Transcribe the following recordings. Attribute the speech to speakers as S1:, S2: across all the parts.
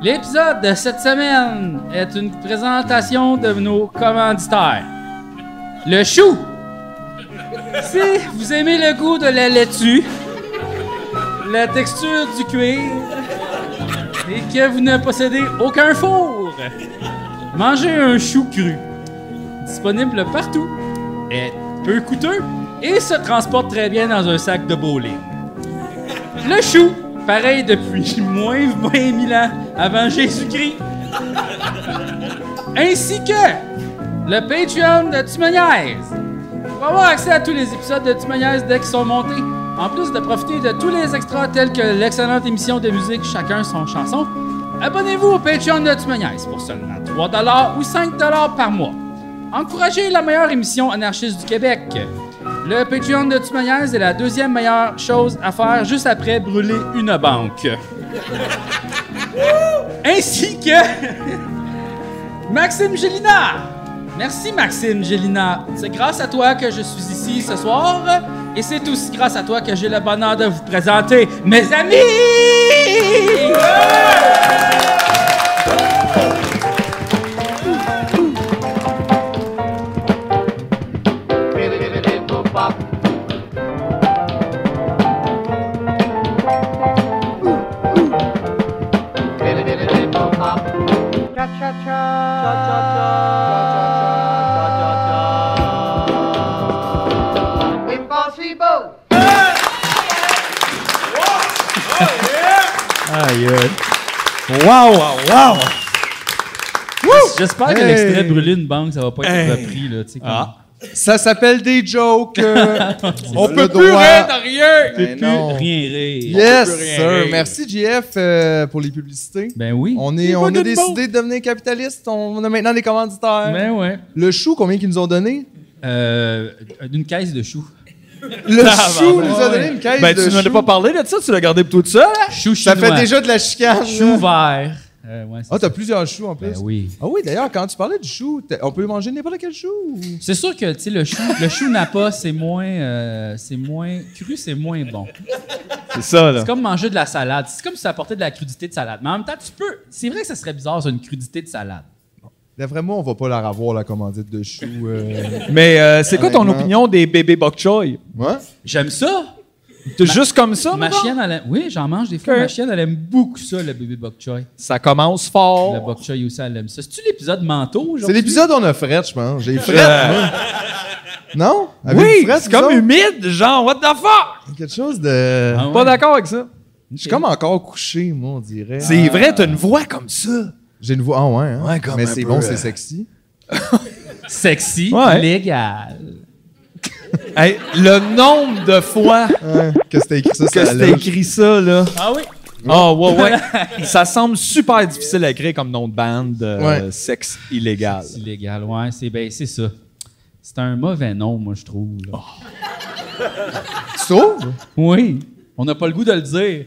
S1: L'épisode de cette semaine est une présentation de nos commanditaires. Le chou. Si vous aimez le goût de la laitue, la texture du cuir et que vous ne possédez aucun four, mangez un chou cru. Disponible partout, est peu coûteux et se transporte très bien dans un sac de bowling. Le chou, pareil depuis moins 20 000 ans avant Jésus-Christ. Ainsi que le Patreon de Tumoniaise. Pour avoir accès à tous les épisodes de Tumoniaise dès qu'ils sont montés, en plus de profiter de tous les extras tels que l'excellente émission de musique Chacun son chanson, abonnez-vous au Patreon de Tumoniaise pour seulement 3 ou 5 par mois. Encouragez la meilleure émission anarchiste du Québec. Le Patreon de Tumoniaise est la deuxième meilleure chose à faire juste après brûler une banque. Ainsi que Maxime Gélina. Merci Maxime Gélina. C'est grâce à toi que je suis ici ce soir et c'est aussi grâce à toi que j'ai le bonheur de vous présenter mes amis.
S2: Impossible!
S3: Aïe, Wow, wow, wow!
S1: J'espère
S3: Hey!
S1: une banque, ça va pas
S3: Hey! Ah.
S1: là, tu sais, comme-
S3: Ça s'appelle des jokes. euh, on
S4: le
S3: peut
S4: droit.
S3: plus rire de
S4: Ben
S3: rien.
S4: non.
S1: Rien rire.
S3: Yes,
S4: plus rien
S3: sir.
S4: rire.
S3: Merci, JF, euh, pour les publicités.
S1: Ben oui.
S3: On, est,
S1: Il
S3: on
S1: va
S3: a
S1: d'une banque.
S3: décidé de devenir capitaliste. On a maintenant des commanditaires.
S1: Ben ouais.
S3: Le chou, combien qu'ils nous ont donné?
S1: Euh, d'une caisse de choux.
S3: Le
S4: Ah,
S3: chou
S4: ben,
S3: nous a donné une caisse
S4: Ben,
S3: de
S4: tu n'en as
S3: chou.
S4: pas parlé de ça, tu l'as gardé pour tout hein? ça, là?
S1: Chou
S3: Ça
S1: chinois.
S3: fait déjà de la chicane.
S1: Chou
S3: là.
S1: vert. Euh, ouais, c'est
S3: Ah,
S1: ça.
S3: t'as plusieurs choux en plus.
S1: Ben oui.
S3: Ah oui, d'ailleurs, quand tu parlais du chou, t'as- on peut manger n'importe quel chou. ou-
S1: C'est sûr que tu sais, le chou, le chou napa, c'est moins, euh, c'est moins cru, c'est moins bon.
S4: C'est ça, là.
S1: C'est comme manger de la salade. C'est comme si ça apportait de la crudité de salade. Mais en même temps, tu peux. C'est vrai que ça serait bizarre, c'est une crudité de salade.
S3: D'après moi, on va pas leur avoir la commandite de chou. euh.
S4: Mais euh, c'est quoi ton
S3: Honnêtement.
S4: opinion des bébés bok choy?
S3: Ouais?
S1: J'aime ça.
S4: T'es juste comme ça,
S1: Ma
S4: mettons?
S1: chienne, elle aime- oui, j'en mange des fois.
S4: Ok.
S1: Ma chienne, elle aime beaucoup ça, le bébé bok choy.
S4: Ça commence fort.
S1: Le bok choy aussi, elle aime ça. C'est-tu l'épisode manteau aujourd'hui?
S3: C'est l'épisode où on a frette, je pense. J'ai frette, moi. Non? Avez-vous
S4: Euh. oui,
S3: frette,
S4: c'est
S3: vous
S4: comme
S3: autres?
S4: humide, genre, what the fuck?
S3: Quelque chose de...
S1: Ah ouais?
S4: Pas d'accord avec ça.
S3: Je suis comme encore couché, moi, on dirait.
S4: C'est vrai, t'as une voix comme ça.
S3: J'ai une voix... Ah ouais, hein?
S4: Ouais, comme
S3: Mais
S4: un
S3: c'est
S4: peu,
S3: bon,
S4: euh,
S3: c'est sexy.
S1: Sexy,
S4: Ouais.
S1: légal.
S4: Hey, le nombre de fois
S3: Ouais, que c'était écrit Ah, ça,
S4: que
S3: ça
S4: c'était écrit ça, là.
S1: Ah oui?
S4: Ah, ouais, ouais. ça semble super difficile à écrire comme nom de bande. euh,
S3: Ouais.
S4: Sexe illégal.
S1: C'est illégal, ouais, c'est ben, c'est ça. C'est un mauvais nom, moi, je trouve. là. Oui. On n'a pas le goût de le dire.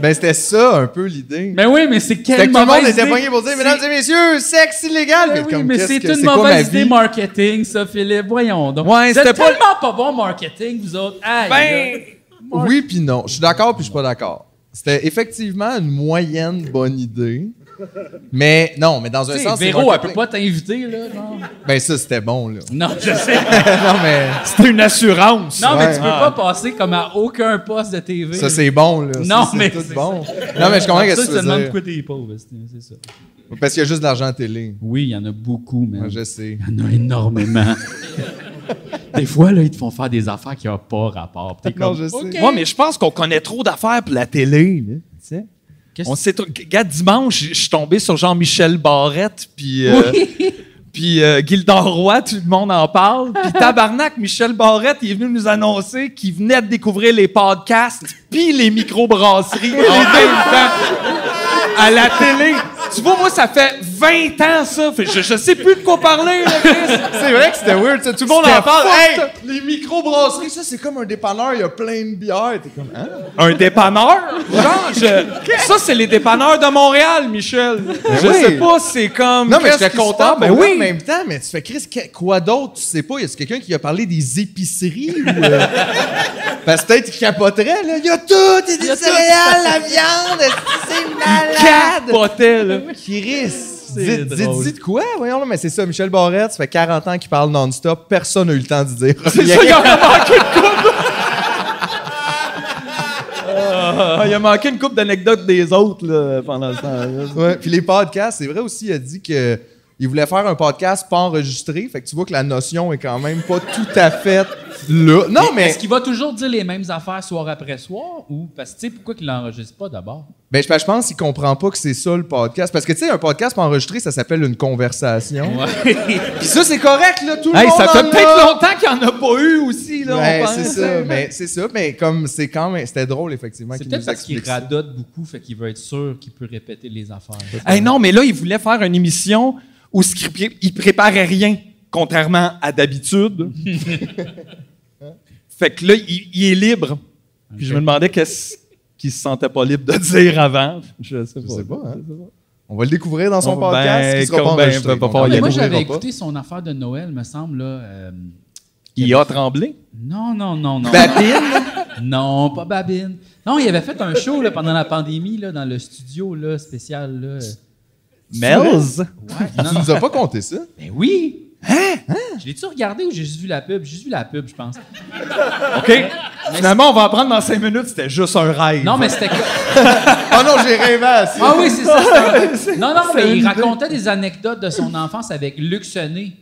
S3: Ben, c'était ça, un peu, l'idée.
S1: Mais oui, mais c'est
S3: C'était
S1: quelle
S3: que tout le monde
S1: mauvaise
S3: était
S1: idée.
S3: poigné pour dire «
S1: C'est-
S3: Mesdames et messieurs, sexe illégal! »
S1: Ben oui,
S3: comme,
S1: mais
S3: qu'est-ce
S1: c'est
S3: que-
S1: une
S3: quoi, ma
S1: mauvaise idée
S3: vie?
S1: marketing, ça, Philippe. Voyons donc.
S4: Ouais,
S1: vous êtes
S4: c'était pas-
S1: tellement pas bon marketing, vous autres. Aïe,
S3: Ben,
S1: là.
S3: Oui puis non. Je suis d'accord puis je suis pas d'accord. C'était effectivement une moyenne bonne idée. Mais non, mais dans un
S1: Tu sais,
S3: sens, c'est
S1: Véro, elle
S3: marketing.
S1: peut pas t'inviter, là. genre.
S3: Ben ça, c'était bon, là.
S1: Non, je sais.
S3: non, mais
S4: C'était une assurance.
S1: Non, mais tu peux
S4: Ouais.
S1: pas passer comme à aucun poste de TV.
S3: ça, c'est bon, là.
S1: Non,
S3: Ça, c'est
S1: mais
S3: tout
S1: c'est
S3: bon. Non, mais je comprends
S1: ça,
S3: ce que tu
S1: ça
S3: veux
S1: demande
S3: dire.
S1: pourquoi t'es pauvre, c'est- c'est ça.
S3: Parce qu'il y a juste de l'argent à télé.
S1: Oui, il y en a beaucoup, mais.
S3: Moi, je sais.
S1: Il y en a énormément. des fois, là, ils te font faire des affaires qui n'ont pas rapport. Puis T'es
S3: Non,
S1: comme,
S3: je sais.
S1: OK.
S4: Ouais, mais je pense qu'on connaît trop d'affaires pour la télé. là, tu sais.
S1: Qu'est-ce-
S4: On sait trop- Regarde, dimanche, je suis tombé sur Jean-Michel Barrette, puis euh, puis euh, Gildor Roy, tout le monde en parle. Puis tabarnak, Michel Barrette, il est venu nous annoncer qu'il venait de découvrir les podcasts puis les microbrasseries en même temps à la télé. Tu vois, moi, ça fait 20 ans, ça. Fait que je, je sais plus de quoi parler, là, Chris.
S3: C'est vrai que c'était weird. ça. Tout le monde
S4: C'était
S3: en parle. Hey,
S4: fucked.
S3: les microbrasseries, ça, c'est comme un dépanneur. Il y a plein de bières. T'es comme, hein?
S4: Un dépanneur? Genre, je- ça, c'est les dépanneurs de Montréal, Michel. je
S3: Ben oui.
S4: sais pas, c'est comme.
S3: Non, mais
S4: qu'est-ce
S3: j'étais
S4: qui se
S3: content.
S4: passe?
S3: Mais
S4: Ben
S3: oui. En
S4: oui.
S3: même temps, mais tu fais, Chris, que- quoi d'autre? Tu sais pas. Y a quelqu'un qui a parlé des épiceries ou. euh, Parce que peut-être qu'il capoterait, là. Y a tout! Y a des céréales, la viande! est-ce que C'est malade!
S4: Cad! capotait, là.
S3: Chris,
S4: C'est
S3: dites
S4: drôle.
S3: dites- dites de quoi? Voyons, là, mais c'est ça. Michel Barrette, ça fait 40 ans qu'il parle non-stop. Personne n'a eu le temps de dire.
S4: C'est
S3: rien.
S4: ça, il en a manqué une coupe. Ah, il a manqué une coupe d'anecdotes des autres là, pendant ce temps-là.
S3: Ouais, Puis les podcasts, c'est vrai aussi, il a dit que il voulait faire un podcast pas enregistré. Fait que tu vois que la notion est quand même pas tout à fait là. Non, mais.
S1: Est-ce qu'il va toujours dire les mêmes affaires soir après soir ou parce que tu sais pourquoi qu'il l'enregistre pas d'abord
S3: Ben, je, je pense qu'il comprend pas que c'est ça le podcast. Parce que, tu sais, un podcast pas enregistré, ça s'appelle une conversation. Puis ça, c'est correct, là. Tout le
S4: Hey,
S3: monde
S4: ça
S3: en
S4: fait
S3: a.
S4: peut-être longtemps qu'il n'y en a pas eu aussi. Là,
S3: Ouais,
S4: on pense.
S3: c'est ça, mais c'est ça, mais comme c'est quand même, c'était drôle effectivement.
S1: C'est
S3: qu'il
S1: peut-être
S3: nous
S1: parce qu'il
S3: explique ça.
S1: radote beaucoup, fait qu'il veut être sûr qu'il peut répéter les affaires.
S4: Hey, non, mais là, il voulait faire une émission où ce qu'il pré- il préparait rien, contrairement à d'habitude. fait que là, il, il est libre. Puis je me demandais qu'est-ce qu'il se sentait pas libre de dire avant. Je sais pas.
S3: Je sais pas, hein. On va le découvrir dans son
S4: On-
S3: podcast
S4: ben,
S3: qui sera
S4: comme
S3: pas
S4: ben,
S3: enregistré.
S4: on va pas
S3: donc.
S4: pouvoir
S1: Ah,
S4: il y
S1: mais moi,
S4: a-
S1: j'avais
S3: pas.
S1: écouté son affaire de Noël, me semble. Là, euh,
S4: Il a tremblé.
S1: Non, non, non, non.
S3: Babine, là.
S1: Non, pas Babine. Non, il avait fait un show là, pendant la pandémie là, dans le studio là, spécial. Là.
S4: Melz.
S1: Ouais, non,
S3: Ah, tu nous as pas compté ça.
S1: Ben oui! Hein? Je l'ai-tu regardé ou j'ai juste vu la pub? J'ai juste vu la pub, je pense.
S4: OK. Finalement, on va apprendre dans cinq minutes, c'était juste un rêve. Ah
S1: Non, mais c'était...
S3: Oh non, j'ai rêvé à ça.
S1: Ah oui, c'est ça. c'était- Non, non,
S4: C'est
S1: mais il
S4: une idée.
S1: racontait des anecdotes de son enfance avec Luc Sonnet.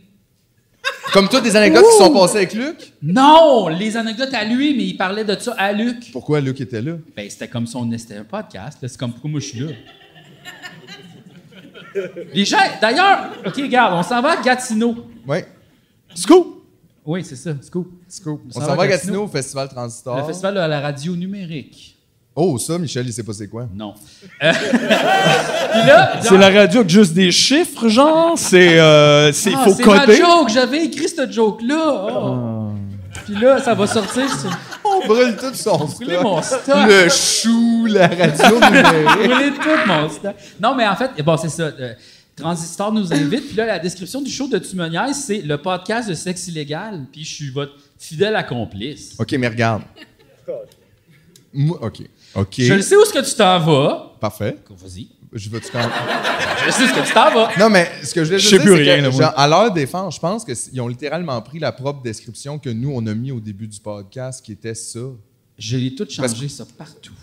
S3: Comme toi, des anecdotes qui sont passées avec Luc.
S1: Non! Les anecdotes à lui, mais il parlait de ça à Luc.
S3: Pourquoi Luc était là?
S1: Ben, c'était comme son... C'était un podcast. là. C'est comme pourquoi moi, je suis là. Les gens... D'ailleurs... OK, regarde, on s'en va à Gatineau.
S3: Ouais.
S4: Scoop!
S1: Oui, c'est ça, scoop.
S3: Scoop. On
S1: s'en
S3: s'en
S1: va
S3: va à
S1: à
S3: Gatineau au Festival Transistor.
S1: Le festival de la radio numérique.
S3: Oh, ça, Michel, il sait pas c'est quoi.
S1: Non. Euh, Puis là...
S4: C'est la radio avec juste des chiffres, genre? C'est. euh, c'est
S1: Ah,
S4: faut
S1: c'est ma
S4: coder. Ah.
S1: joke, j'avais écrit cette joke-là. Oh. Puis là, ça va sortir. sur-
S3: On brûle tout son
S1: Brûler
S3: stock.
S1: mon stock.
S3: Le chou, la radio numérique.
S1: Brûler tout mon stock. Non, mais en fait, bon, c'est ça. euh, Transistor nous invite. Puis là, la description du show de Tumoniaise, c'est le podcast de sexe illégal. Puis je suis votre fidèle accomplice.
S3: OK, mais regarde. Moi, OK. OK.
S1: Je le sais où est-ce que tu t'en vas.
S3: Parfait.
S1: Vas-y.
S3: Je veux-tu quand
S1: Je sais où est-ce que tu t'en vas.
S3: Non, mais ce que je voulais
S4: Je
S3: juste
S4: sais
S3: dire,
S4: plus
S3: c'est
S4: rien,
S3: que,
S4: là, moi.
S3: genre, à leur défense, je pense qu'ils ont littéralement pris la propre description que nous, on a mis au début du podcast, qui était ça.
S1: Je l'ai tout
S3: Parce
S1: changé, ça, partout.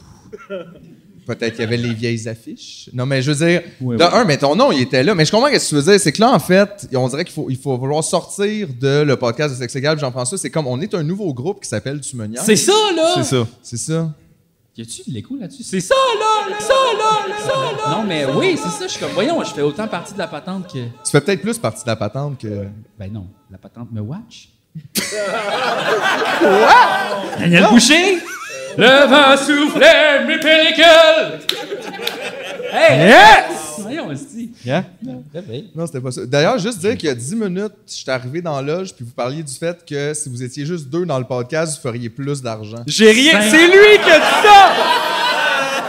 S3: Peut-être qu'il y avait les vieilles affiches. Non, mais je veux dire,
S1: Ouais,
S3: de
S1: ouais.
S3: un, mais ton nom, il était là. Mais je comprends ce que tu veux dire. C'est que là, en fait, on dirait qu'il faut, il faut vouloir sortir de le podcast de Sexe Égal. Jean-François, c'est comme, on est un nouveau groupe qui s'appelle Tumenière.
S1: C'est ça, là!
S4: ça.
S3: Ah, C'est ça.
S1: Y a-tu de l'écho là-dessus? C'est ça, là, là! Ça, là! là, Ça, là! Non, mais oui, c'est ça. Je suis comme, voyons, je fais autant partie de la patente que.
S3: Tu fais peut-être plus partie de la patente que...
S1: Ben non, la patente me watch. Quoi? Daniel Boucher? Le vent soufflait mes pellicules! Hey!
S4: Yes!
S1: Voyons, on se dit.
S4: Yeah.
S3: Non, c'était pas ça. D'ailleurs, juste dire qu'il y a 10 minutes, je suis arrivé dans la loge, puis vous parliez du fait que si vous étiez juste deux dans le podcast, vous feriez plus d'argent.
S4: J'ai rien.
S1: Cinq.
S4: C'est lui qui a dit ça!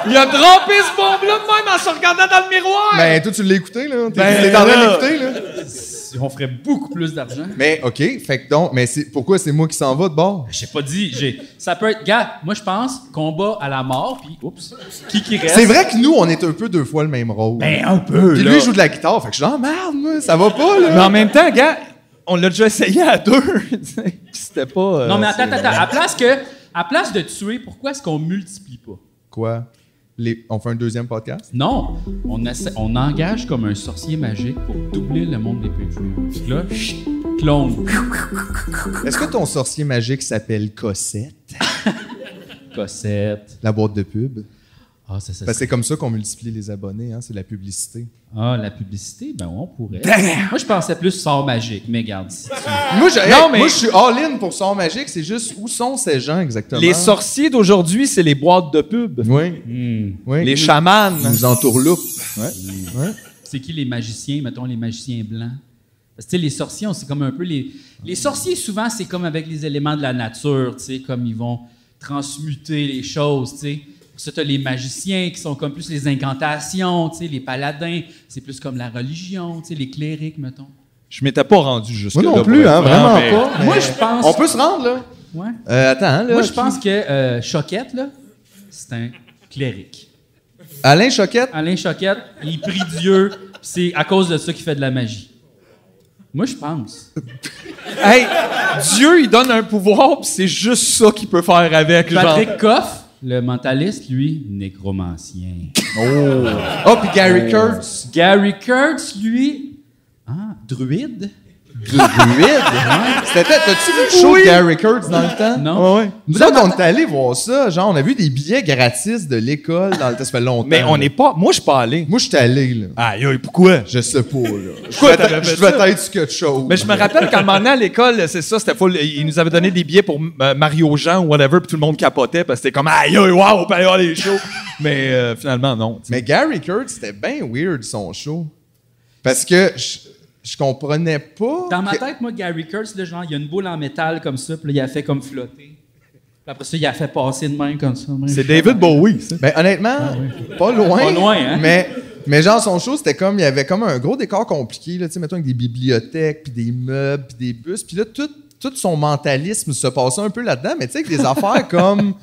S4: Il a trompé ce bombe-là de même en se regardant dans le miroir!
S3: Ben, toi, tu l'as écouté, là. T'es
S4: Ben,
S3: t'es en train
S4: là.
S3: de l'écouter, là.
S1: On ferait beaucoup plus d'argent.
S3: Mais, OK, fait que donc, mais c'est- pourquoi c'est moi qui s'en va de bord?
S1: J'ai pas dit, j'ai. Ça peut être. Gars, moi je pense combat à la mort, puis
S4: Euh,
S1: oups, qui qui reste?
S3: C'est vrai que nous, on est un peu deux fois le même rôle.
S4: Ben, un peu.
S3: puis
S4: là.
S3: lui, il joue de la guitare, fait que je suis genre, merde, moi, ça va pas,
S4: Mais
S3: là.
S4: en même temps, gars, on l'a déjà essayé à deux. Puis C'était pas. euh,
S1: Non, mais attends, attends,
S4: c'est-
S1: attends. À place, que, à place de tuer, pourquoi est-ce qu'on multiplie pas?
S3: Quoi? Les- on fait un deuxième podcast?
S1: Non, on, essa- on engage comme un sorcier magique pour doubler le monde des pay-per-views. Puis Là, chut, clone,
S3: Est-ce que ton sorcier magique s'appelle Cossette?
S1: Cossette.
S3: La boîte de pub?
S1: Ah, ça, ça,
S3: Parce
S4: Ben,
S1: ça.
S3: que c'est comme ça qu'on multiplie les abonnés, hein, c'est la publicité.
S1: Ah, la publicité, ben on pourrait.
S4: Damn!
S1: Moi, je pensais plus sort magique, mais regarde. si tu-
S3: Moi, je,
S4: Non,
S3: hey,
S4: mais-
S3: moi, je suis all-in pour Sort Magique. C'est juste où sont ces gens exactement?
S4: Les sorciers d'aujourd'hui, c'est les boîtes de pub.
S3: Oui,
S1: Hmm.
S3: oui.
S4: Les chamans.
S3: Ils nous entourloupent.
S1: C'est qui les magiciens, mettons les magiciens blancs? Parce que tu sais, les sorciers, on- c'est comme un peu les. Les sorciers, souvent, c'est comme avec les éléments de la nature, tu sais, comme ils vont transmuter les choses, tu sais. Pour ça, tu les magiciens qui sont comme plus les incantations, tu sais, les paladins, c'est plus comme la religion, tu sais, les clérics, mettons.
S4: Je m'étais pas rendu jusque
S3: Moi
S4: là,
S3: non
S4: pour
S3: plus,
S4: être
S3: hein,
S4: franc,
S3: vraiment
S4: mais-
S3: pas.
S1: Moi,
S3: mais-
S1: je pense.
S3: On peut se rendre, là.
S1: Ouais.
S3: Euh, attends, là.
S1: Moi, je
S3: qui-
S1: pense que euh, Choquette, là, c'est un cléric.
S3: Alain Choquette,
S1: Alain Choquette, il prie Dieu, pis c'est à cause de ça qu'il fait de la magie. Moi, je pense.
S4: Hey, Dieu, il donne un pouvoir, puis c'est juste ça qu'il peut faire avec. genre.
S1: Patrick Coff, le mentaliste, lui, nécromancien.
S4: Ah.
S3: oh, puis
S4: Euh,
S3: Gary Kurtz,
S1: Gary Kurtz, lui, ah, druide?
S3: du druide. hein? C'était, t'as-tu vu le show de Gary Kurtz dans le temps?
S1: Non.
S4: Ouais, ouais.
S3: Nous autres, on est allés voir ça. Genre, on a vu des billets gratis de l'école dans le temps. Ça fait longtemps.
S4: Mais on
S3: là.
S4: n'est pas. Moi, je suis pas allé.
S3: Moi, je suis allé, là.
S4: Ben Aïe, aïe, pourquoi?
S3: Je sais pas, là. Je
S4: Pourquoi
S3: vais
S4: t'avais
S3: être-
S4: fait
S3: je vais
S4: ça?
S3: être sur quelque chose.
S4: Mais je me rappelle qu'à un moment donné, à l'école, c'est ça, c'était full. Ils nous avaient donné des billets pour euh, Mario Jean ou whatever, puis tout le monde capotait parce que c'était comme aïe, aïe, waouh, on peut aller voir les shows. Mais euh, finalement, non. tu sais.
S3: Mais Gary Kurtz, c'était bien weird son show. Parce que je, je comprenais pas.
S1: Dans ma
S3: que-
S1: tête, moi, Gary Kurtz, là, genre, il y a une boule en métal comme ça, puis là, il a fait comme flotter. Puis après ça, il a fait passer de main comme ça. de même.
S4: C'est David Bowie, ça.
S3: Ben, honnêtement, pas loin.
S1: Ah Pas loin, hein?
S3: Mais, mais genre, son show, c'était comme, il y avait comme un gros décor compliqué, là, tu sais, mettons, avec des bibliothèques, puis des meubles, puis des bus. Puis là, tout, tout son mentalisme se passait un peu là-dedans, mais tu sais, avec des affaires comme.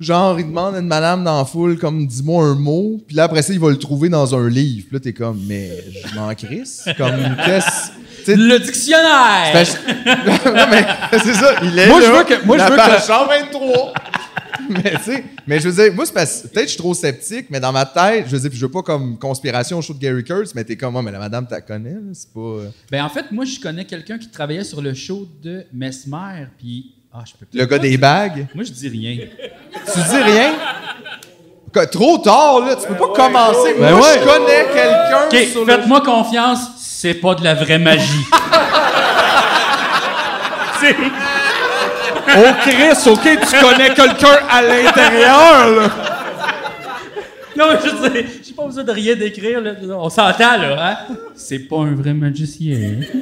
S3: Genre, il demande à une madame dans la foule, comme, dis-moi un mot. Puis là, après ça, il va le trouver dans un livre. Puis là, t'es comme, mais je m'en crisse. Comme, qu'est-ce. tu sais,
S1: Le dictionnaire!
S3: Ben, je- non, mais c'est ça, il est
S4: Moi, je
S3: là,
S4: veux que- moi, je
S3: la
S4: veux que-
S3: page 123. mais tu sais, mais je veux dire, moi, c'est parce peut-être que je suis trop sceptique, mais dans ma tête, je veux dire, puis je veux pas comme conspiration au show de Gary Kurtz, mais t'es comme, oh, mais la madame, t'as connais, là, c'est pas. euh,
S1: Ben, en fait, moi, je connais quelqu'un qui travaillait sur le show de Mesmer, puis... Ah, je peux
S3: Le
S1: pas
S3: gars des bagues.
S1: Moi, je dis rien.
S3: Tu dis rien? Que- trop tard, là, tu peux pas commencer.
S4: Ben
S3: moi,
S4: ouais.
S3: je connais quelqu'un
S1: OK,
S3: sur le.
S1: faites-moi confiance, c'est pas de la vraie magie.
S4: Oh Chris, ok, tu connais quelqu'un à l'intérieur, là.
S1: non, mais je sais, j'ai pas besoin de rien d'écrire, là. On s'entend, là, hein? C'est pas un vrai magicien. hein?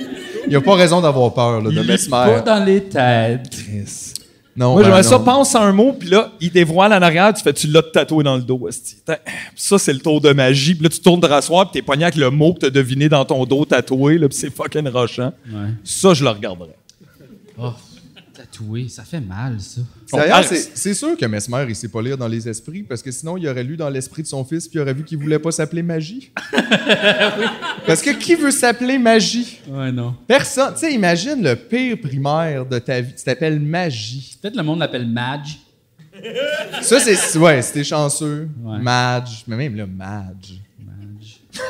S3: Il a pas raison d'avoir peur, là, de
S1: Il est pas
S3: Mesmer.
S1: dans les têtes.
S3: Non,
S4: Moi,
S3: ben
S4: j'aimerais ça,
S3: non.
S4: pense à un mot, puis là, il dévoile en arrière, tu fais, tu l'as tatoué dans le dos, esti. Attends, Ça, c'est le tour de magie. Puis là, tu tournes de rasseoir, puis t'es pogné avec le mot que t'as deviné dans ton dos tatoué, là, puis c'est fucking rochant.
S1: Ouais.
S4: Ça, je le regarderais.
S1: Oh, tatoué, ça fait mal, ça.
S3: D'ailleurs,
S4: On-
S3: ah, c'est c'est sûr que Mesmer, il sait pas lire dans les esprits, parce que sinon, il aurait lu dans l'esprit de son fils, puis il aurait vu qu'il voulait pas s'appeler Magie. Parce que qui veut s'appeler Magie?
S1: Ouais, non.
S3: Personne. Tu sais, imagine le pire primaire de ta vie. Tu t'appelles Magie.
S1: Peut-être le monde l'appelle Madge.
S3: Ça, c'est. Ouais, c'était chanceux.
S1: Ouais.
S3: Madge. Mais même là, Madge.
S1: Madge.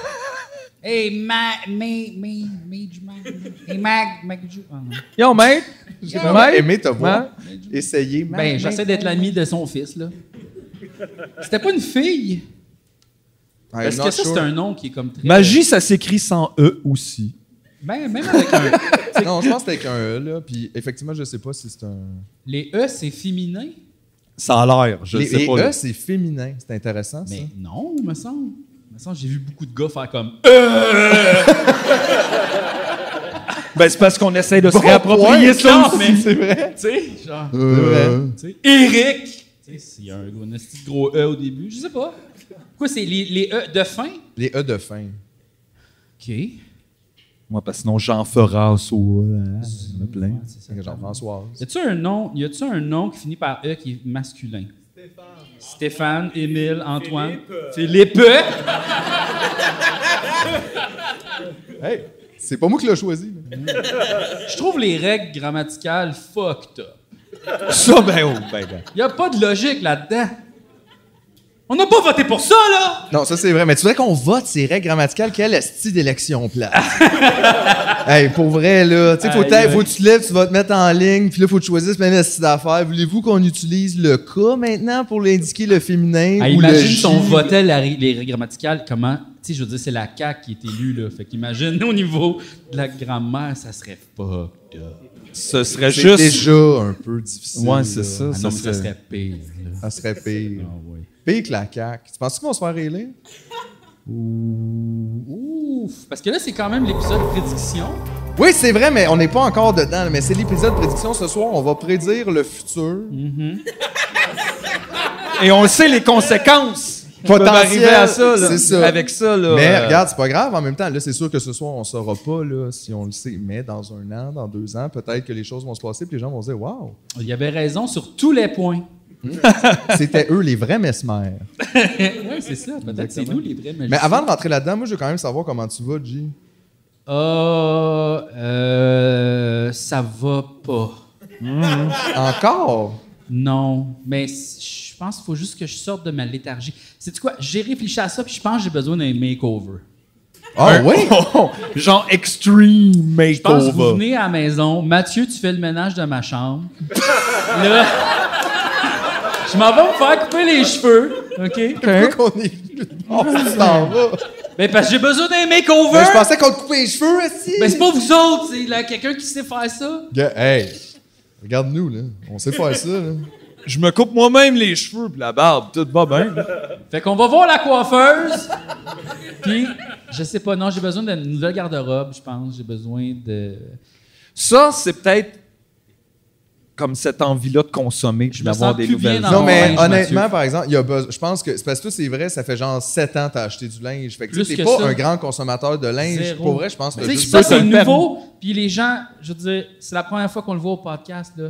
S1: hey, ma, mais, mais, Madge, Madge, hey, Mag, Magju. Ah, non.
S4: Yo, mate!
S3: J'ai vraiment
S4: Mate?
S3: aimé te voir.
S1: Madge.
S3: Essayer.
S1: Ben, j'essaie d'être l'ami de son fils, là. C'était pas une fille. Parce que ça, c'est un nom qui est comme très.
S4: Magie, ça s'écrit sans E aussi.
S1: Ben, même avec un.
S3: Non, je pense que c'était avec un E, là. Puis effectivement, je sais pas si c'est un.
S1: Les E, c'est féminin.
S4: Ça a l'air, je
S3: les
S4: sais
S3: les
S4: pas.
S3: E, c'est féminin. C'est intéressant, ça.
S1: Mais non, me semble. Me semble, j'ai vu beaucoup de gars faire comme.
S4: Ben, c'est parce qu'on essaie de se
S3: Bon point.
S4: réapproprier ça
S1: Non,
S4: aussi.
S1: mais-
S3: C'est
S4: Euh,
S3: vrai?
S1: Tu sais, genre.
S3: C'est vrai.
S1: Tu sais, Eric. Tu sais, s'il y a un gros, un petit gros E au début, je sais pas. Pourquoi c'est les, les E de fin?
S3: Les E de fin.
S1: OK.
S4: Moi, parce que sinon, Jean Ferras ou... euh, il y en a plein.
S1: C'est ça.
S3: C'est Jean-François.
S1: Y a-tu un nom, y a-tu un nom qui finit par E qui est masculin? Stéphane. Stéphane, Émile, Antoine. Philippe.
S3: Hey, c'est pas moi qui l'ai choisi. là.
S1: Je trouve les règles grammaticales fucked up.
S4: Ça, ben, oh, ben, ben.
S1: Y a pas de logique là-dedans. On n'a pas voté pour ça, là!
S3: Non, ça c'est vrai. Mais tu voudrais qu'on vote ces règles grammaticales. Quelle est d'élection place? hey, pour vrai, là. Tu sais, faut,
S1: Aïe,
S3: t'a-
S1: aïe.
S3: faut que tu te lèves, tu vas te mettre en ligne. Puis là, faut que tu choisisses plein d'esti d'affaires. Voulez-vous qu'on utilise le cas maintenant pour l'indiquer le féminin?
S1: Ah,
S3: ou le
S1: imagine si on
S3: J?
S1: votait la- les règles grammaticales, comment. Tu sais, je veux dire, c'est la CAQ qui est élue, là. Fait qu'imagine, au niveau de la grammaire, ça serait fucked up.
S4: Ce serait
S3: C'est
S4: juste...
S3: déjà un peu difficile.
S4: Ouais, c'est
S3: là.
S4: ça.
S1: Ah non,
S4: ça
S1: mais ça
S4: serait-
S1: serait pire, là.
S3: Ça serait pire.
S1: Ah ouais.
S3: Pire que la CAQ. Tu penses qu'on se faire élire?
S1: Ouf! Parce que là, c'est quand même l'épisode prédiction.
S3: Oui, c'est vrai, mais on n'est pas encore dedans. là, Mais c'est l'épisode prédiction ce soir. On va prédire le futur.
S4: Et on sait les conséquences. qui peuvent
S3: Potentiel,
S4: arriver à ça, là.
S3: c'est ça.
S4: Avec ça, là.
S3: Mais
S4: euh,
S3: regarde, c'est pas grave. En même temps, là, c'est sûr que ce soir, on saura pas là, si on le sait. Mais dans un an, dans deux ans, peut-être que les choses vont se passer puis les gens vont se dire Waouh!
S1: Il y avait raison sur tous les points.
S3: C'était eux les vrais mesmères.
S1: Oui, c'est ça. Peut-être c'est nous les vrais magiciens.
S3: Mais avant de rentrer là-dedans, moi, je veux quand même savoir comment tu vas, G.
S1: Ah, euh, ça va pas.
S3: Encore?
S1: Non, mais c- je pense qu'il faut juste que je sorte de ma léthargie. C'est quoi? J'ai réfléchi à ça, puis je pense que j'ai besoin d'un makeover.
S3: Ah oui?
S4: oh, Genre extreme
S1: Je pense que vous
S4: makeover.
S1: venez à la maison. Mathieu, tu fais le ménage de ma chambre. Là, je m'en vais me faire couper les cheveux. OK?
S3: Pourquoi qu'on est venu de bord, tu t'en vas?
S1: Mais Ben, parce que j'ai besoin d'un
S3: Mais
S1: makeover.
S3: Ben, je pensais qu'on te coupait les cheveux, aussi.
S1: Mais c'est pas vous autres, c'est là, quelqu'un qui sait faire ça.
S3: Hey, regarde-nous, là. On sait faire ça, là.
S4: Je me coupe moi-même les cheveux pis la barbe, tout va bien. là.
S1: Fait qu'on va voir la coiffeuse. Puis, je sais pas, non, j'ai besoin d'une nouvelle garde-robe, je pense. J'ai besoin de.
S4: Ça, c'est peut-être comme cette envie-là de consommer puis
S1: me
S4: d'avoir
S1: sens
S4: des
S1: plus
S4: nouvelles.
S1: bien dans
S3: Non,
S1: mon
S3: mais
S1: linge,
S3: honnêtement,
S1: Ah, Mathieu.
S3: par exemple, il y a besoin- je pense que c'est parce que toi, c'est vrai, ça fait genre 7 ans que t'as acheté du linge. Fait que tu
S1: Plus
S3: sais, t'es
S1: que
S3: pas
S1: ça.
S3: un grand consommateur de linge.
S1: Zéro.
S3: Pour vrai, je pense que
S1: Tu sais,
S3: t'as
S1: ça,
S3: juste-
S1: c'est
S4: le permis.
S1: nouveau. Puis les gens, je veux dire, c'est la première fois qu'on le voit au podcast. Là.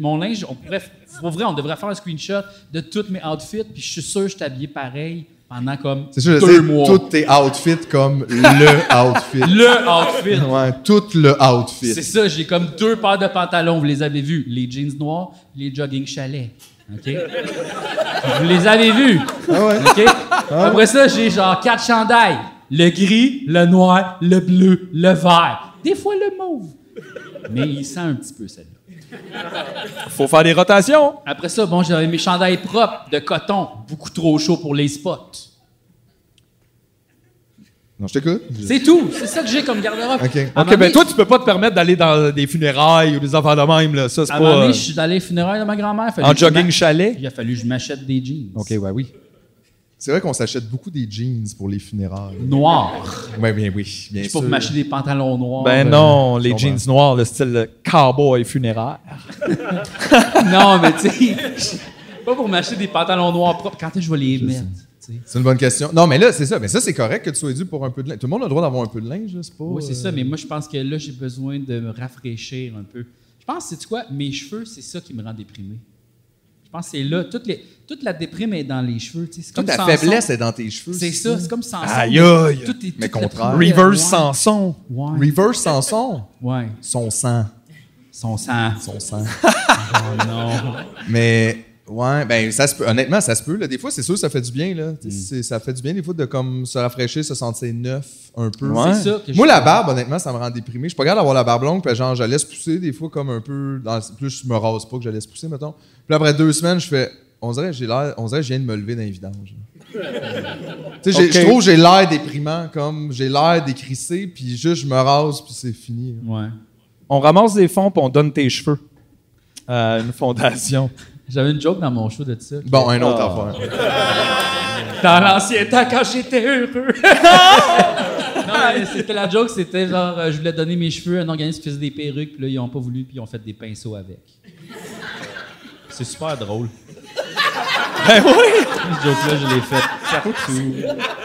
S1: Mon linge, on pourrait, pour vrai, on devrait faire un screenshot de tous mes outfits. Puis je suis sûr que je t'habillais pareil pendant comme
S3: C'est sûr, je
S1: deux
S3: sais,
S1: mois.
S3: tous tes outfits comme le outfit.
S1: Le outfit.
S3: Ouais, tout le
S1: C'est
S3: outfit.
S1: ça, j'ai comme deux paires de pantalons, vous les avez vus. Les jeans noirs, les jogging chalets. OK? vous les avez vus.
S3: Ah ouais.
S1: OK? Après ça, j'ai genre quatre chandails. Le gris, le noir, le bleu, le vert. Des fois, le mauve. Mais il sent un petit peu, celle-là.
S4: Faut faire des rotations.
S1: Après ça, bon, j'avais mes chandails propres de coton, beaucoup trop chaud pour les spots.
S3: Non, je t'écoute.
S1: C'est tout. C'est ça que j'ai comme garde-robe.
S3: OK.
S1: À un
S4: Ok,
S1: moment
S4: ben
S1: donné-
S4: toi, tu peux pas te permettre d'aller dans des funérailles ou des affaires de même, là. Ça, c'est
S1: À un moment
S4: pas.
S1: donné,
S4: euh,
S1: je suis allé au funérailles de ma grand-mère. Fallu
S4: En
S1: que je
S4: jogging
S1: m'a-
S4: chalet.
S1: Il a fallu que je m'achète des jeans.
S4: Ok, ouais, oui.
S3: C'est vrai qu'on s'achète beaucoup des jeans pour les funérailles.
S1: Noirs.
S3: Oui, bien oui, bien
S1: Je
S3: sûr.
S1: peux m'acheter des pantalons noirs.
S4: Ben
S1: euh,
S4: non, les
S3: comprends.
S4: jeans noirs, le style cowboy funéraire.
S1: Non, mais tu sais, je- pas pour m'acheter des pantalons noirs propres. Quand est-ce que je vais les mettre? tu sais?
S3: C'est une bonne question. Non, mais là, c'est ça. Mais ça, c'est correct que tu sois dû pour un peu de linge. Tout le monde a le droit d'avoir un peu de linge, là, c'est pas...
S1: Oui, c'est
S3: euh,
S1: ça, mais moi, je pense que là, j'ai besoin de me rafraîchir un peu. Je pense, c'est quoi? Mes cheveux, c'est ça qui me rend déprimé. Je pense que c'est là. Toute, les- toute la déprime est dans les cheveux. tu sais. C'est
S3: Toute
S1: comme
S3: ta
S1: Samson.
S3: faiblesse est dans tes cheveux.
S1: C'est ça, c'est comme Samson.
S4: Aïe, aïe.
S1: Tout est,
S3: Mais
S1: tout
S3: contraire.
S1: le-
S4: Reverse
S1: Ouais,
S4: Sanson.
S1: Ouais.
S3: Reverse Sanson.
S1: ouais.
S3: Son sang.
S1: Son sang.
S3: Son Hein? sang.
S1: Oh non.
S3: Mais ouais, ben ça se peut. Honnêtement, ça se peut. Là. Des fois, c'est sûr, ça fait du bien. Là.
S1: Mm.
S3: Tu sais, c'est- Ça fait du bien des fois de comme se rafraîchir, se sentir neuf un peu.
S4: Ouais.
S1: C'est ça que je-
S3: Moi, la barbe, honnêtement, ça me rend déprimé. Je suis pas capable d'avoir la barbe longue, puis genre, je la laisse pousser des fois comme un peu. Dans... Plus je me rase pas que je la laisse pousser, mettons. Puis après deux semaines, je fais. On dirait, que j'ai l'air, on dirait que je viens de me lever d'un vidange. tu sais, j'ai-
S4: Ok.
S3: je trouve que j'ai l'air déprimant, comme j'ai l'air décrissé, puis juste je me rase, puis c'est fini. là.
S1: Ouais.
S4: On ramasse des fonds puis on donne tes cheveux à une fondation.
S1: J'avais une joke dans mon show de ça.
S3: Bon, un autre
S4: Ah.
S3: affaire.
S1: Dans l'ancien temps, quand j'étais heureux. non, mais c'était la joke, c'était genre, euh, je voulais donner mes cheveux à un organisme qui faisait des perruques, puis là, ils ont pas voulu, puis ils ont fait des pinceaux avec. C'est super drôle.
S4: Ben oui!
S1: Cette joke-là, je l'ai faite partout.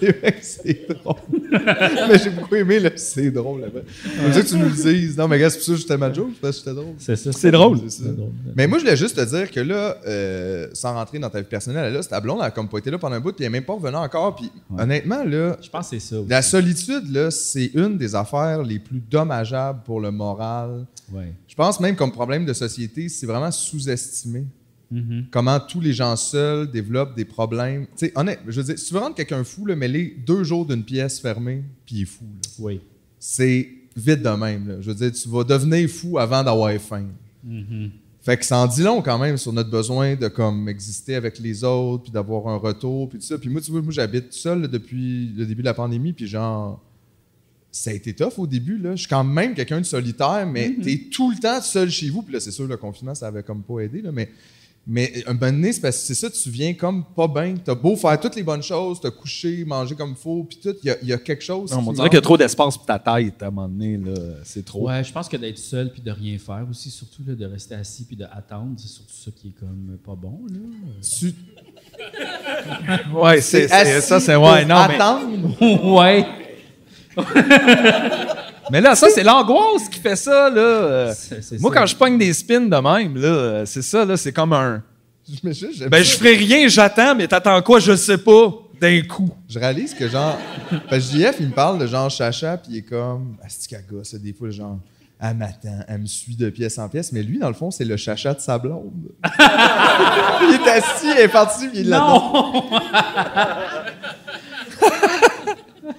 S3: C'est vrai que c'est drôle. mais j'ai beaucoup aimé le c'est drôle là-bas. Je veux que tu nous le dises. Non, mais gars, c'est pour ça que j'étais ma joke, parce que j'étais drôle.
S1: C'est ça.
S4: C'est drôle.
S3: C'est ça. Mais moi, je voulais juste te dire que là, euh, sans rentrer dans ta vie personnelle, là, ta blonde, elle a comme pas été là pendant un bout, puis elle est même pas revenue encore. Puis honnêtement, là,
S1: Je pense que c'est ça. aussi.
S3: la solitude, là, c'est une des affaires les plus dommageables pour le moral.
S1: Ouais.
S3: Je pense même comme problème de société, c'est vraiment sous-estimé. Comment tous les gens seuls développent des problèmes. Tu sais, honnête, je veux dire, si tu veux rendre quelqu'un fou, là, mets-les deux jours d'une pièce fermée, puis il est fou. là.
S1: Oui.
S3: C'est vite de même. là. Je veux dire, tu vas devenir fou avant d'avoir faim. Fait que ça en dit long quand même sur notre besoin de comme exister avec les autres, puis d'avoir un retour, puis tout ça. Puis moi, tu vois, moi j'habite tout seul là, depuis le début de la pandémie, puis genre, ça a été tough au début. Là. Je suis quand même quelqu'un de solitaire, mais t'es tout le temps seul chez vous. Puis là, c'est sûr, le confinement, ça avait comme pas aidé, là, mais... Mais euh, un moment donné, c'est parce que c'est ça, tu viens comme pas bien. T'as beau faire toutes les bonnes choses, t'as couché, mangé comme faut, puis tout, il y a- il y, a quelque chose.
S4: Non, mais
S3: qui
S4: on dirait
S3: manque.
S4: qu'il y a trop d'espace pour ta tête à un moment donné, là. C'est trop.
S1: Ouais, je pense que d'être seul puis de rien faire aussi, surtout là, de rester assis puis d'attendre, c'est surtout ça qui est comme euh, pas bon. Là.
S3: Tu-
S4: Ouais, c'est, c'est-
S3: assis
S4: ça, c'est ouais,
S3: pour
S4: non, mais,
S3: attendre.
S1: ouais.
S4: mais là, ça, c'est l'angoisse qui fait ça, là. Euh,
S1: C'est- c'est
S4: Moi,
S1: ça.
S4: quand je pogne des spins de même, là, euh, c'est ça, là, c'est comme un.
S3: Je, me juste- je-
S4: Ben, je ferai rien, j'attends, mais t'attends quoi, je sais pas, d'un coup.
S3: je réalise que genre. Parce que JF, il me parle de genre Chacha, puis il est comme. Ah, Asticaga, ça, des fois, genre. Elle m'attend, elle me suit de pièce en pièce, mais lui, dans le fond, c'est le Chacha de sa blonde. il est assis, il est parti, puis il l'attend.
S1: Non!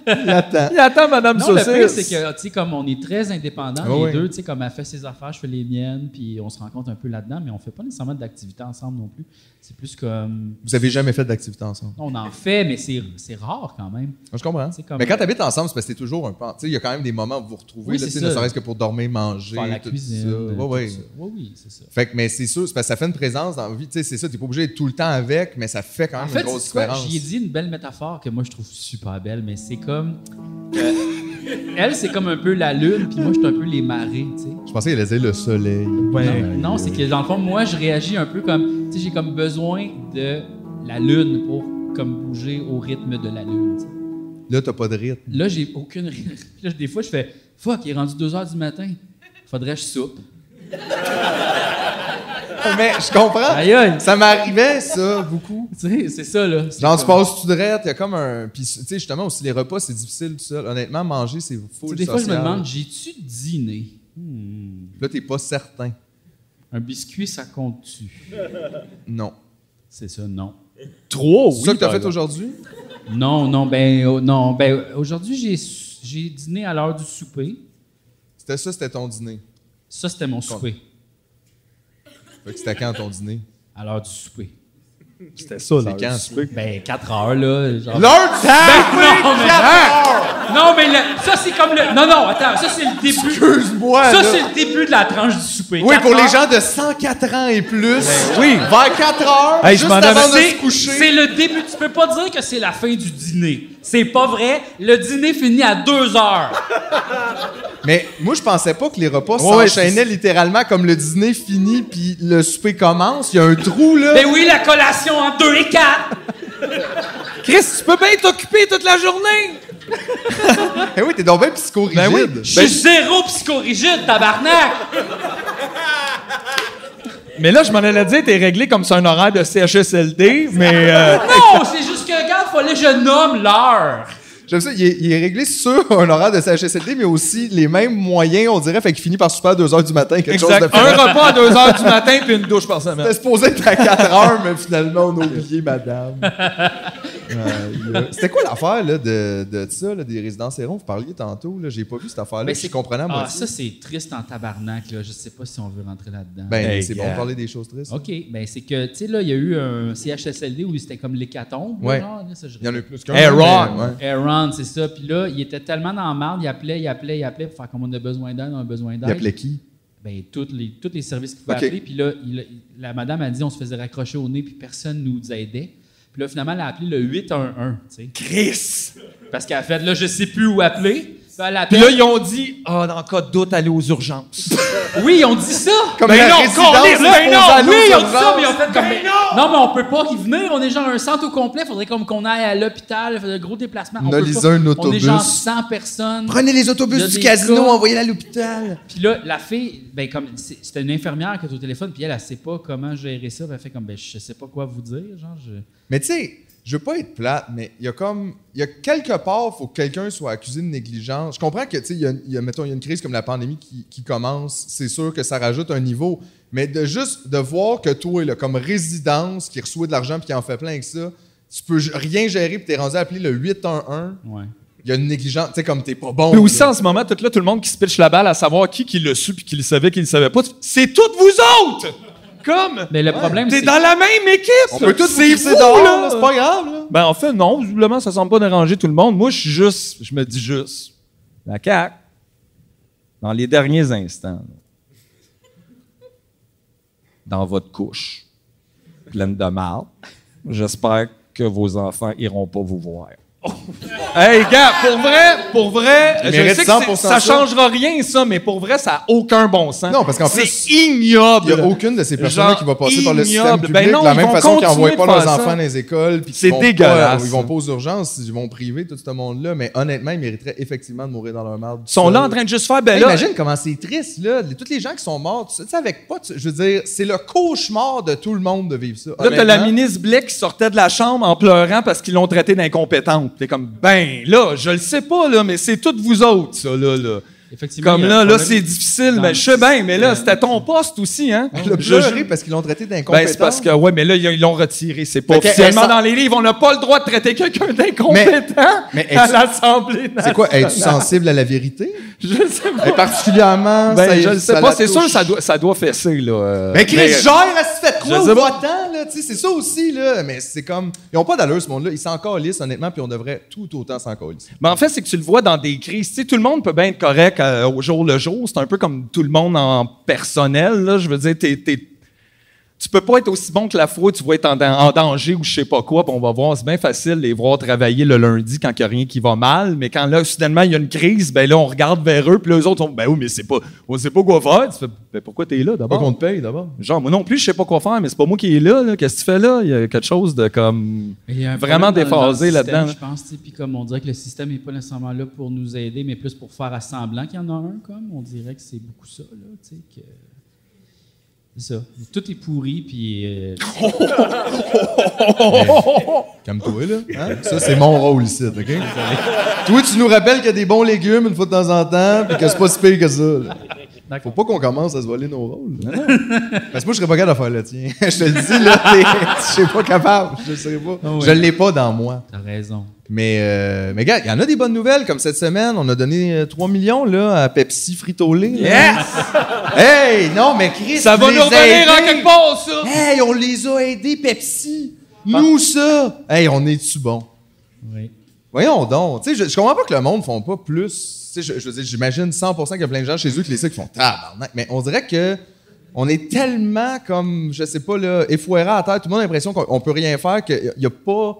S3: Il l'attend.
S4: Il attend Madame
S1: Non, le pire, c'est
S4: Saucisse.
S1: que, tu sais, comme on est très indépendants,
S3: Ah oui.
S1: les deux, tu sais, comme elle fait ses affaires, je fais les miennes, puis on se rencontre un peu là-dedans, mais on fait pas nécessairement d'activité ensemble non plus. C'est plus comme.
S3: Vous avez jamais fait d'activité ensemble?
S1: On en fait, mais c'est c'est rare quand même.
S3: Je comprends.
S1: C'est comme- euh,
S3: Mais quand t'habites ensemble, c'est parce que t'es toujours un peu. Tu sais, il y a quand même des moments où vous vous retrouvez,
S1: Oui,
S3: là,
S1: c'est
S3: tu sais,
S1: ça.
S3: ne serait-ce que pour dormir, manger,
S1: Faire la
S3: tout
S1: cuisine.
S3: ça.
S1: euh,
S3: Ouais,
S1: tout
S3: ouais.
S1: ça. Oui, oui, c'est ça.
S3: Fait que, mais c'est sûr, c'est parce que ça fait une présence dans la vie. Tu sais, c'est ça, t'es pas obligé d'être tout le temps avec, mais ça fait quand
S1: En
S3: même
S1: fait,
S3: une grosse
S1: c'est quoi?
S3: différence.
S1: J'y ai dit une belle métaphore que moi je trouve super belle, mais c'est comme. euh, elle, c'est comme un peu la lune, puis moi je suis un peu les marées, tu sais.
S3: Je pensais qu'il allait dire le soleil.
S1: Non, non, c'est que dans le fond, moi, je réagis un peu comme, tu sais, j'ai comme besoin de la lune pour comme bouger au rythme de la lune. tu sais.
S3: Là, t'as pas de rythme.
S1: Là, j'ai aucune. Là, des fois, je fais fuck, il est rendu 2 heures du matin. Faudrait que je soupe.
S3: mais je comprends.
S1: Aïe aïe.
S3: Ça m'arrivait, ça, beaucoup.
S1: Tu sais, c'est ça là. C'est
S3: Genre, tu
S1: comme-
S3: passes tout de rette, il y a comme un. Puis, tu sais, justement, aussi, les repas, c'est difficile tout seul. Honnêtement, manger, c'est
S1: Tu sais,
S3: full
S1: Des fois, je me
S3: social.
S1: demande, j'ai-tu dîné Hmm.
S3: Là, t'es pas certain.
S1: Un biscuit, ça compte-tu
S3: Non.
S1: C'est ça, non.
S4: Trois, Oh oui. ben,
S3: c'est ça que t'as
S4: par
S3: fait
S4: exemple.
S3: aujourd'hui?
S1: Non, non, ben, oh, non, ben, aujourd'hui, j'ai su- j'ai dîné à l'heure du souper.
S3: C'était ça, c'était ton dîner.
S1: Ça, c'était mon souper.
S3: Fait que c'était quand ton dîner?
S1: À l'heure du souper.
S4: C'était ça, là.
S3: C'est quand?
S1: Ben, 4 heures, là. Genre...
S3: L'heure du
S1: non, Oh, mais, hein? non, mais le- ça, c'est comme le. Non, non, attends, ça, c'est le début.
S3: Excuse-moi!
S1: Ça,
S3: là.
S1: c'est le début de la tranche du souper.
S3: Oui,
S1: Quatre
S3: pour les
S1: heures,
S3: gens de 104 ans et plus.
S4: oui.
S3: Vers 4 heures,
S4: Hey, je
S3: juste
S4: m'en
S3: avant de
S4: avais-
S3: se coucher.
S1: C'est le début. Tu peux pas dire que c'est la fin du dîner. C'est pas vrai. Le dîner finit à 2 heures.
S3: Mais moi, je pensais pas que les repas
S4: Ouais,
S3: s'enchaînaient littéralement comme le dîner finit puis le souper commence. Il y a un trou, là.
S1: Ben oui, la collation en 2 et 4.
S4: Chris, tu peux bien t'occuper toute la journée.
S3: Ben oui, t'es donc bien psychorigide.
S4: Ben oui.
S1: Je suis zéro psychorigide, tabarnak.
S4: Mais là, je m'en allais dire, t'es réglé comme c'est un horaire de CHSLD, mais. euh,
S1: Non, c'est juste que, regarde, fallait que je nomme l'heure.
S3: J'aime ça. Il est, il est réglé sur un horaire de CHSLD, mais aussi les mêmes moyens, on dirait. Fait qu'il finit par se faire à 2 heures du matin, quelque chose
S4: exact.
S3: de
S4: Un repas à 2 h du matin puis une douche par semaine.
S3: C'était supposé être à 4 heures, mais finalement, on a oublié madame. Aïe, aïe. C'était quoi l'affaire là, de, de ça, là, des résidences Héron? Vous parliez tantôt, là, j'ai pas vu cette affaire-là,
S1: Mais
S3: puis je comprenais à
S1: Ah,
S3: moitié.
S1: ça, c'est triste en tabarnak, là. Je sais pas si on veut rentrer là-dedans.
S3: ben,
S4: Hey,
S3: c'est
S4: gars.
S3: bon de parler des choses tristes.
S1: OK, ben c'est que, tu sais, là, il y a eu un CHSLD où c'était comme l'hécatombe.
S3: Ouais.
S1: là, genre, là, ça, je
S3: Il y en a plus qu'un. hein,
S4: Hey,
S3: mais-
S4: Ron!
S3: ouais.
S1: Aaron, c'est ça. Puis là, il était tellement dans la marde, il appelait, il appelait, il appelait pour faire comme on a besoin d'aide, on a besoin d'aide.
S3: Il appelait qui?
S1: Ben, tous les, tous les services qu'il pouvait
S3: OK.
S1: appeler. Puis là, il- la madame a dit on se faisait raccrocher au nez, puis personne nous aidait. Puis là, finalement, elle a appelé le 811, tu sais.
S4: Chris!
S1: Parce qu'elle a fait, là, je sais plus où appeler. Puis elle
S4: Puis
S1: appelle.
S4: là, ils ont dit, ah, dans le cas de doute, allez aux urgences.
S1: Oui, ils ont dit ça!
S3: Comme
S4: Ben
S3: la
S4: non,
S3: résidence
S4: câlisse, ben
S3: aux
S4: non,
S3: ados
S1: oui, ils ont dit
S3: urgences.
S1: ça, Ah, mais ils ont fait comme. non! mais on peut pas y venir. On est genre un centre au complet. Faudrait comme qu'on aille à l'hôpital, faire un gros déplacement. On,
S3: On a
S1: peut
S3: lisé
S1: pas.
S3: un
S1: On est genre
S3: autobus.
S1: 100 personnes.
S3: Prenez les
S1: Il y a
S3: autobus du
S1: des
S3: casino,
S1: gars-
S3: envoyez-les à l'hôpital.
S1: Puis là, la fille, ben comme c'est- c'était une infirmière qui était au téléphone, puis elle, elle sait pas comment gérer ça. Puis elle fait comme, ben je sais pas quoi vous dire, genre. Je...
S3: Mais tu sais, je veux pas être plate, mais il y a comme. Il y a quelque part, faut que quelqu'un soit accusé de négligence. Je comprends que, tu sais, il y a- il y a, mettons, il y a une crise comme la pandémie qui, qui commence, c'est sûr que ça rajoute un niveau. Mais de juste de voir que toi, là, comme résidence, qui reçoit de l'argent puis qui en fait plein avec ça, tu peux j- rien gérer puis t'es rendu à appeler le 811.
S1: Ouais.
S3: Il y a une négligence, tu sais, comme t'es pas bon.
S4: Mais
S3: là.
S4: aussi, en ce moment, tout, là, tout le monde qui se pitche la balle à savoir qui, qui le su puis qui le savait, qui le savait pas, tu- c'est toutes vous autres! Comme!
S1: Mais Ben, le problème,
S4: T'es
S1: c'est.
S4: dans la même équipe!
S3: On peut tous
S4: C'est
S3: pisser
S4: vous,
S3: dehors,
S4: là.
S3: là, c'est pas grave, là.
S4: Ben, en fait, non, visiblement, ça semble pas déranger tout le monde. Moi, je suis juste, je me dis juste, la CAQ, dans les derniers instants, là, dans votre couche, pleine de mal, j'espère que vos enfants iront pas vous voir. Oh. Hey, gars, pour vrai, pour vrai,
S3: Il
S4: je
S3: mérite
S4: sais que c'est-
S3: 100% ça.
S4: ça changera rien, ça, mais pour vrai, ça n'a aucun bon sens.
S3: Non, parce qu'en
S4: C'est
S3: plus,
S4: ignoble.
S3: Il n'y a aucune de ces personnes
S4: Genre,
S3: qui va passer par le système
S4: ignoble.
S3: public
S4: Ben non,
S3: de la
S4: ils
S3: même
S4: vont
S3: façon qu'ils
S4: continuer
S3: n'envoient pas
S4: de
S3: leurs
S4: faire ça.
S3: enfants dans les écoles. puis qu'ils
S4: C'est
S3: vont pas-
S4: dégueulasse.
S3: ils vont pas aux urgences, ils vont priver tout ce monde-là. Mais honnêtement, ils mériteraient effectivement de mourir dans leur marde.
S4: Ils sont là en train de juste faire, ben
S3: Hey,
S4: là,
S3: Imagine comment c'est triste, là. Les- Toutes les gens qui sont morts, tu sais, tu sais, avec pas. tu- je veux dire, c'est le cauchemar de tout le monde de vivre ça.
S4: Là, t'as la
S3: honnêtement.
S4: ministre Blais qui sortait de la chambre en pleurant parce qu'ils l'ont traité d'incompétente. T'es comme, ben là, je le sais pas, là, mais c'est toutes vous autres, ça, là. là.
S1: Effectivement.
S4: Comme
S1: il y euh, a
S4: là,
S1: un
S4: là,
S1: problème.
S4: c'est difficile.
S1: dans
S4: Mais
S1: le
S4: je sais bien, mais là,
S1: système.
S4: c'était ton poste aussi, hein?
S3: Elle a
S4: Je-
S3: pleuré parce qu'ils l'ont traité d'incompétent.
S4: Ben, c'est parce que, ouais, mais là, ils l'ont retiré. C'est pas
S3: Fait que-
S4: officiellement
S3: elle s'en-
S4: dans les livres. On n'a pas le droit de traiter quelqu'un d'incompétent
S3: Mais- mais
S4: à
S3: est-ce-
S4: l'Assemblée
S3: C'est
S4: nationale.
S3: quoi? Es-tu sensible à la vérité?
S4: Je sais pas.
S3: Et particulièrement,
S4: Ben,
S3: ça-
S4: je le sais
S3: ça
S4: pas.
S3: la
S4: C'est sûr,
S3: touche.
S4: ça doit, ça doit fesser, là. euh,
S3: Mais Chris
S4: mais-
S3: Gère, elle se fait quoi
S4: Je
S3: au
S4: sais pas.
S3: votant, là? Tu sais, c'est ça aussi, là. Mais c'est comme. Ils ont pas d'allure, ce monde-là. Ils s'en calissent, honnêtement, puis on devrait tout autant s'en calisser.
S4: Mais en fait, c'est que tu le vois dans des crises. Tu sais, tout le monde peut bien être correct euh, au jour le jour. C'est un peu comme tout le monde en personnel. Là. Je veux dire, t'es, t'es- tu peux pas être aussi bon que la fois où tu vas être en, en danger ou je sais pas quoi. Puis on va voir, c'est bien facile de les voir travailler le lundi quand il n'y a rien qui va mal. Mais quand là, soudainement, il y a une crise, ben là, on regarde vers eux. Puis là, eux autres, on ben oui, mais c'est pas, on sait pas quoi faire. Tu fais, ben pourquoi t'es là
S3: Pas
S4: d'abord?
S3: qu'on te paye, d'abord.
S4: Genre, moi non plus, je sais pas quoi faire, mais c'est pas moi qui est là. là. Qu'est-ce que tu fais là? Il y a quelque chose de comme.
S1: Il y a un
S4: Vraiment
S1: problème dans- dans le
S4: déphasé
S1: système,
S4: là-dedans, là.
S1: Je pense, tu sais, puis comme on dirait que le système n'est pas nécessairement là pour nous aider, mais plus pour faire à semblant qu'il y en a un, comme on dirait que c'est beaucoup ça, là, tu sais, que. C'est ça. Tout est pourri, puis. euh,
S3: Calme-toi, là. Hein? Ça, c'est mon rôle ici, OK? Toi, tu nous rappelles qu'il y a des bons légumes une fois de temps en temps, puis que c'est pas si pire que ça. là. Faut
S1: D'accord.
S3: pas qu'on commence à se voler nos rôles. là. Parce que moi, je serais pas capable de faire le tien. je te le dis, là, t'es- je serais pas capable. Je le serais pas.
S1: Ah ouais.
S3: Je l'ai pas dans moi.
S1: T'as raison.
S3: Mais, euh, mais gars, il y en a des bonnes nouvelles, comme cette semaine, on a donné euh, 3 millions là, à Pepsi Frito-Lay. là. Hey, non, mais Chris,
S4: Ça va
S3: les
S4: nous revenir en
S3: aider.
S4: quelque part, Ah. ça!
S3: Hey, on les a aidés, Pepsi! Nous, ça! Hey, on est-tu bon?
S1: Oui.
S3: Voyons donc. Tu sais, je, je comprends pas que le monde font pas plus. Tu sais, je, je veux dire, j'imagine 100% qu'il y a plein de gens chez eux qui les qui font tabarnak. Mais on dirait que on est tellement comme, je sais pas, là, effouérés à terre. Tout le monde a l'impression qu'on on peut rien faire, qu'il y a pas.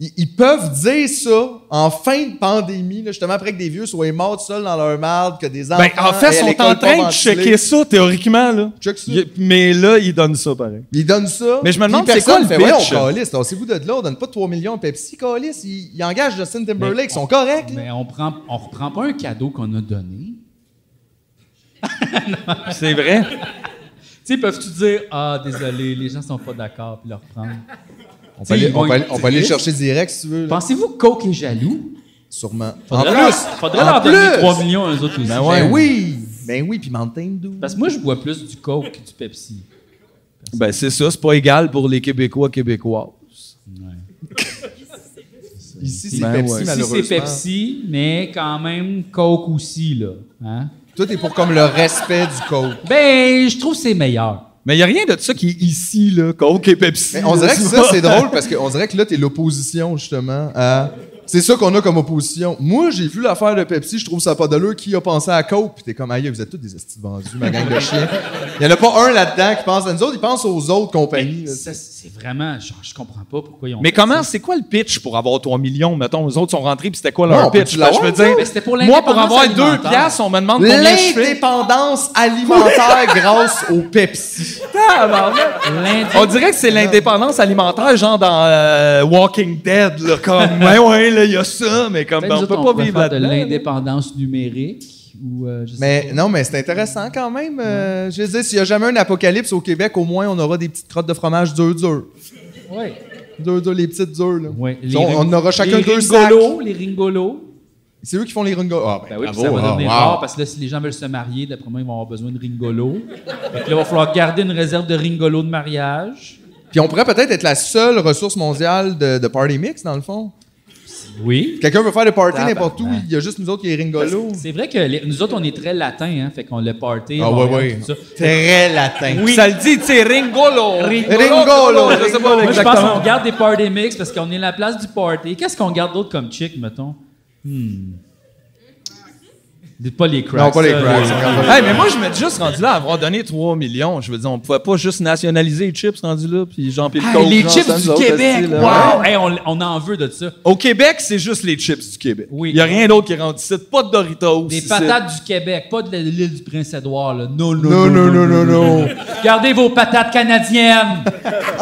S3: Ils, ils peuvent dire ça en fin de pandémie, là, justement après que des vieux soient morts tout seuls dans leur marde, que des enfants.
S4: Ben, en fait,
S3: aient à
S4: ils sont
S3: l'école
S4: en train
S3: pas
S4: de
S3: ventilés.
S4: checker ça, théoriquement, là.
S3: Check ça.
S4: Il- Mais là, ils donnent ça, pareil.
S3: Ils donnent ça.
S4: Mais je me
S3: puis
S4: demande, c'est
S3: personne
S4: quoi le
S3: fait,
S4: pitch?
S3: Voyons, Calis, lancez-vous de là, on donne pas 3 millions à Pepsi, Calis. Ils, ils engagent Justin Timberlake,
S1: Mais
S3: ils sont corrects. là.
S1: Mais on prend, on reprend pas un cadeau qu'on a donné.
S4: C'est vrai.
S1: Tu sais, peuvent-tu dire Ah, désolé, les gens sont pas d'accord, puis le reprendre.
S3: On peut, aller,
S1: Ils vont
S3: on, peut aller-
S1: être
S3: on peut aller le
S1: tristes.
S3: chercher direct si tu veux. là.
S1: Pensez-vous que Coke est jaloux
S3: Sûrement.
S1: Faudrait
S3: en
S1: leur-
S3: plus,
S1: faudrait
S3: en
S1: leur donner
S3: plus.
S1: 3 millions à eux autres aussi.
S3: Ben ouais, oui, ben oui, puis Mountain Dew.
S1: Parce que moi, je bois plus du Coke que du Pepsi.
S4: Ben, c'est ça, c'est pas égal pour les Québécois, Québécoises.
S3: Ici c'est
S4: Ben
S3: Pepsi
S4: ouais.
S1: Ici,
S3: malheureusement.
S1: c'est Pepsi, mais quand même Coke aussi, là. Hein?
S3: Toi t'es pour comme le respect du Coke.
S1: Ben, je trouve que c'est meilleur.
S4: Mais il y a rien de ça qui est ici, là, Coke et Pepsi.
S3: Mais on
S4: là,
S3: dirait
S4: tu
S3: que ça
S4: vois.
S3: c'est drôle parce qu'on dirait que là t'es l'opposition justement à. C'est ça qu'on a comme opposition. Moi, j'ai vu l'affaire de Pepsi, je trouve ça pas d'allure. Qui a pensé à Coke? Puis t'es comme, aïe, vous êtes tous des estis de vendus, ma gang de chiens. Il y en a pas un là-dedans qui pense à nous autres, il pense aux autres compagnies. là.
S1: Ben, Ça, C'est vraiment, genre, je comprends pas pourquoi ils ont.
S4: Mais
S1: fait
S4: comment,
S1: ça.
S4: c'est quoi le pitch pour avoir 3 millions? Mettons, les autres sont rentrés, puis c'était quoi
S3: Ouais,
S4: leur
S3: on
S4: pitch?
S3: peut-tu
S4: Parce que
S3: l'avoir,
S4: je veux dire,
S1: Mais Ben, c'était pour
S4: moi, pour
S1: l'indépendance
S4: avoir 2
S1: alimentaire.
S4: piastres, on me demande combien je fais.
S3: L'indépendance alimentaire grâce au Pepsi.
S4: Tabarnak!
S1: L'indé-
S4: On dirait que c'est l'indépendance alimentaire, genre dans euh, Walking Dead, là, comme, ouais, ouais, là, il y a ça, mais comme,
S1: Peut-être
S4: ben,
S1: nous
S4: on peut
S1: autres,
S4: pas
S1: pourrait
S4: vivre
S1: faire de
S4: là-dedans. là.
S1: l'indépendance numérique ou euh, je sais
S3: Mais
S1: pas.
S3: non, mais c'est intéressant quand même. euh, je veux dire, s'il y a jamais un apocalypse au Québec, au moins on aura des petites crottes de fromage dur dur.
S1: Ouais.
S3: Dur dur, les petites dures. Là.
S1: Ouais, les
S3: on, on
S1: ring-
S3: aura chacun
S1: les
S3: deux
S1: ringolos,
S3: sacs.
S1: Les ringolos.
S3: C'est eux qui font les ringolos. Ah, ben,
S1: Ben oui, puis
S3: bravo,
S1: ça va
S3: ah,
S1: devenir
S3: wow.
S1: rare parce que là, si les gens veulent se marier, d'après moi, ils vont avoir besoin de ringolos. Donc là, il va falloir garder une réserve de ringolos de mariage.
S3: Puis on pourrait peut-être être la seule ressource mondiale de, de party mix, dans le fond.
S1: Oui.
S3: Quelqu'un veut faire des parties
S1: Ah,
S3: n'importe
S1: ben,
S3: où,
S1: ben.
S3: il y a juste nous autres qui est ringolos.
S1: C'est vrai que les- nous autres, on est très latins, hein, fait qu'on le party.
S3: Ah, ouais,
S1: Montréal,
S3: ouais.
S1: tout ça.
S3: Très latin.
S4: Oui. Ça le dit, tu sais, Ringolo.
S3: Ringolo,
S4: Je sais pas
S3: Ringolo.
S1: Moi, je pense qu'on
S4: exactement.
S1: garde des party mix parce qu'on est la place du party. Qu'est-ce qu'on garde d'autre comme chick, mettons? Dites Hmm. pas les cracks.
S3: Non, pas les
S1: ça,
S3: cracks.
S1: là.
S4: Hey, mais moi, je m'étais juste rendu là à avoir donné 3 millions. Je veux dire, on pouvait pas juste nationaliser les chips rendu là, puis Jean-Pierre
S3: Ah,
S1: Hey,
S4: Coke,
S1: Ah, les
S4: genre,
S1: chips
S4: ça,
S1: du
S4: nous autres,
S1: Québec!
S4: aussi, là. Ouais.
S1: Wow! Ah Hey, on, on en veut de ça.
S4: Au Québec, c'est juste les chips du Québec. Il
S1: Oui.
S4: n'y a rien d'autre qui est rendu ici. Pas de Doritos.
S1: Des
S4: ici.
S1: patates du Québec, pas de l'île du Prince-Édouard. là. Non, non,
S3: Non,
S1: non,
S3: non, non, non, non.
S1: Gardez vos patates canadiennes.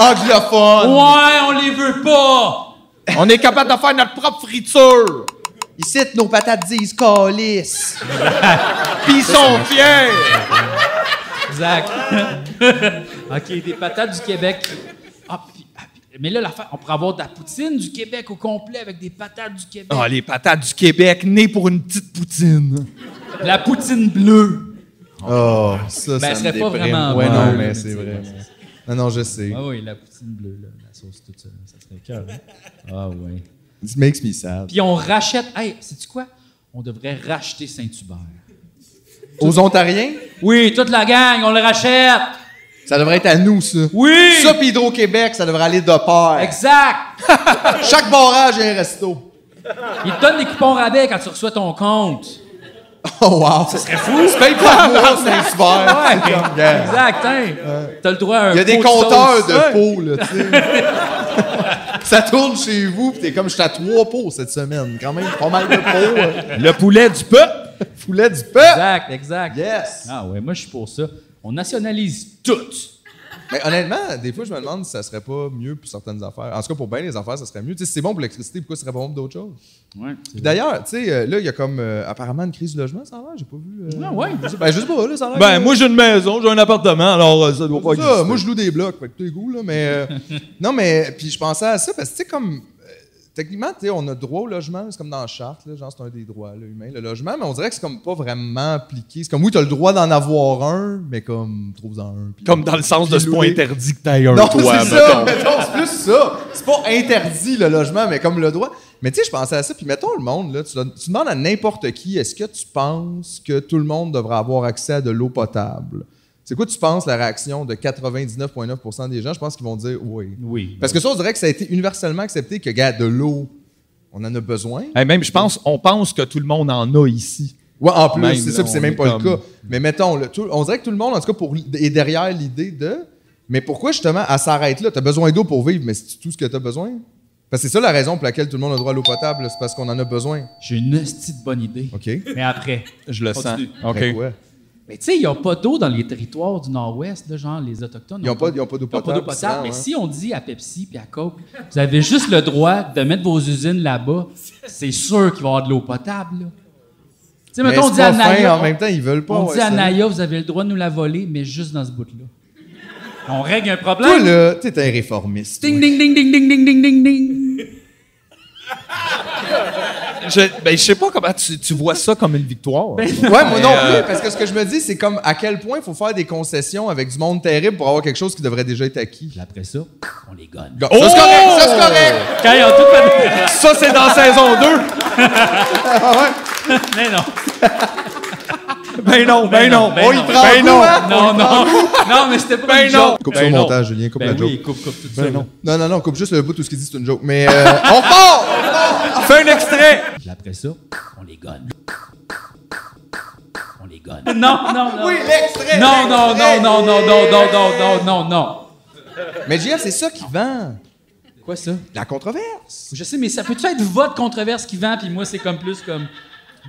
S1: Ouais,
S3: Anglophone.
S1: on les veut pas.
S4: On est capable de faire notre propre friture.
S3: Ici, nos patates disent calice.
S4: Puis ils sont fiers.
S1: Exact. OK, des patates du Québec. Ah, puis- ah, puis- mais là, l'affaire, on pourrait avoir de la poutine du Québec au complet avec des patates du Québec.
S4: Ah, les patates du Québec, nées pour une petite poutine.
S1: La poutine bleue.
S3: Oh, ça,
S1: Ben,
S3: ça
S1: elle serait
S3: me
S1: pas
S3: déprime.
S1: vraiment
S3: Ouais,
S1: bonne,
S3: non,
S1: là,
S3: mais
S1: tu
S3: c'est
S1: sais,
S3: vrai. Non, non, je sais.
S1: Ah oui, la poutine bleue, là, la sauce toute seule, ça serait cœur. Ah oui.
S3: It makes me sad.
S1: Puis on rachète. Hey, sais-tu quoi? On devrait racheter Saint-Hubert.
S3: Aux Ontariens,
S1: Oui, toute la gang, on le rachète.
S3: ça devrait être à nous, ça.
S1: Oui!
S3: Ça, pis Hydro-Québec, ça devrait aller de pair.
S1: Exact!
S3: Chaque barrage est un resto.
S1: Ils te donnent des coupons rabais quand tu reçois ton compte.
S3: Oh, wow. Ça serait fou. Tu payes pas moi, c'est super. C'est comme, yeah.
S1: Exact, hein? T'as le droit à un
S3: Il y a des
S1: pot de
S3: compteurs
S1: sauce.
S3: de pots, là, tu sais. ça tourne chez vous, pis t'es comme, je suis à trois pots cette semaine. Quand même, pas mal de pots.
S4: Le poulet du peuple.
S3: Foulet du peuple.
S1: Exact, exact.
S3: Yes.
S1: Ah ouais, moi je suis pour ça. On nationalise tout.
S3: Mais honnêtement, des fois, je me demande si ça serait pas mieux pour certaines affaires. En tout cas, pour bien les affaires, ça serait mieux. Tu sais, si c'est bon pour l'électricité, pourquoi ce serait pas bon pour d'autres choses?
S1: Ouais.
S3: Puis d'ailleurs, tu sais, euh, là, il y a comme euh, apparemment une crise du logement, ça a l'air, j'ai pas vu. euh,
S1: Ah ouais.
S3: Ben, juste pas, là, ça a l'air.
S4: Ben,
S3: que-
S4: moi, j'ai une maison, j'ai un appartement, alors euh, ça doit pas
S3: C'est ça,
S4: exister.
S3: moi, je loue des blocs, fait que t'es goût, là, mais. euh, non, mais, puis je pensais à ça, parce que, tu sais, comme. euh, Techniquement, tu sais, on a droit au logement, c'est comme dans la charte, là, genre c'est un des droits là, humains, le logement, mais on dirait que c'est comme pas vraiment appliqué. C'est comme oui, t'as le droit d'en avoir un, mais comme trouve-en un. puis-
S4: Comme dans le sens de ce point
S3: Louer.
S4: interdit que t'ailles un,
S3: Non,
S4: toi,
S3: c'est ça,
S4: mettons.
S3: mettons, c'est plus ça. C'est pas interdit le logement, mais comme le droit. Mais tu sais, je pensais à ça, puis mettons le monde, là, tu, donnes- tu demandes à n'importe qui, est-ce que tu penses que tout le monde devrait avoir accès à de l'eau potable? C'est quoi, tu penses, la réaction de 99,9 des gens? Je pense qu'ils vont dire oui.
S1: Oui.
S3: Parce que ça, on dirait que ça a été universellement accepté que, gars, de l'eau, on en a besoin.
S4: Hey, même, je pense, on pense que tout le monde en a ici.
S3: Ouais, en plus,
S4: Même,
S3: c'est
S4: là,
S3: ça, puis c'est
S4: on
S3: même
S4: est
S3: pas le
S4: comme-
S3: cas. Mais mettons, là, tout- on dirait que tout le monde, en tout cas, pour, est derrière l'idée de. Mais pourquoi justement, elle s'arrête là? T'as besoin d'eau pour vivre, mais c'est tout ce que t'as besoin? Parce que c'est ça la raison pour laquelle tout le monde a droit à l'eau potable, c'est parce qu'on en a besoin.
S1: J'ai une hostie de bonne idée.
S3: OK?
S1: Mais après.
S4: Je le
S1: Continue.
S4: sens. OK.
S3: Ben quoi?
S1: Mais tu sais, il n'y a pas d'eau dans les territoires du Nord-Ouest, là, genre les Autochtones.
S3: Ils n'ont pas, ils ont pas d'eau
S1: Ils n'ont pas
S3: potable.
S1: d'eau potable,
S3: sinon,
S1: mais
S3: hein.
S1: si on dit à Pepsi puis à Coke, vous avez juste le droit de mettre vos usines là-bas, c'est sûr qu'il va y avoir de l'eau potable. là. Tu sais,
S3: Mais
S1: mettons, on
S3: c'est
S1: dit à
S3: pas fin,
S1: Naya,
S3: en même temps, ils veulent pas.
S1: on
S3: ouais,
S1: dit à
S3: ça.
S1: Naya, vous avez le droit de nous la voler, mais juste dans ce bout-là. On règle un
S3: Toi,
S1: problème.
S3: là, t'es un réformiste.
S1: Ding, ding, ding, ding, ding, ding, ding, ding, ding.
S4: Je, ben, je sais pas comment tu, tu vois ça comme une victoire.
S3: Ouais, moi non
S4: euh,
S3: plus, parce que ce que je me dis, c'est comme à quel point il faut faire des concessions avec du monde terrible pour avoir quelque chose qui devrait déjà être acquis. Oh!
S1: Puis après ça, on les gonne.
S3: Ça, c'est correct! Ça, c'est correct!
S1: Quand ils ont tout fait-
S4: ça, c'est dans saison
S1: Ah Mais non.
S4: 2. Ben non, ben, non.
S1: ben
S3: on y
S1: non.
S3: prend
S4: Ben
S3: goût,
S4: non.
S3: hein?
S1: Non, non. Non, mais c'était pas
S4: Ben
S1: une
S4: non.
S1: joke.
S3: Coupe
S4: Ben
S3: ça au
S4: non.
S3: montage, Julien, coupe la
S1: Ben
S3: joke.
S1: oui, coupe, coupe tout ça. là.
S3: Non, non, non, coupe juste le bout, tout ce qu'il dit, c'est une joke. Mais euh, on part!
S4: Fais un extrait.
S1: Puis après ça, on les gonne. On les gonne. Non, non, non.
S3: Oui, l'extrait!
S1: non, non, non,
S3: l'extrait.
S1: non, non, non, non, non, non, non, non.
S3: Mais JF, c'est ça qui vend.
S1: Quoi ça?
S3: La controverse.
S1: Je sais, mais ça peut-tu être votre controverse qui vend, puis moi, c'est comme plus comme...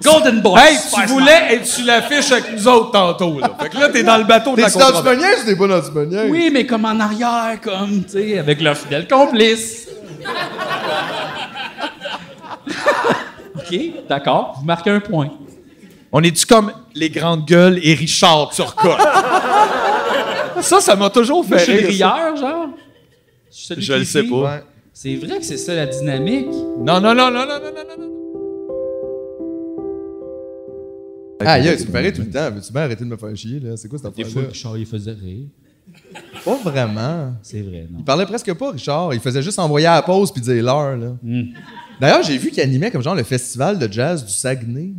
S1: Golden Boy.
S4: Hey, tu voulais et tu l'affiches avec nous autres tantôt. Là. Fait que là, t'es dans le bateau de la
S3: T'es-tu dans du
S4: controverse.
S3: meunier ou t'es pas dans du meunier?
S1: Oui, mais comme en arrière, comme, tu sais, avec leur fidèle complice. OK, d'accord. Vous marquez un point.
S4: On est-tu comme les grandes gueules et Richard Turcotte? ça, ça m'a toujours
S3: Ben,
S4: fait
S1: Je suis le
S4: rire. ça.
S1: rieur, genre? Je, suis celui
S4: Je
S1: qui
S4: le sais
S1: rit.
S4: pas.
S3: Ouais.
S1: C'est vrai que c'est ça, la dynamique.
S4: Non, non, non, non, non, non, non, non.
S3: Ah, yeah, tu me parais tout le temps. Veux-tu bien arrêter de me faire chier, là? C'est quoi cette
S1: Des fois,
S3: affaire-là?
S1: Richard, il faisait rire.
S3: Pas vraiment.
S1: C'est vrai, non?
S3: Il parlait presque pas, Richard. Il faisait juste envoyer à la pause puis dire l'heure, là.
S4: Hmm.
S3: D'ailleurs, j'ai vu qu'il animait comme genre le festival de jazz du Saguenay.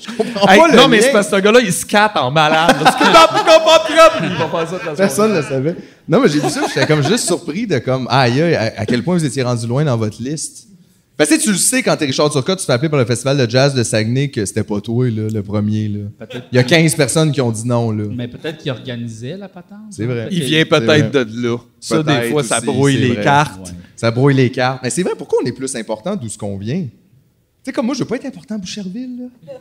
S3: Je comprends
S4: Hey,
S3: pas le
S4: non, mais
S3: lien.
S4: c'est parce que ce gars-là, il se catte en malade. Parce que top, top, top, top. Il va faire ça de la
S3: Personne ne le savait. Non, mais j'ai vu ça, j'étais comme juste surpris de comme aïe aïe, à, à quel point vous étiez rendu loin dans votre liste. Ben, tu sais, tu le sais quand t'es Richard Turcotte, tu te fais appeler pour le festival de jazz de Saguenay que c'était pas toi, là, le premier, là.
S1: Peut-être.
S3: Il y a 15 personnes qui ont dit non, là.
S1: Mais peut-être qu'il organisait la patente.
S3: C'est vrai.
S4: Il vient peut-être de là. Ça, des
S3: Peut-être
S4: fois, ça
S3: aussi,
S4: brouille
S3: c'est
S4: les
S3: vrai.
S4: cartes.
S1: Ouais.
S3: Ça brouille les cartes. Mais c'est vrai, pourquoi on est plus important d'où ce qu'on vient? Tu sais, comme moi, je veux pas être important à Boucherville, là.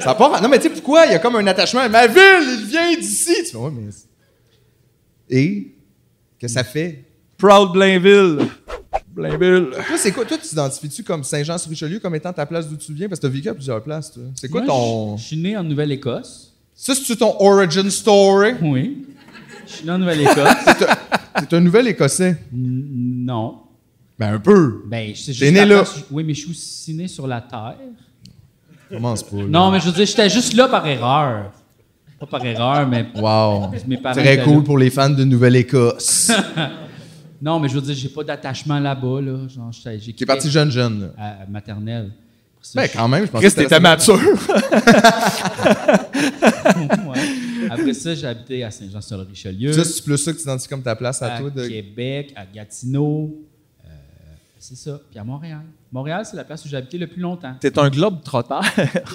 S3: Ça part... Non, mais tu sais, pourquoi? Il y a comme un attachement à ma ville, il vient d'ici! Tu fais, ouais, mais... Et? Que ça fait?
S4: Proud Blainville. Blainville.
S3: Toi, c'est quoi? Toi, tu t'identifies-tu comme Saint-Jean-sur-Richelieu comme étant ta place d'où tu viens? Parce que t'as vécu à plusieurs places, toi. C'est quoi
S1: Moi,
S3: ton...
S1: Je je suis né en Nouvelle-Écosse.
S3: Ça, c'est-tu ton origin story?
S1: Oui. Je suis né en Nouvelle-Écosse.
S3: T'es un nouvel Écossais.
S1: N- non.
S3: Ah. Ben, un peu.
S1: Ben, c'est
S3: T'es né
S1: à
S3: là.
S1: cause- Oui, mais je suis aussi né sur la Terre.
S3: Commence pas. là.
S1: Non, mais je veux dire, j'étais juste là par erreur. Pas par erreur, mais
S3: Wow.
S1: mes parents
S3: Très
S1: étaient
S3: cool
S1: là.
S3: pour les fans de Nouvelle-Écosse.
S1: Non, mais je veux dire, j'ai pas d'attachement là-bas, là. Genre, j'étais- j'ai
S3: Qui
S1: quitté
S3: est parti jeune, jeune. là.
S1: à à maternelle. Pour ça,
S3: Ben,
S1: je-
S3: quand même, je pense
S4: Chris,
S3: que
S4: t'étais mature.
S1: Ouais. Après ça, j'ai habité à Saint-Jean-sur-Richelieu,
S3: Ça, c'est plus ça que tu identifies comme ta place à,
S1: à
S3: toi. De...
S1: Québec, à Gatineau. euh, c'est ça. Puis à Montréal. Montréal, c'est la place où j'ai habité le plus longtemps.
S4: T'es un globe trotteur.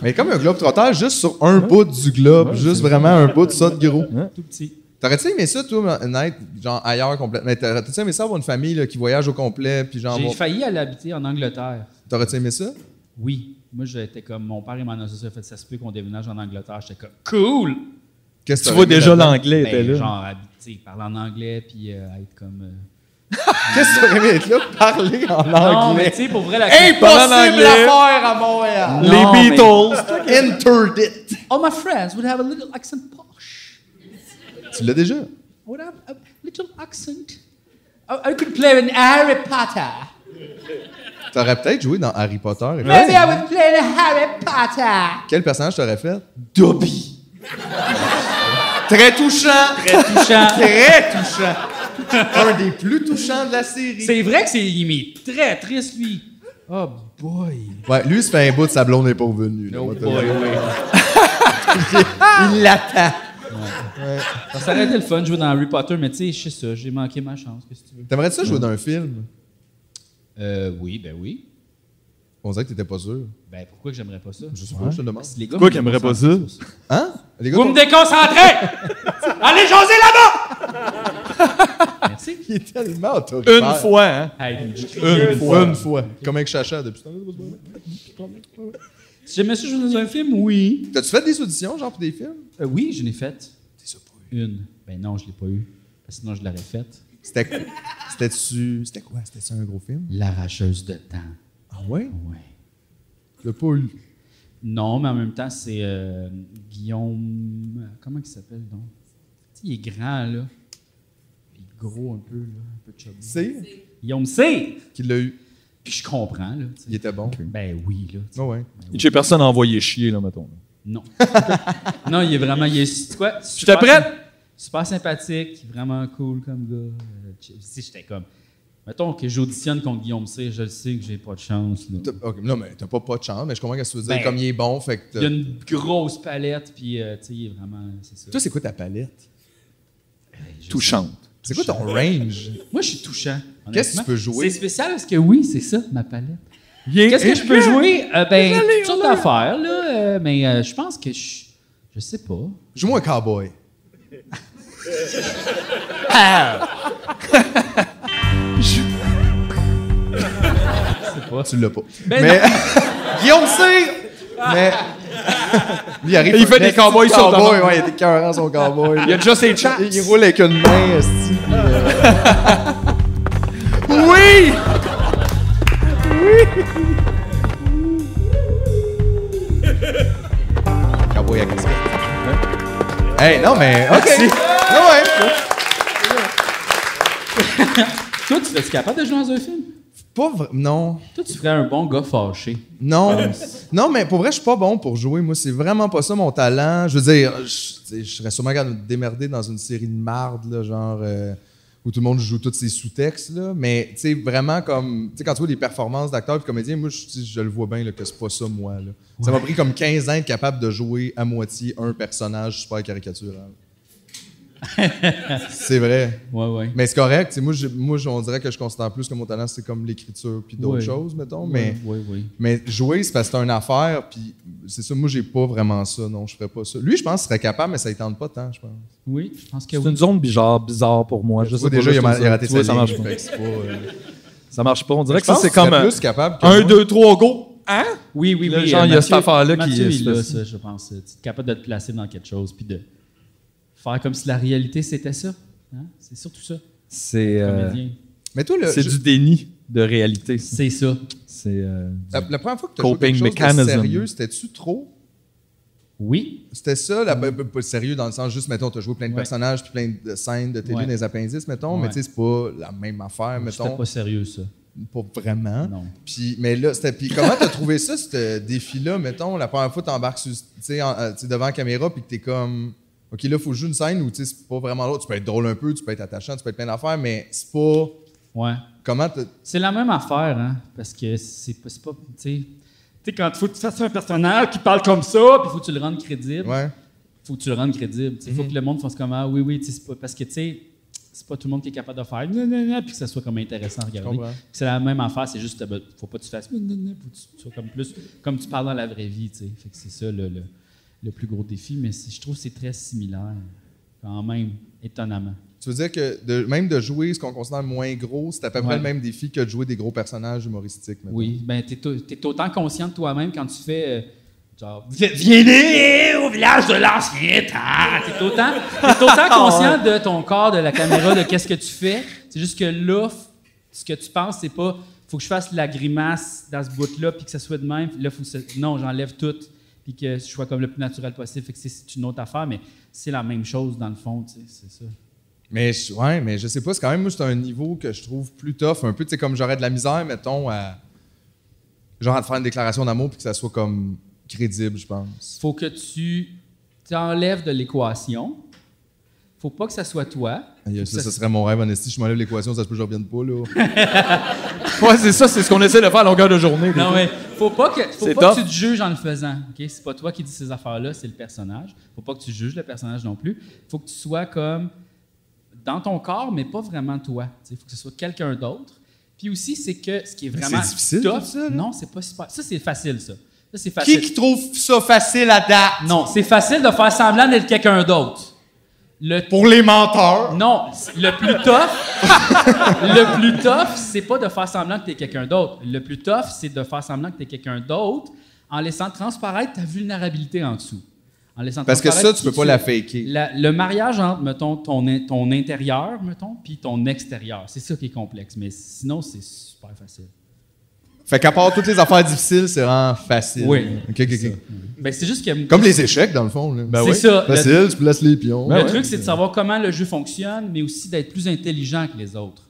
S3: Mais comme un globe trotteur, juste sur un bout du globe, juste vraiment un bout de ça de gros.
S1: Tout petit.
S3: T'aurais-tu aimé ça, toi, naître genre ailleurs complètement? Mais t'aurais-tu aimé ça avoir une famille là, qui voyage au complet, puis genre...
S1: J'ai
S3: bon-
S1: failli aller habiter en Angleterre.
S3: T'aurais-tu aimé ça?
S1: Oui. Moi, j'étais comme mon père et mon associé ont fait ça se peut qu'on déménage en Angleterre. J'étais comme cool!
S3: Qu'est-ce que
S4: tu
S3: t'aurais
S4: vois
S3: aimé
S4: déjà
S3: là-dedans?
S4: l'anglais était
S1: Ben,
S4: là.
S1: genre, habiter, parler en anglais, puis euh, être comme. euh,
S3: Qu'est-ce que t'aurais aimé être là, parler en
S1: Non, Ah, mais
S3: anglais?
S1: tu sais, pour vrai, la.
S3: Ah!
S4: Parler en
S3: Impossible à
S4: anglais.
S3: faire à Montréal!
S1: Non, mais-
S4: les Beatles.
S3: Interdit!
S1: All my friends would have a little accent posh.
S3: Tu l'as déjà?
S1: would have a little accent. I, I could play in Harry Potter.
S3: T'aurais peut-être joué dans Harry Potter.
S1: Maybe
S3: ah
S1: I would play in Harry Potter.
S3: Quel personnage t'aurais fait?
S4: Dobby.
S3: Très touchant!
S1: Touchant.
S3: Très touchant! un des plus touchants de la série.
S1: C'est vrai que c'est il est très triste lui. Oh boy.
S3: Ouais, lui, ça fait un bout de sa blonde n'est pas revenue. là, on va te le dire.
S4: Il l'attend.
S1: Ça aurait été le fun de jouer dans Harry Potter, mais tu sais, je sais ça, j'ai manqué ma chance. Qu'est-ce que tu veux?
S3: T'aimerais-tu ça jouer dans un film?
S1: Euh, oui, ben oui.
S3: On dirait que t'étais pas sûr.
S1: Ben pourquoi que j'aimerais pas ça?
S3: Je sais pas, je te le demande.
S1: Les gars,
S4: Pourquoi
S1: me
S4: qu'il aimerait pas ça?
S1: déconcentrent sur
S3: Hein? Les gars,
S1: Vous me déconcentrez! Allez, José, là-bas! Merci.
S3: il est tellement autoritaire.
S4: Une fois, hein.
S1: Hey, je-
S4: Une fois.
S3: Une fois. Comme avec Chacha depuis ce temps-là.
S1: Si j'aimais ça jouer dans un film, oui.
S3: T'as-tu fait des auditions, genre, pour des films?
S1: Euh, oui, je l'ai faite. Une. Ben non, je l'ai pas eu. Parce que sinon, je l'aurais faite.
S3: C'était C'était-tu. C'était quoi? C'était-tu un gros film?
S1: L'arracheuse de temps.
S3: Ah ouais?
S1: Ouais.
S3: Je l'ai pas eu.
S1: Non, mais en même temps, c'est euh, Guillaume. euh, Comment il s'appelle donc? Tu sais, il est grand, là. Il est gros un peu, là. Un peu chubby.
S3: C'est
S1: Guillaume C!
S3: qui l'a eu.
S1: Puis je comprends, là. tu sais.
S3: Il était bon.
S1: Ben oui, là. tu sais.
S3: Ah ouais.
S4: J'ai personne à envoyer chier, là, mettons.
S1: Non. non, il est vraiment. Il est, c'est quoi?
S4: Je te prête?
S1: Super sympathique, vraiment cool comme gars. Euh, tu sais, j'étais comme. Mettons que j'auditionne contre Guillaume C, je le sais que j'ai pas de chance. là.
S3: T'as- ok, Non, mais t'as pas pas de chance, mais je comprends ce que tu veux dire.
S1: Ben,
S3: Comme il est bon, fait que.
S1: Il y a
S3: t'as-
S1: une grosse palette, puis euh, tu sais, il est vraiment. C'est ça.
S3: Toi, c'est quoi ta palette?
S1: Je-
S4: Ben, Touchante.
S3: C'est quoi ton range?
S1: Moi, je suis touchant. honnêtement.
S3: Qu'est-ce que tu peux jouer?
S1: C'est spécial parce que oui, c'est ça, ma palette.
S4: Yeah.
S1: Qu'est-ce que je peux jouer? Euh, ben,
S4: J'allais
S1: toutes sortes
S4: hurler.
S1: d'affaires, là. euh, mais euh, je pense que je. Je sais pas.
S3: Joue-moi un cowboy. Tu l'as pas.
S1: Ben
S3: mais Guillaume C. Mais Lui, il arrive.
S4: Ah. Il fait des cowboys sur le
S3: cowboy.
S4: devant.
S3: Ouais, il était cœur son cowboy.
S4: Il y a déjà ses chats.
S3: Il, il roule avec une main. esti. euh,
S4: Oui!
S3: Cowboy à casquette. Hey, non mais ok. Non, ouais.
S1: Toi, tu serais-tu capable de jouer dans un film?
S3: Pas vrai. Non.
S1: Toi, tu ferais un bon gars fâché. Ah.
S3: Non, non, mais pour vrai, je suis pas bon pour jouer. Moi, c'est vraiment pas ça mon talent. Je veux dire, je, tu sais, je serais sûrement capable de me démerder dans une série de marde, là, genre euh, où tout le monde joue tous ses sous-textes. Là. Mais tu sais, vraiment comme. Tu sais, quand tu vois des performances d'acteurs et de comédiens, moi, je, tu sais, je le vois bien là, que c'est pas ça, moi. là. Ça m'a pris comme 15 ans d'être capable de jouer à moitié un personnage super caricatural. C'est vrai.
S1: Ouais, ouais.
S3: Mais c'est correct. tu sais, Moi, je- moi, je- on dirait que je considère plus que mon talent, c'est comme l'écriture puis d'autres
S1: Ouais.
S3: choses, mettons. Mais,
S1: Ouais, ouais.
S3: mais jouer, c'est parce que c'est une affaire. Puis c'est ça, moi, j'ai pas vraiment ça. Non, je ferais pas ça. Lui, je pense qu'il serait capable, mais ça ne tente pas tant, je pense.
S1: Oui, je pense que
S4: C'est
S1: oui.
S4: une zone bizarre, bizarre pour moi. Je
S3: Tu
S4: sais
S3: vois,
S4: pas,
S3: déjà,
S4: là,
S3: il a,
S4: c'est
S3: ma-
S4: une
S3: il a raté
S4: zone- tu vois,
S3: sa
S4: ça
S3: ligne,
S4: marche pas.
S3: fait que c'est pas, euh,
S4: Ça marche pas. On dirait
S3: je
S4: que ça,
S3: pense
S4: c'est
S3: qu'il serait
S4: comme un,
S3: plus capable que
S4: un,
S3: moi.
S4: deux, trois, go. Hein?
S1: Oui, oui,
S4: Là,
S1: oui.
S4: genre,
S1: euh,
S4: il y a
S1: Mathieu-
S4: cette affaire-là qui-
S1: Mathieu, il
S4: euh,
S1: a
S4: c'est-
S1: ça, je pense. Tu es capable de te placer dans quelque chose puis de faire comme si la réalité c'était ça. Hein? C'est surtout ça,
S4: C'est euh,
S1: comédien.
S3: Mais toi, le,
S4: c'est
S3: je-
S4: du déni de réalité.
S1: C'est ça.
S4: C'est euh, du-
S3: la, la première fois que tu as joué
S4: coping
S3: quelque chose de
S4: mechanism.
S3: sérieux, c'était-tu trop?
S1: Oui.
S3: C'était ça, la, ben, ben, pas sérieux dans le sens, juste, mettons, t'as joué plein de
S1: Ouais.
S3: personnages puis plein de scènes de télé
S1: Ouais.
S3: dans les appendices, mettons,
S1: Ouais.
S3: mais tu sais, c'est pas la même affaire,
S1: C'était
S3: mettons,
S1: pas sérieux, ça.
S3: pas vraiment.
S1: Non.
S3: Puis, mais là, c'était, puis comment t'as trouvé ça, ce défi-là, mettons, la première fois t'embarques sur- tu sais, en- euh, tu sais, devant la caméra puis que t'es comme, OK, là, faut jouer une scène où, tu sais, c'est pas vraiment l'autre, tu peux être drôle un peu, tu peux être attachant, tu peux être plein d'affaires, mais c'est pas,
S1: Ouais.
S3: comment t'as-
S1: C'est la même affaire, hein? Parce que c'est pas. c'est pas- Tu sais, tu sais, quand il faut que tu fasses un personnage qui parle comme ça, puis il faut que tu le rendes crédible.
S3: ouais.
S1: faut que tu le rendes crédible. Il faut que le monde fasse comme ah oui, oui, tu sais, c'est pas, parce que tu sais, c'est pas tout le monde qui est capable de faire gna, gna, gna puis que ça soit comme intéressant à regarder.
S3: comprends.
S1: Puis C'est la même affaire, c'est juste ben, faut pas que tu fasses gna, gna, gna, faut que tu sois comme plus comme tu parles dans la vraie vie, tu sais. Fait que c'est ça le, le- le plus gros défi, mais c'est- je trouve que c'est très similaire quand même, étonnamment.
S3: Tu veux dire que de- même de jouer ce qu'on considère moins gros, c'est à peu près
S1: Ouais.
S3: le même défi que de jouer des gros personnages humoristiques, mettons.
S1: Oui, ben t'es au- t'es autant conscient de toi-même quand tu fais euh, genre Vi- viens au village de l'ancien temps. Ah, T'es autant, t'es autant conscient de ton corps, de la caméra, de qu'est-ce que tu fais. C'est juste que là, f- ce que tu penses, c'est pas faut que je fasse la grimace dans ce bout-là puis que ça soit de même. Là, faut que ça- non, j'enlève tout puis que je sois comme le plus naturel possible. Fait que c'est- c'est une autre affaire, mais c'est la même chose dans le fond, tu sais, c'est ça.
S3: Mais je, ouais, mais je sais pas, c'est quand même moi c'est un niveau que je trouve plus tough, un peu tu sais comme j'aurais de la misère mettons à genre à te faire une déclaration d'amour puis que ça soit comme crédible, je pense.
S1: faut que tu t'enlèves de l'équation. Faut pas que ça soit toi.
S3: Aïe, Ça,
S1: Ça-
S3: ça serait mon rêve, honnêtement. Je m'enlève l'équation, ça se peut que je revienne pas, là.
S4: Ouais, c'est ça, c'est ce qu'on essaie de faire à longueur de journée.
S1: Non, mais faut pas que, faut
S4: C'est
S1: pas que
S4: tough.
S1: tu te juges en le faisant. ok? C'est pas toi qui dis ces affaires-là, c'est le personnage. Faut pas que tu juges le personnage non plus. Faut que tu sois comme dans ton corps, mais pas vraiment toi. Il faut que ce soit quelqu'un d'autre. Puis aussi, c'est que ce qui est vraiment
S3: c'est difficile,
S1: tough,
S3: tout ça, là.
S1: non, c'est pas super. Ça, c'est facile, ça. Ça, c'est
S3: Qui
S1: facile.
S3: qui trouve ça facile à date?
S1: Non, c'est facile de faire semblant d'être quelqu'un d'autre. Le
S3: Pour les menteurs.
S1: Non, le plus tough, le plus tough, c'est pas de faire semblant que t'es quelqu'un d'autre. Le plus tough, c'est de faire semblant que t'es quelqu'un d'autre en laissant transparaître ta vulnérabilité en dessous. En laissant
S3: Parce que ça,
S1: transparaître
S3: tu
S1: qui
S3: peux pas la faker.
S1: La- le mariage entre, mettons, ton, in- ton intérieur, mettons, puis ton extérieur. C'est ça qui est complexe, mais sinon, c'est super facile.
S3: Fait qu'à part toutes les affaires difficiles, c'est vraiment facile.
S1: Oui.
S3: OK, OK,
S1: C'est
S3: OK.
S1: ça. Ben, c'est juste que...
S3: Comme les échecs, dans le fond. là.
S1: C'est oui. ça.
S3: Ben Facile, tu places les pions.
S1: le truc, c'est de savoir comment le jeu fonctionne, mais aussi d'être plus intelligent que les autres.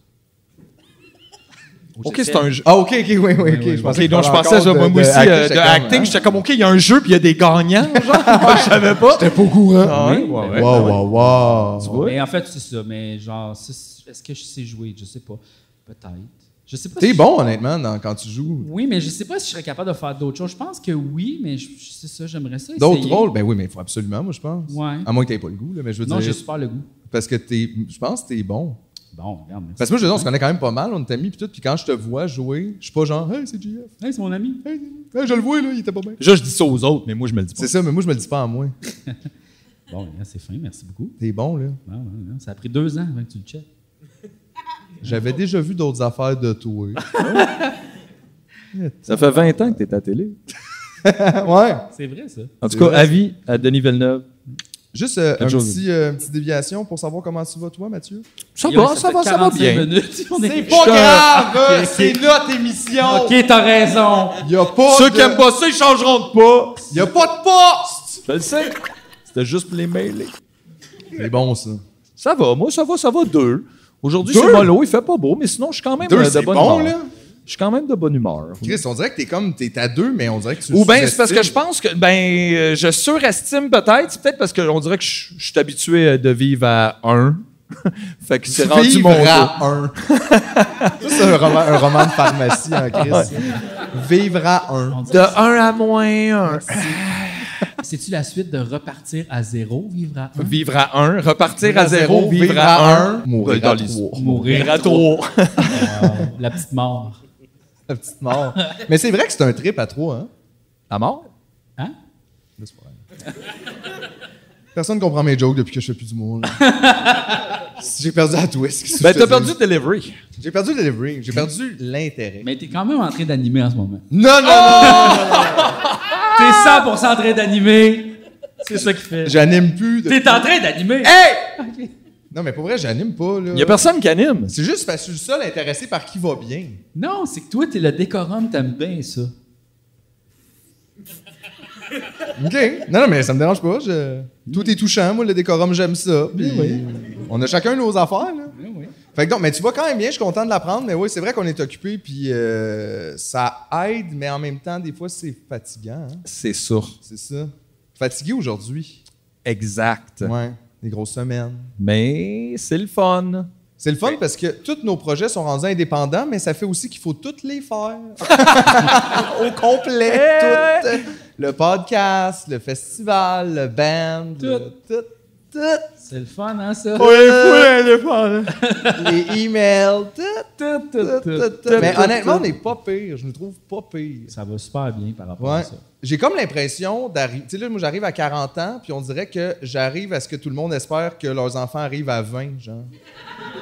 S1: Au
S4: OK,
S1: GFL.
S4: c'est un jeu.
S3: Ah, OK, OK, oui, oui, OK. Je pensais
S4: OK,
S3: que
S4: donc je
S3: t'avais
S4: pensais,
S3: encore
S4: genre,
S3: de-
S4: moi
S3: de
S4: moi aussi,
S3: acting,
S4: euh, de
S3: j'étais comme,
S4: acting,
S3: hein?
S4: j'étais comme, OK, il y a un jeu, puis il y a des gagnants, genre. Moi, je savais pas.
S3: J'étais pas au courant.
S4: Ah ouais, ouais, ouais.
S3: wow, wow, wow.
S4: Tu vois?
S1: Mais en fait, c'est ça. Mais genre, ça, c'est- est-ce que je sais jouer? Je sais pas. Peut-être. Je sais pas.
S3: T'es
S1: si-
S3: bon, honnêtement, dans- quand tu joues.
S1: Oui, mais je sais pas si je serais capable de faire d'autres choses. Je pense que oui, mais je- je- c'est ça, j'aimerais ça.
S3: D'autres
S1: essayer.
S3: rôles, ben oui, mais il faut absolument, moi, je pense.
S1: Ouais.
S3: À moins que t'aies pas le goût, là, mais je veux
S1: Non,
S3: dire.
S1: j'ai super le goût.
S3: Parce que t'es. Je pense que t'es bon.
S1: Bon, regarde. merci.
S3: Parce que moi, je veux dire, on se connaît quand même pas mal, on est amis, puis tout. Puis quand je te vois jouer, je suis pas genre, hey, c'est GF.
S1: Hey, c'est mon ami.
S3: Hey, hey, je le vois, là, il était pas bien.
S4: Je, je dis ça aux autres, mais moi, je me le dis pas.
S3: C'est ça, mais moi, je me le dis pas à moi.
S1: Bon, regarde, c'est fin, merci beaucoup.
S3: T'es bon, là.
S1: Non, non, non, Ça a pris deux ans avant que tu le checkes.
S3: J'avais déjà vu d'autres affaires de toi.
S4: Ça fait 20 ans que t'es à télé.
S3: ouais.
S1: C'est vrai, ça.
S4: En tout
S3: C'est
S4: cas,
S3: vrai.
S4: avis à Denis Villeneuve.
S3: Juste euh, un
S4: Autre chose.
S3: petit, euh, une petite déviation pour savoir comment tu vas, toi, Mathieu.
S4: Ça
S1: Et on- fait 45 minutes, on est-
S3: grave, euh,
S1: c'est
S3: notre émission.
S1: Ok, t'as raison.
S3: Il Y a pas
S4: Ceux
S3: de...
S4: qui aiment pas ça, ils changeront de pas.
S3: Y a pas de poste.
S4: Je le sais. C'était juste pour les mailer.
S3: C'est bon, ça.
S4: Ça va, moi, ça va, ça va deux. Aujourd'hui,
S3: Deux?
S4: c'est mollo, il fait pas beau, mais sinon, je suis quand même
S3: Deux,
S4: euh, de
S3: c'est
S4: bonne
S3: bon,
S4: humeur.
S3: là.
S4: Je suis quand même de bonne humeur.
S3: Chris, on dirait que t'es comme t'es à deux, mais on dirait que tu.
S4: Ou bien, c'est parce que je pense que, ben, euh, je surestime peut-être. C'est peut-être parce qu'on dirait que je je suis habitué euh, de vivre à un. fait que c'est rendu mon dos.
S3: à un. Ça, c'est un roman, un roman de pharmacie, hein, Chris. Vivre à un.
S4: De un à moins un.
S1: C'est-tu la suite de repartir à zéro, vivre à un?
S4: Vivre à un, repartir à zéro, vivre à un,
S3: mourir
S4: dans
S3: à
S4: les-
S3: trois.
S4: Mourir à trois.
S1: Wow, la petite mort.
S3: La petite mort. Mais c'est vrai que c'est un trip à trois, hein? La mort?
S1: Hein?
S3: Là, c'est pas vrai. Personne ne comprend mes jokes depuis que je fais plus d'humour. là. J'ai perdu la twist. qu'est-ce que
S4: Ben,
S3: je
S4: t'as
S3: faisais?
S4: perdu Delivery.
S3: J'ai perdu le delivery. J'ai perdu l'intérêt. Ah!
S1: Mais t'es quand même en train d'animer en ce moment.
S3: Non, non, non!
S1: T'es 100% en train d'animer. C'est ça qui fait.
S3: J'anime plus. de-
S1: T'es en train d'animer.
S3: Non, mais pour vrai, j'anime pas, là.
S4: Il y a personne qui anime.
S3: C'est juste parce que je suis le seul intéressé par qui va bien.
S1: Non, c'est que toi, t'es le décorum, t'aimes bien ça.
S3: OK. Non, non, mais ça me dérange pas. je- Tout est touchant. Moi, le décorum, j'aime ça. Puis On a chacun nos affaires, là.
S1: oui.
S3: Fait que donc, mais tu vas quand même bien, je suis content de l'apprendre. Mais oui, c'est vrai qu'on est occupé, puis euh, ça aide, mais en même temps, des fois, c'est fatigant. hein.
S4: C'est sûr.
S3: C'est ça. Fatigué aujourd'hui.
S4: Exact.
S3: Ouais. Des grosses semaines.
S4: Mais c'est le fun.
S3: C'est le fun parce que tous nos projets sont rendus indépendants, mais ça fait aussi qu'il faut toutes les faire. Au complet,
S4: Hey!
S3: toutes. Le podcast, le festival, le band, le- tout, tout.
S1: C'est le fun, hein, ça?
S3: les emails, tout.
S1: Tout, tout,
S3: Tout,
S1: tout,
S3: tout, tout.
S1: tout,
S3: Mais
S1: tout,
S3: honnêtement, on
S1: tout.
S3: n'est pas pire. Je ne trouve pas pire.
S1: Ça va super bien par rapport
S3: Ouais.
S1: à ça.
S3: J'ai comme l'impression d'arriver. Tu sais, là, moi, j'arrive à 40 ans, puis on dirait que j'arrive à ce que tout le monde espère que leurs enfants arrivent à 20, genre.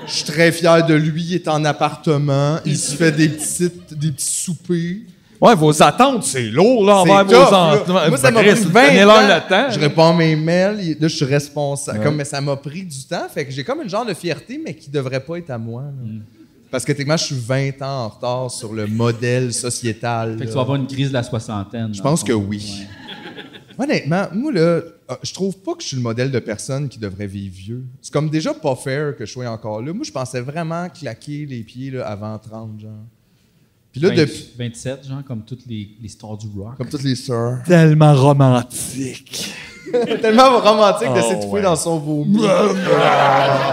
S3: Je suis très fier de lui, il est en appartement, il se fait des, petites, des petits soupers.
S4: Ouais, vos attentes, c'est lourd, là,
S3: C'est
S4: envers
S3: tough,
S4: vos
S3: là.
S4: enfants.
S3: Moi, ça m'a pris
S4: Christ,
S3: 20
S4: donnez-leur
S3: ans.
S4: le temps.
S3: Je réponds à mes mails, il- là, je suis responsable.
S4: Ouais.
S3: Comme, mais ça m'a pris du temps, fait que j'ai comme une genre de fierté, mais qui devrait pas être à moi. là. Parce que techniquement, je suis 20 ans en retard sur le modèle sociétal.
S1: Fait que
S3: là.
S1: tu vas avoir une crise de la soixantaine.
S3: Je pense que oui. Honnêtement, moi, là, euh, je trouve pas que je suis le modèle de personne qui devrait vivre vieux. C'est comme déjà pas fair que je sois encore là. Moi, je pensais vraiment claquer les pieds là, avant 30, genre. Puis là,
S1: Vingt-
S3: depuis.
S1: 27, genre, comme toutes les, les stars du rock.
S3: Comme toutes les sœurs.
S4: Tellement romantique.
S3: Tellement romantique de
S4: Oh,
S3: s'étouffer
S4: ouais.
S3: dans son vomi.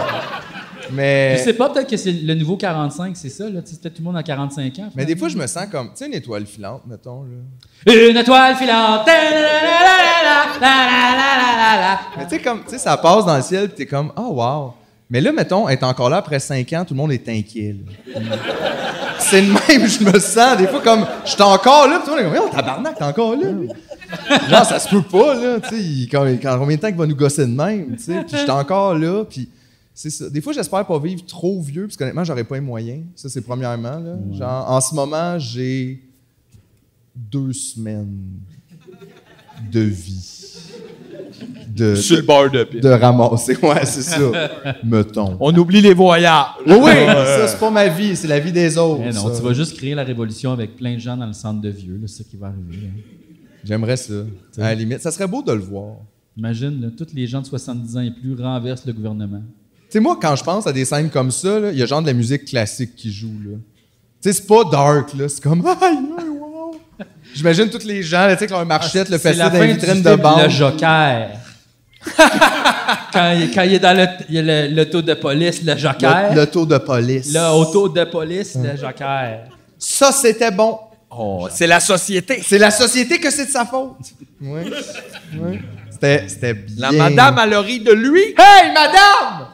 S1: Je sais
S3: mais.
S1: pas, peut-être que c'est le nouveau 45, c'est ça, là. tu sais, C'est peut-être tout le monde à 45 ans.
S3: Mais des fois, je me sens comme. Tu sais, une étoile filante, mettons, là.
S1: Une étoile filante! Ta-la-la-la-la-la, la-la-la-la-la.
S3: Mais tu sais, comme, tu sais, ça passe dans le ciel, puis t'es comme, ah, wow. Mais là, mettons, être encore là après 5 ans, tout le monde est inquiet. là. c'est le même, je me sens. Des fois, comme, je suis encore là, puis tout le monde est comme, oh, tabarnak, t'es encore là. là. Genre, ça se peut pas, là. Tu sais, il- quand, quand- combien de temps qu'il va nous gosser de même, tu sais. Puis je suis encore là, puis. C'est ça. Des fois, j'espère pas vivre trop vieux, parce qu'honnêtement, j'aurais pas les moyens. Ça, c'est premièrement. Là. Genre, en ce moment, j'ai deux semaines de vie. De,
S4: Sur le bord de pied.
S3: de ramasser. Ouais, c'est ça. Mettons.
S4: On oublie les voyages.
S3: Oui, oui, ça, c'est pas ma vie, c'est la vie des autres.
S1: Mais Eh non,
S3: ça.
S1: tu vas juste créer la révolution avec plein de gens dans le centre de vieux, là, c'est ça qui va arriver. hein.
S3: J'aimerais ça. À la limite, ça serait beau de le voir.
S1: Imagine, là, tous les gens de 70 ans et plus renversent le gouvernement.
S3: Tu sais, moi, quand je pense à des scènes comme ça, là, il y a genre de la musique classique qui joue. là. Tu sais, c'est pas dark, là. C'est comme. Aïe, aïe, wow. J'imagine tous les gens, là, tu sais, qui ont un marchette, le
S1: Ah, C'est
S3: festival
S1: la
S3: dans
S1: fin
S3: les
S1: du film,
S3: vitrines de
S1: Le
S3: banque.
S1: joker. quand, il, quand il est dans le- il y a le- l'auto de police, le joker.
S3: Le, le tour de police.
S1: L'auto de police, le joker.
S3: Ça, c'était bon.
S4: Oh, c'est la société.
S3: C'est la société que c'est de sa faute. Oui. Ouais. C'était, c'était bien.
S4: La madame à l'oreille de lui.
S3: Hey, madame!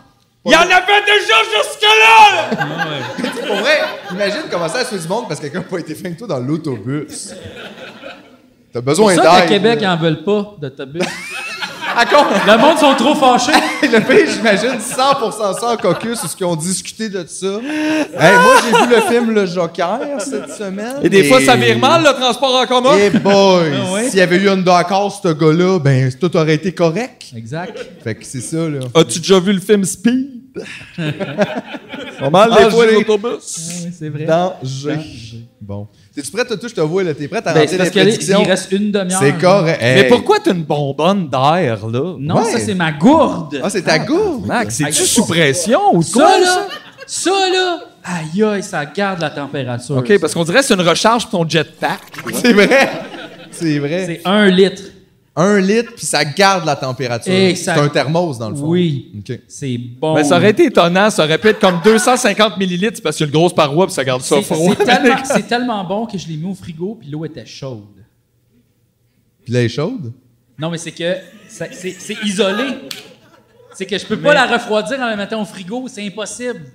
S4: Il y en avait déjà jusque-là! là!
S3: Pour vrai, imagine comment ça se fait du monde parce que quelqu'un n'a pas été fin que toi dans l'autobus.
S1: Pour
S3: T'as besoin
S1: ça qu'à
S3: d'aide.
S1: Québec, ils
S3: là.
S1: n'en veulent pas d'autobus.
S3: À con-
S1: le monde sont trop fâchés.
S3: Le pays, j'imagine 100% ça en caucus, ce qu'ils ont discuté de ça. Hey, moi, j'ai vu le film Le Joker cette semaine.
S4: Et des fois, ça vire mal, le transport en commun.
S3: Et boy,
S1: Ah ouais?
S3: s'il y avait eu un d'accord, ce gars-là, ben tout aurait été correct.
S1: Exact. Ah
S3: Fait que c'est ça, là.
S4: As-tu déjà vu le film Speed? Pas mal,
S3: Ah,
S4: les fois,
S3: j'ai-
S4: les autobus.
S1: Oui, c'est vrai.
S3: Danger. Bon. T'es-tu prête, Toutou, je te vois, là? T'es prête à
S1: Ben,
S3: rentrer
S1: c'est
S3: dans
S1: parce
S3: les
S1: qu'il
S3: prédictions?
S1: reste une demi-heure.
S3: C'est correct.
S4: Mais
S3: Hey.
S4: pourquoi t'as une bonbonne d'air, là?
S1: Non,
S3: Ouais.
S1: ça, c'est ma gourde.
S3: Ah, c'est ta gourde!
S4: Max, c'est-tu
S1: Hey,
S3: oh.
S4: sous pression ou
S1: ça,
S4: quoi?
S1: là, ça, là, aïe, aïe, ça garde la température.
S3: ben,
S4: OK, parce qu'on dirait que c'est une recharge pour ton jetpack.
S3: C'est vrai! C'est vrai.
S1: C'est un litre.
S3: Un litre, puis ça garde la température.
S1: Et
S3: C'est
S1: ça-
S3: un thermos, dans le fond.
S1: Oui.
S3: OK.
S1: C'est bon.
S4: Ben, ça aurait été étonnant, ça aurait pu être comme 250 millilitres parce qu'il y a une grosse paroi puis ça garde ça
S1: C'est-
S4: froid.
S1: C'est tellement, c'est tellement bon que je l'ai mis au frigo puis l'eau était chaude.
S3: Puis là, elle est chaude?
S1: Non, mais c'est que ça- c'est c'est isolé. C'est que je peux pas la refroidir en la mettant au frigo, c'est impossible.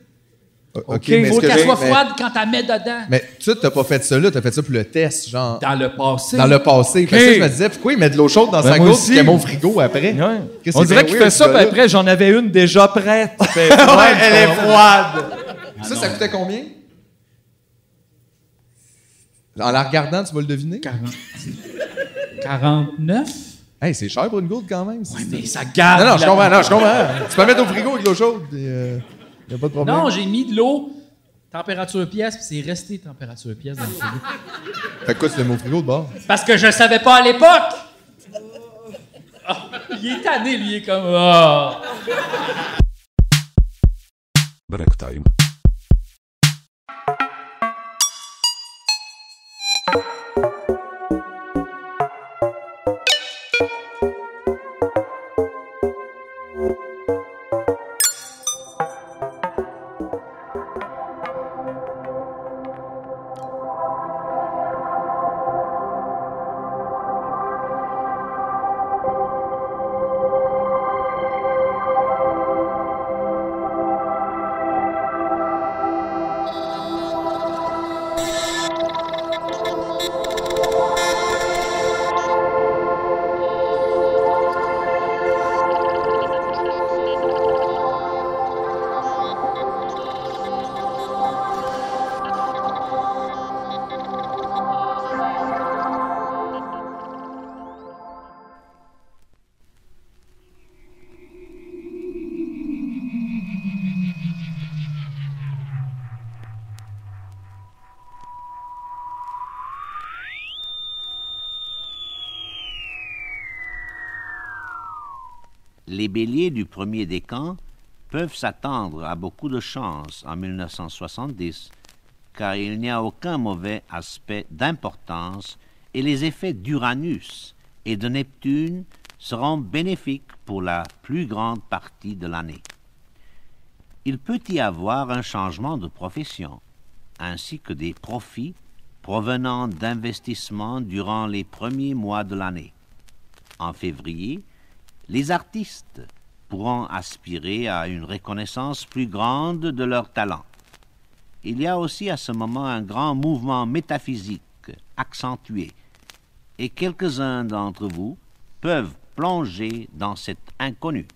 S3: OK,
S1: Il
S3: mais
S1: faut
S3: ce que
S1: qu'elle
S3: j'ai-
S1: soit
S3: mais-
S1: froide quand t'as mets dedans.
S3: Mais tu sais, t'as pas fait ça là, t'as fait ça pour le test, genre.
S1: Dans le passé.
S3: Dans le passé. Fait que ça, je me disais, pourquoi il met de l'eau chaude dans
S4: Ben,
S3: sa
S4: moi
S3: goutte
S4: aussi.
S3: qui est mon frigo après?
S4: Ouais.
S3: Qu'est-ce que
S4: On
S3: c'est
S4: dirait
S3: bien
S4: qu'il
S3: weird,
S4: fait
S3: ce
S4: ça, puis
S3: gars-là?
S4: après, j'en avais une déjà prête. Fait, ouais,
S3: Ouais, elle est froide.
S1: Ah
S3: ça, ça coûtait combien? En la regardant, tu vas le deviner?
S1: 49?
S3: Hey, c'est cher pour une goutte quand même. c'est-
S1: Mais ça garde.
S3: Non, non, je
S1: la-
S3: comprends, non, je comprends. Tu peux mettre au frigo avec de l'eau chaude. Il a pas de problème.
S1: Ah. Non, j'ai mis de l'eau, température pièce, puis c'est resté température pièce dans le frigo.
S3: Fait que quoi, tu le mets au frigo de bord?
S1: Parce que je savais pas à l'époque! Ah, il est tanné, lui, il est comme. Ah.
S5: Break time.
S6: Les béliers du premier décan peuvent s'attendre à beaucoup de chance en 1970, car il n'y a aucun mauvais aspect d'importance et les effets d'Uranus et de Neptune seront bénéfiques pour la plus grande partie de l'année. Il peut y avoir un changement de profession, ainsi que des profits provenant d'investissements durant les premiers mois de l'année. En février, les artistes pourront aspirer à une reconnaissance plus grande de leur talent. Il y a aussi à ce moment un grand mouvement métaphysique accentué, et quelques-uns d'entre vous peuvent plonger dans cet inconnu.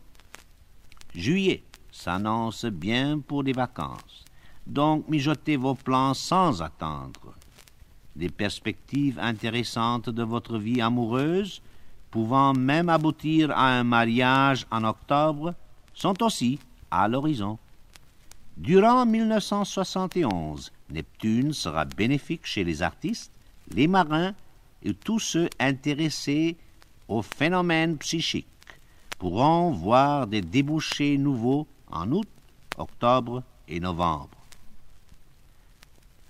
S6: Juillet s'annonce bien pour les vacances, donc mijotez vos plans sans attendre des perspectives intéressantes de votre vie amoureuse, pouvant même aboutir à un mariage en octobre, sont aussi à l'horizon. Durant 1971, Neptune sera bénéfique chez les artistes, les marins et tous ceux intéressés aux phénomènes psychiques pourront voir des débouchés nouveaux en août, octobre et novembre.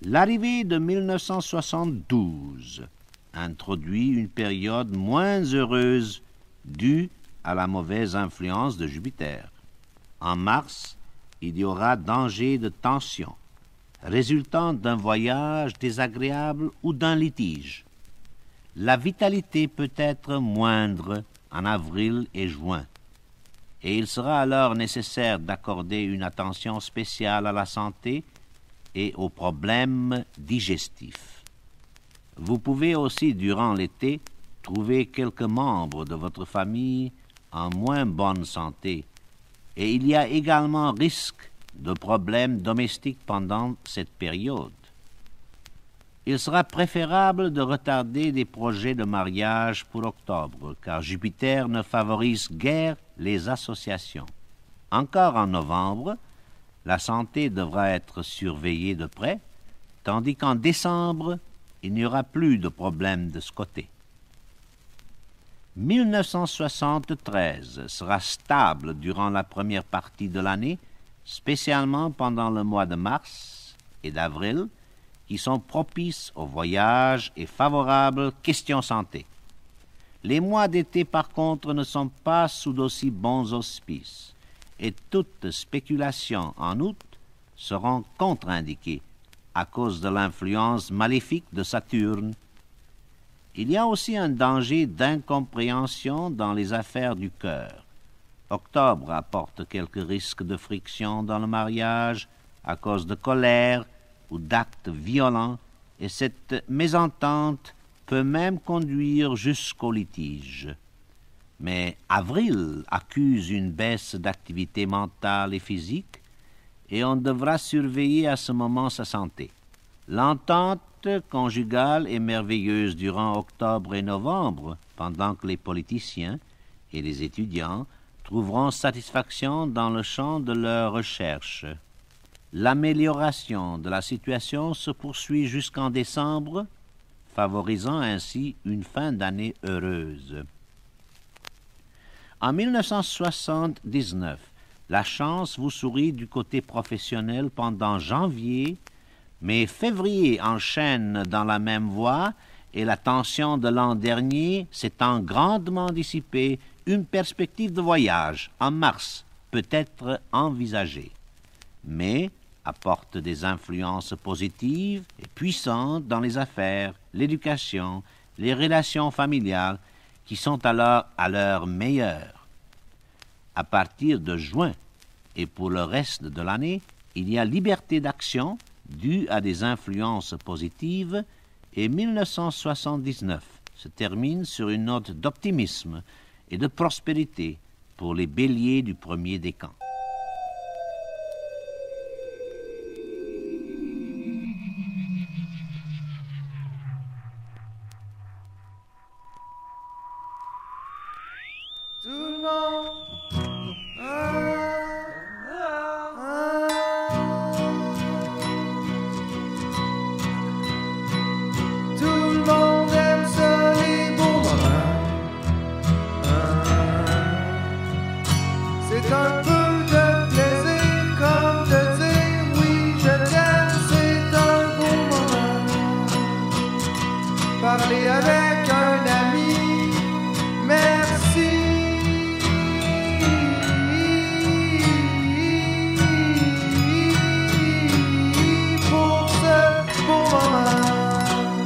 S6: L'arrivée de 1972 introduit une période moins heureuse due à la mauvaise influence de Jupiter. En mars, il y aura danger de tension résultant d'un voyage désagréable ou d'un litige. La vitalité peut être moindre en avril et juin, et il sera alors nécessaire d'accorder une attention spéciale à la santé et aux problèmes digestifs. Vous pouvez aussi, durant l'été, trouver quelques membres de votre famille en moins bonne santé, et il y a également risque de problèmes domestiques pendant cette période. Il sera préférable de retarder des projets de mariage pour octobre, car Jupiter ne favorise guère les associations. Encore en novembre, la santé devra être surveillée de près, tandis qu'en décembre, il n'y aura plus de problème de ce côté. 1973 sera stable durant la première partie de l'année, spécialement pendant le mois de mars et d'avril, qui sont propices au voyage et favorables questions santé. Les mois d'été, par contre, ne sont pas sous d'aussi bons auspices, et toute spéculation en août seront contre-indiquées à cause de l'influence maléfique de Saturne. Il y a aussi un danger d'incompréhension dans les affaires du cœur. Octobre apporte quelques risques de friction dans le mariage à cause de colère ou d'actes violents, et cette mésentente peut même conduire jusqu'au litige. Mais avril accuse une baisse d'activité mentale et physique, et on devra surveiller à ce moment sa santé. L'entente conjugale est merveilleuse durant octobre et novembre, pendant que les politiciens et les étudiants trouveront satisfaction dans le champ de leurs recherches. L'amélioration de la situation se poursuit jusqu'en décembre, favorisant ainsi une fin d'année heureuse. En 1979, la chance vous sourit du côté professionnel pendant janvier mais février enchaîne dans la même voie et la tension de l'an dernier s'étant grandement dissipée, une perspective de voyage en mars peut être envisagée. Mais apporte des influences positives et puissantes dans les affaires, l'éducation, les relations familiales qui sont alors à leur meilleur. À partir de juin et pour le reste de l'année, il y a liberté d'action dû à des influences positives, et 1979 se termine sur une note d'optimisme et de prospérité pour les béliers du premier décan.
S2: Tout le monde. Ah, ah, Tout le monde aime ça les beaux moments. Ah, C'est un peu de plaisir comme de dire oui je t'aime, c'est un beau moment. Parler avec un ami. Merci. Pour ce beau moment,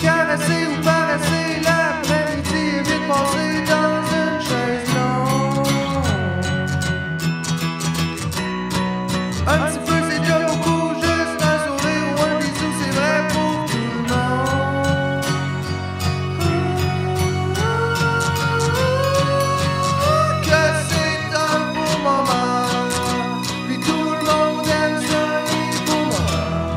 S2: caresser ou paresser l'après-midi et vite passer dans une chaise longue. Un petit peu, c'est déjà beaucoup, juste un sourire ou un bisou, c'est vrai pour tout le monde. Que c'est un beau moment, puis tout le monde aime ça les beaux moments.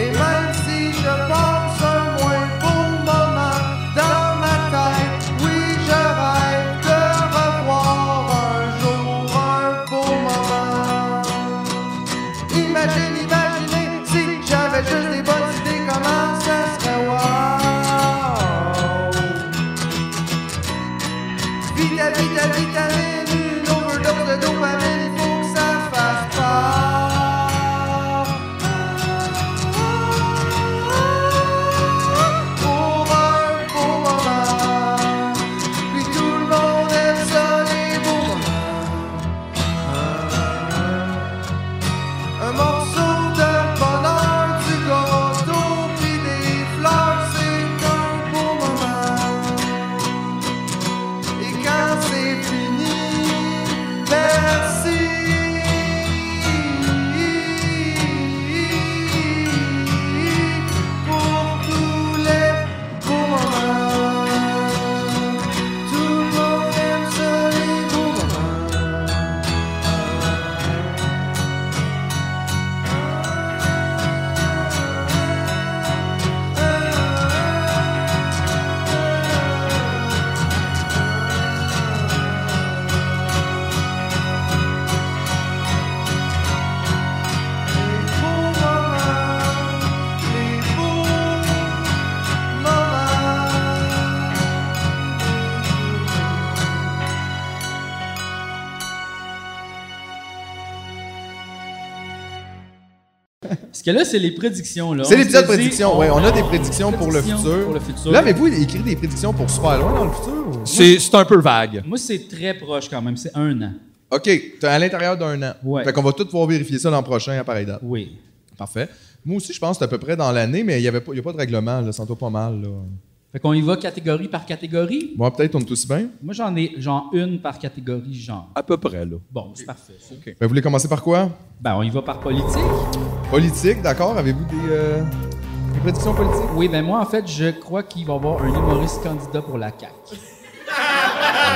S2: Et même si je pense un moins beau moment dans ma tête, oui je rêve de revoir un jour un beau moment. Imagine, imaginez si j'avais juste des bonnes idées, comment ça serait wow. Vita, vita, vitamine, une overdose de dopamine, il faut que ça fasse pas. Pour un beau moment, puis tout le monde aime ça les beaux moments. Un morceau de bonheur, du gâteau, puis des fleurs, c'est un beau moment. Et quand c'est fini, merci. Pour tous les beaux moments, tout le monde aime ça, les beaux moments.
S1: Parce que là, c'est les prédictions. là.
S3: C'est
S1: On
S3: l'épisode
S1: s'est dit,
S3: prédictions, ouais, on a des prédictions pour le
S1: prédictions
S3: futur.
S1: pour le futur.
S3: Là, mais vous écrit des prédictions pour super loin dans le futur. ou-
S4: C'est c'est un peu vague.
S1: Moi, c'est très proche quand même. C'est un an.
S3: OK, t'es à l'intérieur d'un an.
S1: Ouais.
S3: Fait qu'on va tout pouvoir vérifier ça l'an prochain à pareille date.
S1: Oui.
S3: Parfait. Moi aussi, je pense que c'est à peu près dans l'année, mais il n'y avait pas, il y a pas de règlement, là. Sens-toi pas mal, là.
S1: Fait qu'on y va catégorie par catégorie.
S3: Bon, peut-être on est aussi bien.
S1: Moi, j'en ai genre une par catégorie genre.
S4: À peu près, là.
S1: Bon, c'est parfait. ça.
S3: Ben, vous voulez commencer par quoi?
S1: Ben, on y va par politique.
S3: Politique, d'accord? Avez-vous des, euh, des prédictions politiques?
S1: Oui, ben moi, en fait, je crois qu'il va y avoir un humoriste candidat pour la CAQ.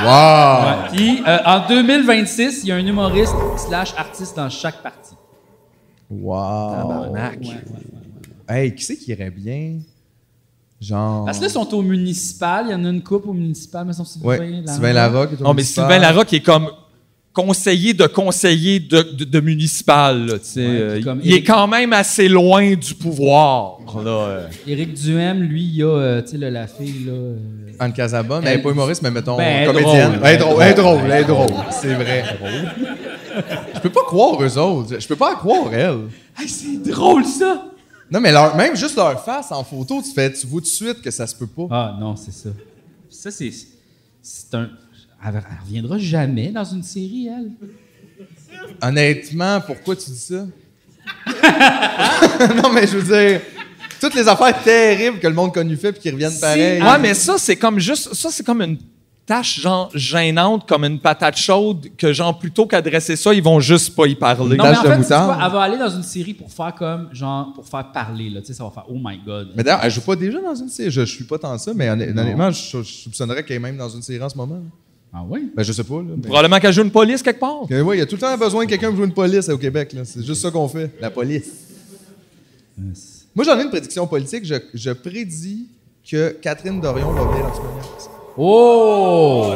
S3: Wow!
S1: Puis, euh, en 2026, il y a un humoriste slash artiste dans chaque parti. Ouais,
S3: Wow!
S1: ouais, ouais.
S3: Hey, qui c'est qui irait bien? Genre.
S1: Parce que là, ils sont au municipal. Il y en a une coupe au municipal, mais ils sont Sylvain
S3: ouais,
S1: Larocque.
S3: Sylvain Larocque. est au
S4: Non, mais
S3: municipal.
S4: Sylvain Larocque est comme conseiller de conseiller de, de- de municipal. là, tu sais, euh,
S1: puis comme
S4: il est
S1: Éric-
S4: quand même assez loin du pouvoir. là, euh.
S1: Éric Duhem, lui, il y a, euh, tu sais, là, la fille, là. euh,
S3: Anne Casabonne, mais
S1: Elle-
S3: elle est pas humoriste, mais mettons
S1: Ben, elle est
S3: comédienne.
S1: drôle. Ben,
S3: Elle est drôle, elle est drôle, elle est drôle, c'est vrai. Je peux pas croire eux autres, je peux pas croire elle.
S1: Hey, c'est drôle, ça!
S3: Non, mais leur, même juste leur face en photo, tu fais, tu vois tout de suite que ça se peut pas.
S1: Ah non, c'est ça. Ça, c'est. C'est un. Elle elle reviendra jamais dans une série, elle.
S3: Honnêtement, pourquoi tu dis ça? Hein? non, mais je veux dire, toutes les affaires terribles que le monde connu fait puis qui reviennent pareil.
S4: Ouais, mais ça, c'est comme juste. Ça, c'est comme une tâche genre gênante, comme une patate chaude, que genre, plutôt qu'adresser ça, ils vont juste pas y parler.
S1: Non, mais en
S3: taches de
S1: fait, tu sais
S3: moutarde.
S1: quoi, elle va aller dans une série pour faire comme. Genre, pour faire parler, là. Tu sais, ça va faire Oh my god.
S3: Mais d'ailleurs, elle joue pas déjà dans une série. Je, je suis pas tant ça, mais honn- honnêtement, je, je soupçonnerais qu'elle est même dans une série en ce moment.
S1: Ah ouais?
S3: Ben, je sais pas. Là, mais-
S4: Probablement qu'elle joue une police quelque part.
S3: Que, ouais, il y a tout le temps besoin de quelqu'un pour jouer une police au Québec. là. C'est juste ça qu'on fait, la police. Moi, j'en ai une prédiction politique. Je, je prédis que Catherine Dorion va venir en ce
S1: Oh!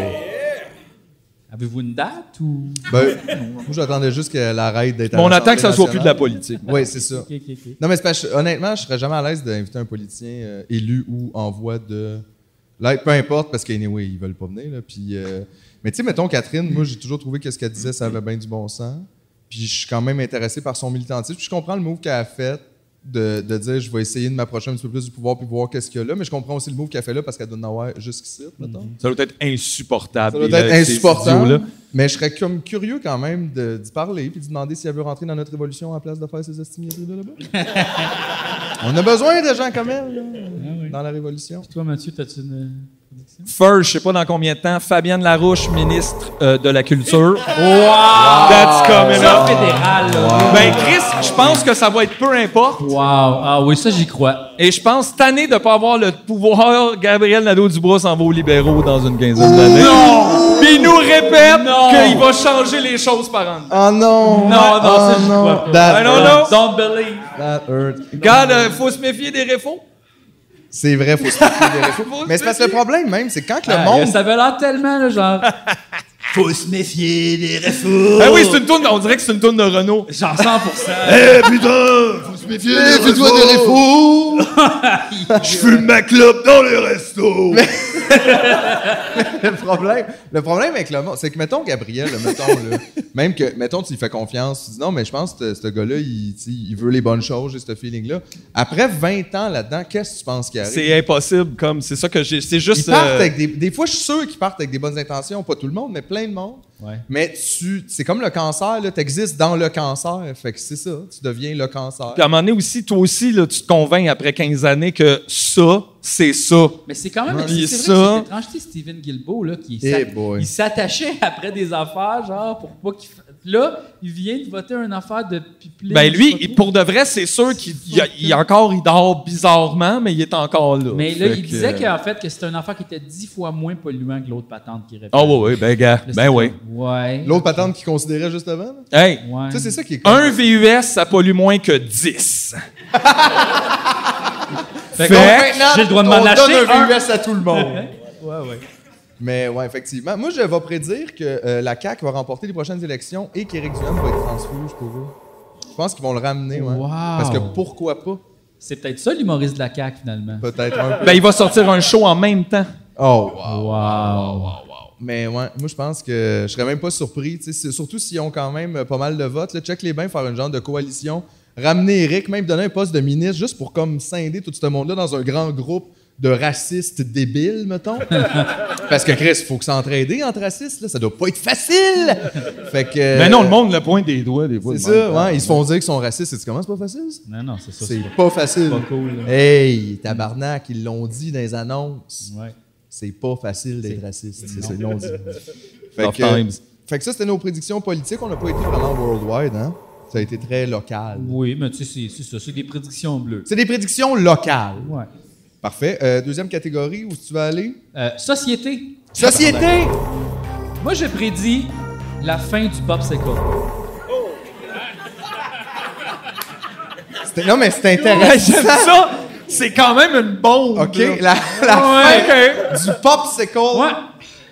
S1: Avez-vous une date ou.
S3: Ben, moi, j'attendais juste qu'elle arrête d'être
S4: Mais on attend que ça soit plus de la politique.
S3: Oui, c'est ça.
S1: Ok, ok, ok.
S3: Non, mais c'est parce que, honnêtement, je serais jamais à l'aise d'inviter un politicien euh, élu ou en voie de. Là, peu importe, parce qu'anyway, ils veulent pas venir. là, puis, euh, Mais tu sais, mettons, Catherine, moi, j'ai toujours trouvé que ce qu'elle disait, ça avait bien du bon sens. Puis je suis quand même intéressé par son militantisme. Puis je comprends le move qu'elle a fait de, de dire je vais essayer de m'approcher un petit peu plus du pouvoir puis voir qu'est-ce qu'il y a là. Mais je comprends aussi le move qu'elle fait là parce qu'elle donne en avoir jusqu'ici, mettons.
S4: Ça doit être insupportable.
S3: Ça doit
S4: Et là,
S3: être
S4: ces studios-là.
S3: insupportable. Mais je serais comme curieux quand même de- d'y parler puis de demander si elle veut rentrer dans notre révolution à la place de faire ses estimations de là-bas. On a besoin de gens comme elle, là, dans la révolution.
S1: Toi, Mathieu, t'as-tu une. euh, prédiction?
S4: First, je sais pas dans combien de temps, Fabienne Larouche, ministre euh, de la Culture. Wow! That's coming
S1: Ça,
S4: up!
S1: fédéral, là.
S4: Ben, Chris, je pense que ça va être peu importe.
S1: Wow! Ah oui, ça, j'y crois.
S4: Et je pense, tanné de pas avoir le pouvoir, Gabriel Nadeau-Dubois s'en va aux libéraux dans une quinzaine d'années. Non! Puis il nous répète qu'il va changer les choses par an.
S3: Oh non!
S1: Non, non, ça,
S3: oh
S1: j'y
S3: non.
S1: crois pas.
S3: That
S4: I don't
S3: hurt.
S4: know.
S1: Don't believe!
S3: That hurt.
S4: Regarde, euh, faut se méfier des réfaux.
S3: C'est vrai, faut se méfier des réfaux.
S4: Faut se
S3: Mais c'est parce que le
S4: méfier.
S3: problème, même, c'est quand que le
S1: Ah,
S3: monde.
S1: Ça avait l'air tellement, là, genre.
S4: Ah oui, c'est une tourne, on dirait que c'est une tourne de Renault.
S1: Genre 100%.
S3: Eh, fais-toi des réfaux! Je fume ma clope dans les restos! le problème, le problème avec le monde, c'est que, mettons, Gabriel, là, mettons, là, même que, mettons, tu lui fais confiance, tu dis non, mais je pense que ce ce gars-là, il, tu sais, il veut les bonnes choses, j'ai ce feeling-là. Après 20 ans là-dedans, qu'est-ce que tu penses qu'il arrive?
S4: C'est impossible, comme, c'est ça que j'ai, c'est
S3: Ils
S4: juste...
S3: partent
S4: euh,
S3: avec des, des fois, je suis sûr qu'ils partent avec des bonnes intentions, pas tout le monde, mais plein de monde.
S1: Ouais.
S3: Mais tu, c'est comme le cancer, là, t'existes dans le cancer, fait que c'est ça, tu deviens le cancer.
S4: Puis à un moment donné aussi, toi aussi, là, tu te convaincs après 15 années que ça, c'est ça.
S1: Mais c'est quand même
S4: Ouais.
S1: c'est-
S4: Et
S1: c'est
S4: ça-
S1: vrai que c'est étrange, tu sais, Steven Guilbeault, là, qui
S3: Eh
S1: s'a-
S3: boy.
S1: il s'attachait après des affaires, genre, pour pas qu'il... fa- Là, il vient de voter une affaire de pipeline.
S4: Ben
S1: je sais
S4: lui,
S1: pas
S4: il-
S1: trop.
S4: pour de vrai, c'est sûr qu'il il a- il a encore, il dort bizarrement, mais il est encore là.
S1: Mais là,
S4: Fait
S1: il
S4: que-
S1: disait qu'en fait, que c'était une affaire qui était dix fois moins polluant que l'autre patente qui répétait.
S4: Ah ouais, ouais, ben gars,
S1: Là,
S4: ben
S1: c'est
S4: oui.
S1: comme, Ouais.
S3: L'autre patente qu'ils considéraient juste avant, là.
S4: Hey,
S1: Ouais.
S3: ça, c'est ça qui est
S4: un VUS, ça pollue moins que 10.
S1: Fait
S4: fait-
S1: que, j'ai le droit de m'en
S3: on
S1: lâcher
S3: donne
S1: un.
S3: un VUS à tout le monde.
S1: Ouais, ouais.
S3: Mais ouais, effectivement. Moi, je vais prédire que euh, la CAQ va remporter les prochaines élections et qu'Éric Duhem va être transfuge pour eux. Je pense qu'ils vont le ramener, ouais.
S1: Wow.
S3: Parce que pourquoi pas?
S1: C'est peut-être ça l'humoriste de la CAQ, finalement.
S3: Peut-être un peu.
S4: Ben il va sortir un show en même temps.
S3: Oh, wow.
S1: Wow.
S3: Mais ouais, moi, je pense que je serais même pas surpris. tu sais, c'est- Surtout s'ils ont quand même euh, pas mal de votes. Là, check les bains, faire une genre de coalition. Ramener Eric, même donner un poste de ministre juste pour comme scinder tout ce monde-là dans un grand groupe de racistes débiles, mettons. Parce que Chris, faut que s'entraider entre racistes, là. ça doit pas être facile. Fait que.
S4: Mais non, le monde le pointe des doigts, des fois.
S3: C'est
S4: le
S3: ça,
S4: monde. hein.
S3: ouais, ils se font dire qu'ils sont racistes. Et tu comment c'est pas facile? ça?
S1: Non, non, c'est ça.
S3: C'est pas facile.
S1: pas cool, là.
S3: Hey, tabarnak, ils l'ont dit dans les annonces.
S1: Ouais.
S3: C'est pas facile d'être raciste. C'est ce qu'ils l'ont dit. Fait
S4: Tough
S3: que,
S4: times.
S3: fait que ça, c'était nos prédictions politiques. On n'a pas été vraiment worldwide, hein? Ça a été très local.
S1: Oui, mais tu sais, c'est- c'est ça, c'est des prédictions bleues.
S3: C'est des prédictions locales.
S1: Ouais.
S3: Parfait. Euh, deuxième catégorie, où tu vas aller?
S1: Euh, société.
S3: Société!
S1: Moi, je prédis la fin du popsicle.
S3: C'était- Non, mais c'est
S4: Hey,
S3: intéressant.
S4: J'aime ça! C'est quand même une bombe!
S3: OK,
S4: là.
S3: la, la
S1: Ouais.
S3: fin du popsicle.
S1: Ouais.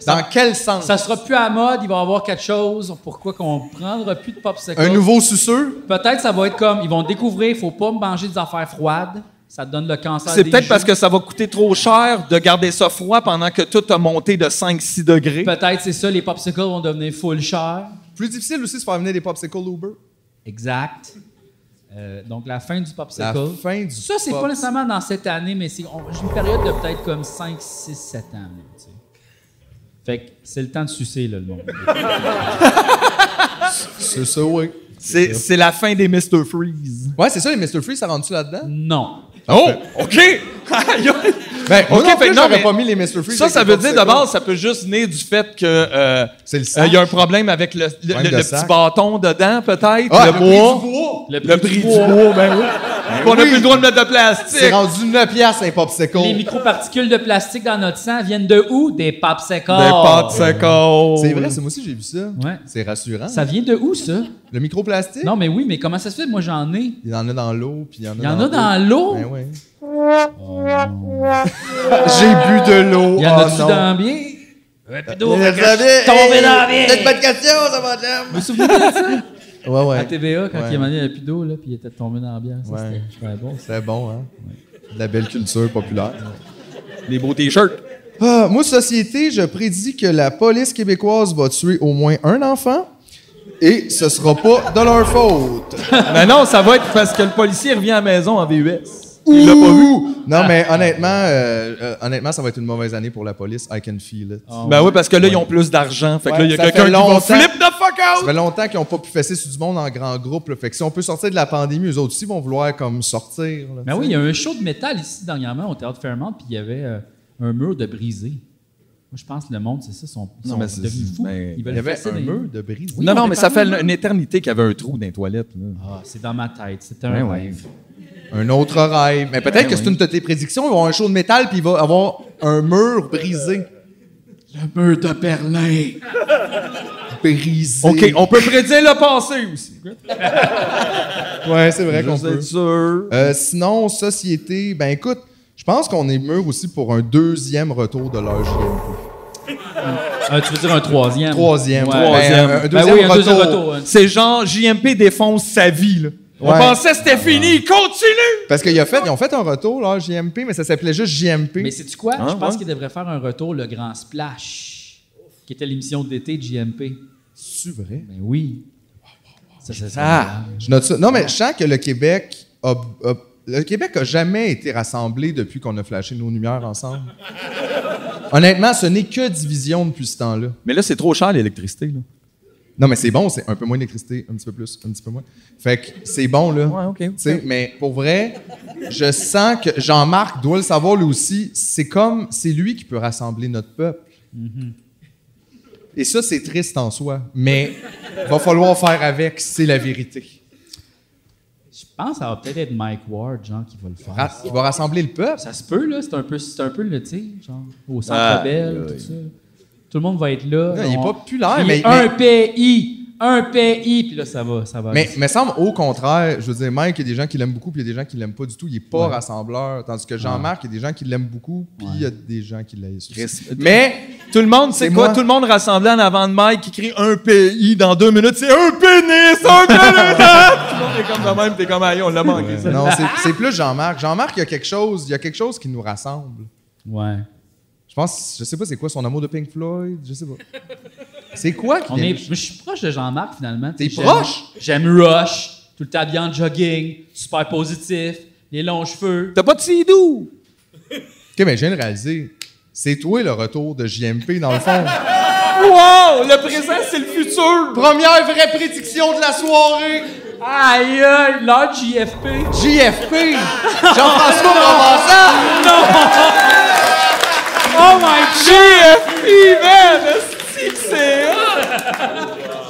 S3: Dans quel sens?
S1: Ça sera plus à la mode, il va y avoir quelque chose. Pourquoi qu'on prendra plus de popsicle?
S3: Un nouveau suceur?
S1: Peut-être ça va être comme, ils vont découvrir, il faut pas manger des affaires froides. Ça te donne le cancer
S4: C'est
S1: des
S4: peut-être
S1: joues.
S4: parce que ça va coûter trop cher de garder ça froid pendant que tout a monté de 5-6 degrés.
S1: Peut-être c'est ça, les popsicles vont devenir full cher.
S3: Plus difficile aussi de se faire venir des popsicles Uber.
S1: Exact. Euh, donc, la fin du popsicle.
S3: La fin du
S1: Ça, c'est pas
S3: pop-
S1: nécessairement dans cette année, mais c'est on- j'ai une période de peut-être comme 5, 6, 7 ans. là, tu sais. Fait que c'est le temps de sucer, là, le monde.
S3: C'est ça, oui.
S4: C'est c'est la fin des Mr. Freeze.
S3: Ouais, c'est ça, les Mr. Freeze, ça rentre-tu là-dedans?
S1: non.
S4: Oh! OK! Aïe, aïe.
S3: Ben, moi
S4: OK,
S3: non
S4: fait
S3: plus,
S4: que non,
S3: j'aurais
S4: mais
S3: pas mis les Mr. Freeze.
S4: ça,
S3: avec
S4: ça
S3: les
S4: veut dire de
S3: popsicles.
S4: base, ça peut juste venir du fait que euh,
S3: C'est le
S4: euh,
S3: sang.
S4: il y a un problème avec le, le-
S3: Problème
S4: le-
S3: de
S4: le
S3: sac.
S4: petit bâton dedans, peut-être,
S3: Ah,
S4: le, bois.
S3: prix du bois.
S1: Le prix,
S4: Le prix du bois, ben oui. Puis on n'a
S3: oui.
S4: plus le droit de mettre de plastique.
S3: C'est rendu 9 piastres, un popsicle.
S1: Les microparticules de plastique dans notre sang viennent de où? Des popsicles.
S4: Des potes secours.
S3: C'est vrai, c'est moi aussi, j'ai vu ça.
S1: Ouais.
S3: C'est rassurant.
S1: Ça vient de où, ça?
S3: Le microplastique,
S1: Non, mais oui, mais comment ça se fait? Moi, j'en ai.
S3: il y en a dans l'eau, puis il y en a
S1: Il y en
S3: dans
S1: a dans l'eau? Oh.
S3: Ben ouais. j'ai bu de l'eau.
S1: Il y en
S3: oh,
S1: a-tu
S3: non. Euh,
S1: dans bien? Ouais, puis d'eau,
S3: Il y en a
S1: fait que je suis tombé dans la
S3: Hey,
S1: vie.
S3: Peut-être pas de question, ça va, Jam.
S1: Vous vous souvenez de ça?
S3: Ouais,
S1: À
S3: ouais.
S1: TVA, quand
S3: Ouais.
S1: il manait le pido, là, puis il était tombé dans la bière. Ça,
S3: Ouais.
S1: c'était très bon. ça.
S3: C'est bon, hein? De la belle culture populaire.
S4: Les beaux t-shirts.
S3: Ah, moi, société, je prédis que la police québécoise va tuer au moins un enfant et ce sera pas de leur faute.
S4: Mais Ben non, ça va être parce que le policier revient à la maison en VUS.
S3: Il l'a pas vu. Non, mais honnêtement, euh, euh, honnêtement, ça va être une mauvaise année pour la police. I can feel it.
S1: Ah,
S4: Ben oui, parce que là, ils ont plus d'argent. Fait que
S3: Ouais,
S4: là, il y a
S3: ça fait
S4: quelqu'un qui va
S3: longtemps.
S4: flip the fuck
S3: Ça
S4: out!
S3: fait longtemps qu'ils n'ont pas pu fesser sur du monde en grand groupe. là. Fait que si on peut sortir de la pandémie, eux autres aussi vont vouloir comme sortir. là,
S1: Ben
S3: tu
S1: oui,
S3: sais.
S1: il y a un show de métal ici dernièrement au Théâtre Fairmont, puis il y avait euh, un mur de brisé. Moi, je pense que le monde, c'est ça, sont,
S4: Non,
S1: sont
S4: mais c'est-
S1: devenus fous.
S4: ben,
S1: Ils
S3: Il
S1: veulent
S3: y avait
S1: fesser
S3: un
S1: des-
S3: mur de brise.
S1: Oui,
S4: non,
S1: on
S4: non, mais ça fait
S1: dépend-
S4: une, une éternité qu'il y avait un trou dans les toilettes. là.
S1: Ah, c'est dans ma tête. C'était un
S4: Ben oui.
S1: rêve.
S3: Un autre rêve. Mais peut-être
S4: Ben
S3: que
S4: oui.
S3: c'est une de tes prédictions. Ils vont avoir un show de métal puis il va avoir un mur brisé.
S1: Le mur de Berlin.
S3: Brisé.
S4: OK, on peut prédire le passé aussi.
S3: Ouais, c'est vrai qu'on
S4: Juste
S3: peut.
S4: être sûr.
S3: Euh, sinon, société, ben écoute, je pense qu'on est mûr aussi pour un deuxième retour de l'âge
S1: Ah, tu veux dire un troisième?
S3: Troisième.
S1: Ouais.
S4: Troisième.
S3: Ben, un, un
S1: Ben
S3: deuxième
S1: oui, un
S3: retour.
S1: deuxième retour. hein.
S4: C'est genre JMP défonce sa vie. Là. On
S3: Ouais.
S4: pensait que c'était fini. Continue!
S3: Parce qu'ils fait, ils ont fait un retour, là, JMP, mais ça s'appelait juste JMP.
S1: Mais c'est tu quoi?
S4: Ah,
S1: je pense
S4: ouais.
S1: qu'il devrait faire un retour, le Grand Splash, qui était l'émission d'été de JMP.
S3: C'est vrai.
S1: Ben oui. Ça, ça, ça.
S3: Je note ça. Non, mais je sens que le Québec a, a- le Québec a jamais été rassemblé depuis qu'on a flashé nos lumières ensemble. Honnêtement, ce n'est que division depuis ce temps-là.
S4: Mais là, c'est trop cher l'électricité. là.
S3: Non, mais c'est bon, c'est un peu moins d'électricité, un petit peu plus, un petit peu moins. Fait que c'est bon, là.
S4: Ouais, ok.
S3: Tu sais, mais pour vrai, je sens que Jean-Marc doit le savoir lui aussi. C'est comme, c'est lui qui peut rassembler notre peuple. Et ça, c'est triste en soi, mais va falloir faire avec, c'est la vérité.
S1: Je pense que ça va peut-être être Mike Ward, genre, qui va le faire.
S3: Ra- Il va rassembler le peuple.
S1: Ça se peut, là. C'est un peu, c'est un peu le, tu sais, genre, au centre
S4: Ah,
S1: Bell,
S4: oui.
S1: tout ça. Tout le monde va être là.
S3: Non, il est
S1: On-
S3: pas populaire,
S1: Il
S3: mais-
S1: est Un pays, un pays, puis là, ça va, ça va.
S3: Mais me semble au contraire, je veux dire, Mike, il y a des gens qui l'aiment beaucoup, puis il y a des gens qui l'aiment pas du tout. Il est pas rassembleur. Tandis que Jean-Marc, il y a des gens qui l'aiment beaucoup, puis il y a des gens qui l'aissent. aussi.
S4: Mais tout le monde, c'est
S3: C'est
S4: quoi?
S3: moi.
S4: Tout le monde rassemblé en avant de Mike qui crie un pays dans deux minutes. C'est un pénis! Un pénis! tout le monde est comme de même. T'es comme, aïe, on l'a manqué. ça.
S3: Non, c'est- c'est plus Jean-Marc. Jean-Marc, il y a quelque chose, il y a quelque chose qui nous rassemble.
S1: Ouais.
S3: Je pense, je sais pas c'est quoi son amour de Pink Floyd, je sais pas. C'est quoi qui
S1: On est, je suis proche de Jean-Marc, finalement.
S3: T'es
S1: J'aime-
S3: proche?
S1: J'aime Rush, tout le temps bien en jogging, super positif, les longs cheveux.
S4: T'as pas de sidou!
S3: OK, mais je viens de réaliser, c'est toi le retour de JMP dans le fond.
S4: Wow! Le présent, c'est le futur!
S3: Première vraie prédiction de la soirée!
S1: Aïe, aïe, là, JFP.
S3: JFP! Jean-François Provençal!
S1: Oh my
S4: GFP, man! Esti que C'est hein?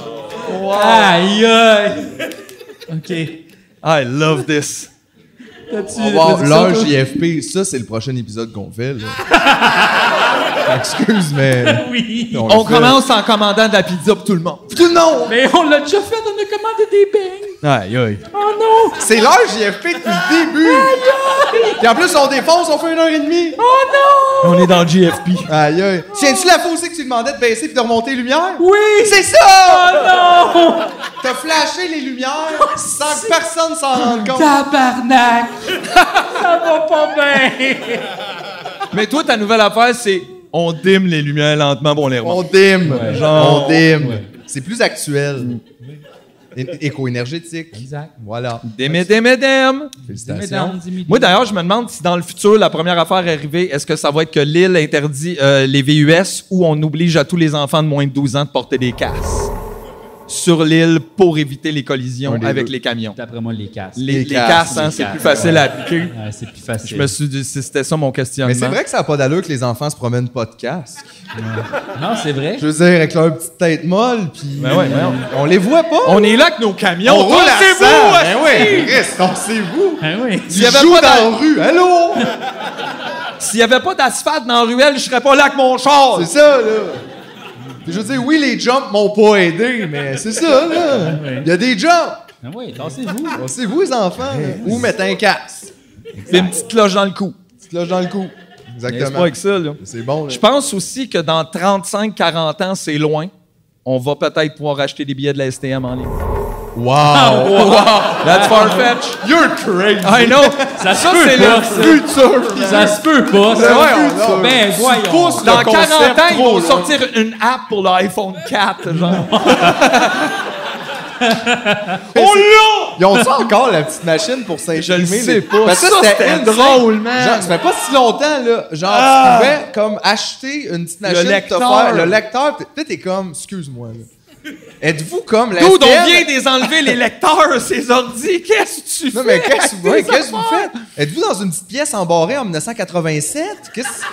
S4: hot!
S1: Aïe, aïe. OK.
S4: I love this.
S1: T'as-tu
S3: Wow,
S1: t'as-tu ça,
S3: l'heure
S1: toi?
S3: JFP, ça, c'est le prochain épisode qu'on fait. là. Excuse, mais.
S1: Oui.
S4: On commence en commandant de la pizza pour tout le monde.
S3: Tout le monde!
S1: Mais on l'a déjà fait, on a commandé des beignes.
S4: Aïe, aïe.
S1: Oh non!
S3: C'est l'heure JFP depuis le début! Puis en plus, on défonce, on fait une heure et demie!
S1: Oh
S4: On est dans GFP.
S3: Aïe, aïe. Tiens-tu la faussée que tu demandais de baisser puis de remonter les lumières?
S1: non! Oui!
S3: C'est ça!
S1: Oh non! Oh,
S3: T'as flashé les lumières sans que personne s'en rende compte.
S1: Tabarnak! ça va pas bien!
S4: Mais toi, ta nouvelle affaire, c'est on dîme les lumières lentement, bon, on les remonte.
S3: On dîme.
S4: genre,
S3: on dîme. C'est plus actuel. É- Éco-énergétique.
S1: Exact.
S3: Voilà.
S4: Dîme, dîme, dîme.
S3: Félicitations.
S4: Moi, d'ailleurs, je me demande si dans le futur, la première affaire arrivée, est-ce que ça va être que l'île interdit euh, les VUS ou on oblige à tous les enfants de moins de 12 ans de porter des casques sur l'île pour éviter les collisions
S3: Un des
S4: avec
S3: deux.
S4: les camions?
S1: D'après moi, les casques.
S4: Les, les
S3: casques,
S4: casques, hein,
S1: les
S4: c'est
S1: casques,
S4: plus facile
S1: ouais.
S4: à appliquer.
S1: Ouais, c'est plus facile.
S4: Je me suis dit, si c'était ça mon questionnement.
S3: Mais c'est vrai que ça n'a pas d'allure que les enfants se promènent pas de casque.
S1: Non, c'est vrai.
S3: Je veux dire, avec leur petite tête molle, puis
S4: Ben ouais, ben
S3: on les voit pas.
S4: On est là avec nos camions.
S3: On roule à
S4: c'est
S3: cent. Ben
S4: vous!
S3: ouais, reste, on sait vous.
S1: Ah oui.
S3: Tu
S4: S'il y avait
S3: joues
S4: pas
S3: dans
S4: d'a-
S3: la rue, allô?
S4: S'il n'y avait pas d'asphalte dans la ruelle, je serais pas là avec mon char.
S3: C'est ça, là. Puis je veux dire, oui, les jumps m'ont pas aidé, mais c'est ça, là.
S1: Ouais.
S3: Il y a des jumps.
S1: Ah oui, dansez-vous.
S3: On sait vous, les enfants, là. Ou mettre un casque.
S4: C'est une petite cloche dans le cou.
S3: Tu te loges dans le cou.
S4: Mais C'est pas
S3: Exactement.
S4: avec ça, là.
S3: C'est bon, là.
S4: Je pense aussi que dans 35-40 ans, c'est loin. On va peut-être pouvoir acheter des billets de la STM en ligne.
S3: Wow!
S1: Oh,
S4: That's far-fetched.
S3: You're crazy!
S4: I know.
S1: Ça se
S4: Ça,
S1: peut
S4: c'est
S1: pas,
S4: le
S1: ça.
S3: Futur!
S1: Ça se peut pas, ça.
S3: voyons donc.
S1: ben, voyons.
S3: pousses
S4: Dans
S3: Le
S4: 40
S3: concept
S4: ans, ils
S3: trop
S4: vont
S3: loin.
S4: sortir une app pour l'iPhone 4, genre.
S3: On l'a! Ben, Ils ont ça encore, la petite machine pour s'imprimer?
S4: Je le sais
S3: les-
S4: pas.
S3: Parce que
S4: Ça,
S3: c'était
S4: c'était
S3: insane.
S4: drôle, man.
S3: Genre, ça fait pas si longtemps, là. Genre,
S4: Ah!
S3: tu pouvais, comme, acheter une petite machine pour te
S4: lecteur.
S3: faire- Le lecteur. t'es- Là, t'es comme, excuse-moi, là. Êtes-vous comme la
S4: Dude, on
S3: STM?
S4: vient des enlever les lecteurs, ces ordi. Qu'est-ce que tu fais?
S3: Non, mais qu'est-ce que vous, ouais,
S4: avec tes
S3: qu'est-ce que vous
S4: affaires?
S3: faites? Êtes-vous dans une petite pièce embarrée en 1987? Qu'est-ce...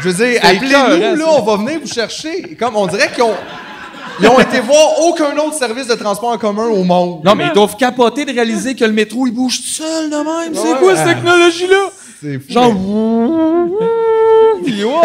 S3: Je veux dire,
S4: C'est écœurant,
S3: appelez-nous, là,
S4: ça.
S3: on va venir vous chercher. Comme, on dirait qu'ils ont... Ils ont été voir aucun autre service de transport en commun au monde.
S4: Non, mais ils doivent capoter de réaliser que le métro, il bouge tout seul de même. C'est
S3: Ouais.
S4: quoi cette technologie-là?
S3: C'est fou.
S4: Genre,
S3: mais-
S4: Puis, wow!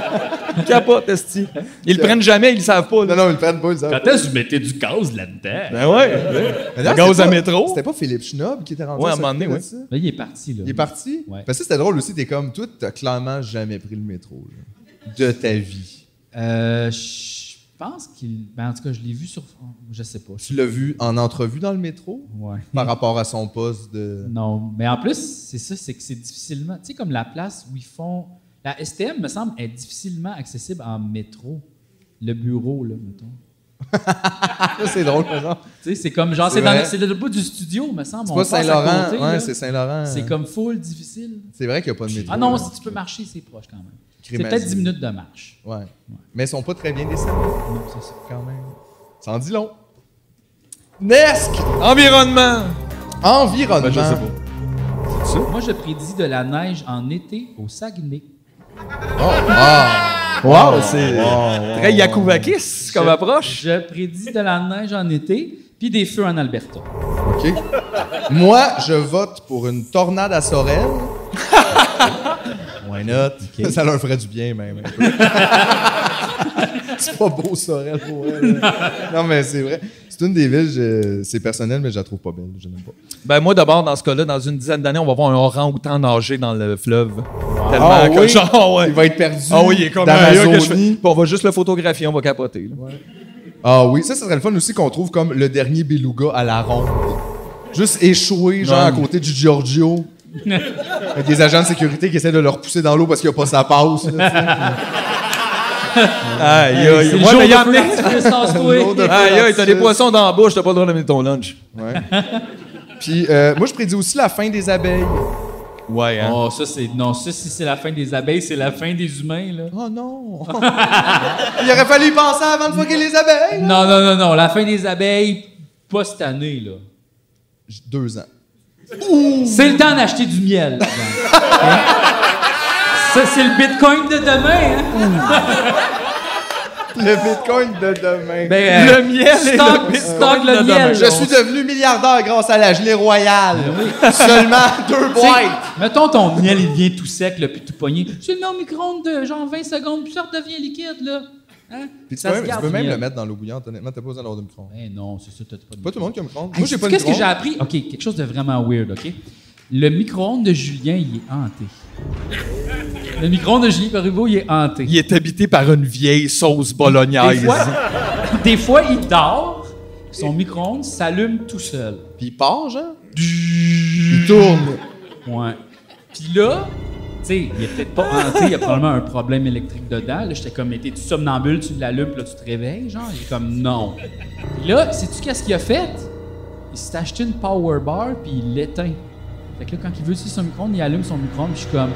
S4: Capote, esti. Ils le prennent jamais, ils le savent pas. là.
S3: Non, non, ils le prennent pas, ils savent pas.
S1: Quand est-ce que vous mettez du gaz là-dedans?
S4: Ben ouais.
S3: Mais Ah, d'ailleurs,
S4: gaz
S3: c'était
S4: à
S3: pas-
S4: métro.
S3: C'était pas Philippe Schnob qui était rendu
S4: Ouais, à un
S3: s'occuper
S4: moment donné,
S3: de
S4: ouais.
S3: ça?
S1: Là, Ben, il est parti, là.
S3: Il est parti?
S1: Ouais.
S3: Parce que c'était drôle aussi, t'es comme, toi, t'as clairement jamais pris le métro, là, de ta vie.
S1: Euh, je pense qu'il... Ben, en tout cas, je l'ai vu sur... Je sais pas.
S3: Tu l'as vu en entrevue dans le métro?
S1: Ouais.
S3: Par rapport à son poste de...
S1: Non, mais en plus, c'est ça, c'est que c'est difficilement. Tu sais, comme la place où ils font. La STM, me semble, est difficilement accessible en métro. Le bureau, là, mettons.
S3: Ça, c'est drôle, par exemple.
S1: Tu sais, c'est comme genre,
S3: C'est
S1: c'est dans
S3: vrai.
S1: le- c'est le bout du studio, me semble.
S3: C'est
S1: on
S3: pas
S1: passe à
S3: Saint-Laurent.
S1: côté,
S3: Ouais,
S1: là.
S3: c'est Saint-Laurent.
S1: C'est comme full difficile.
S3: C'est vrai qu'il n'y a pas de métro.
S1: Ah non,
S3: là.
S1: si tu peux marcher, c'est proche quand même. C'est
S3: Crémazie.
S1: peut-être 10 minutes de marche.
S3: Ouais. Mais ils sont pas très bien descendus,
S1: Non, c'est ça.
S3: quand même. Ça en dit long. Nesk!
S4: Environnement.
S3: Environnement.
S4: Ben, je sais pas.
S1: Moi, je prédis de la neige en été au Saguenay.
S4: Wow, c'est très Yakouvakis comme approche.
S1: Je prédis de la neige en été, puis des feux en Alberta.
S3: OK. Moi, je vote pour une tornade à Sorel. Why not? Ça leur ferait du bien, même. un peu. c'est pas beau, Sorel, pour elle. non, mais c'est vrai. C'est une des villes, je- c'est personnel, mais je la trouve pas belle. Je n'aime pas.
S4: Ben moi d'abord dans ce cas-là, dans une dizaine d'années, on va voir un orang-outan nager dans le fleuve. Tellement
S3: Ah
S4: que
S3: oui?
S4: genre ouais.
S3: Il va être perdu.
S4: Ah oui, il est comme
S3: dans
S4: un gars que je
S3: l'Amazonie.
S4: fais- Puis on va juste le photographier, on va capoter. là.
S3: Ah oui, ça, ça serait le fun aussi qu'on trouve comme le dernier beluga à la ronde. Juste échoué, genre à côté du Giorgio. Avec des agents de sécurité qui essaient de le repousser dans l'eau parce qu'il a pas sa passe. là,
S4: Aïe
S1: C'est
S4: aïe.
S1: le
S4: Ouais,
S1: jour
S4: mais
S1: de
S4: il a
S1: feu
S4: amené-
S1: d'artifice,
S3: Le jour
S1: tasse-toi.
S3: de feu
S4: Aïe aïe, t'as des
S3: d'artifice.
S4: poissons dans la bouche, t'as pas le droit d'amener ton lunch.
S3: tu sais. Ouais. Puis euh, moi, je prédis aussi la fin des abeilles.
S4: Ouais, hein.
S1: Oh, ça, c'est. Non, ça, si c'est la fin des abeilles, c'est la fin des humains, là.
S3: Oh non! Il aurait fallu y penser avant de fucker les abeilles! là.
S1: Non, non, non, non. La fin des abeilles, pas cette année, là.
S3: J'ai Deux ans.
S1: C'est le temps d'acheter du miel. là-dedans. Hein? ça, c'est le bitcoin de demain, hein?
S3: Le bitcoin de demain.
S1: Ben,
S4: Le miel et
S1: stock,
S4: le bitcoin
S1: stock le
S4: de
S1: miel.
S4: demain.
S3: je suis devenu milliardaire grâce à la gelée royale. Seulement deux
S1: T'sais,
S3: boîtes.
S1: Mettons ton miel, il devient tout sec, là, puis tout pogné. Tu le mets au micro-ondes de genre 20 secondes, puis ça redevient liquide, là. Hein?
S3: Puis tu
S1: Ça
S3: peux,
S1: se
S3: tu
S1: garde,
S3: peux
S1: du
S3: même
S1: miel.
S3: le mettre dans l'eau bouillante, honnêtement, t'as pas besoin d'avoir de micro
S1: Ben non, c'est ça, t'as pas de
S3: Pas tout le monde qui a un micro
S1: Hey,
S3: Moi, j'ai
S1: sais-tu
S3: pas de
S1: Qu'est-ce que
S3: micro-ondes.
S1: j'ai appris? OK, quelque chose de vraiment weird, OK? Le micro-ondes de Julien, il est hanté. Le micro-ondes de Julien Pariveau, il est hanté.
S4: Il est habité par une vieille sauce
S1: Des
S4: bolognaise.
S1: fois, des fois, il dort, son micro-ondes s'allume tout seul.
S3: Puis il part, genre. Il tourne.
S1: Ouais. Puis là, tu sais, il est peut-être pas hanté, il y a probablement un problème électrique dedans. Là, j'étais comme, mais t'es-tu somnambule, tu l'allumes, puis là, tu te réveilles, genre? Il est comme, non. Puis là, sais-tu qu'est-ce qu'il a fait? Il s'est acheté une power bar, puis il l'éteint. Fait que là, quand il veut utiliser son micro-ondes, il allume son micro-ondes, puis je suis comme,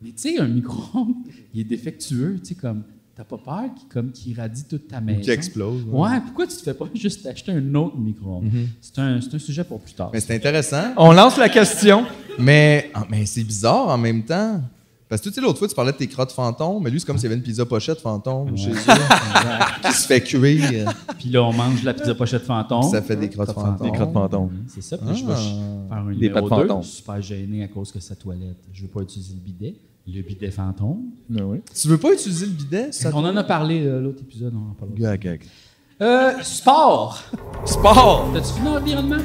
S1: mais tu sais, un micro-ondes, il est défectueux, tu sais, comme, t'as pas peur qu'il, comme, qu'il irradie toute ta maison?
S3: qu'il explose, ouais. Mm-hmm.
S1: Ouais. pourquoi tu te fais pas juste acheter un autre micro-ondes? c'est, un, c'est un sujet pour plus tard.
S3: Mais c'est intéressant.
S4: On lance la question.
S3: Mais, ah, mais c'est bizarre en même temps. Parce que tu sais, l'autre fois, tu parlais de tes crottes fantômes, mais lui, c'est comme s'il y avait une pizza pochette fantôme chez eux. qui se fait cuire.
S1: Puis là, on mange la pizza pochette fantôme. Mmh,
S3: Ça fait des crottes fantômes.
S1: C'est ça. Puis là, je vais
S3: Ah.
S1: ch- faire un
S4: Des
S1: numéro
S4: pâtes
S1: 2.
S4: fantômes.
S1: Super gêné à cause que sa toilette. Je veux pas utiliser le bidet. Le bidet fantôme.
S4: Ben
S3: Tu veux pas utiliser le bidet? Ça
S1: On en a parlé euh, l'autre épisode. On en parlera.
S4: Gag, gag.
S1: Euh, sport.
S4: Sport!
S1: T'as-tu fini l'environnement?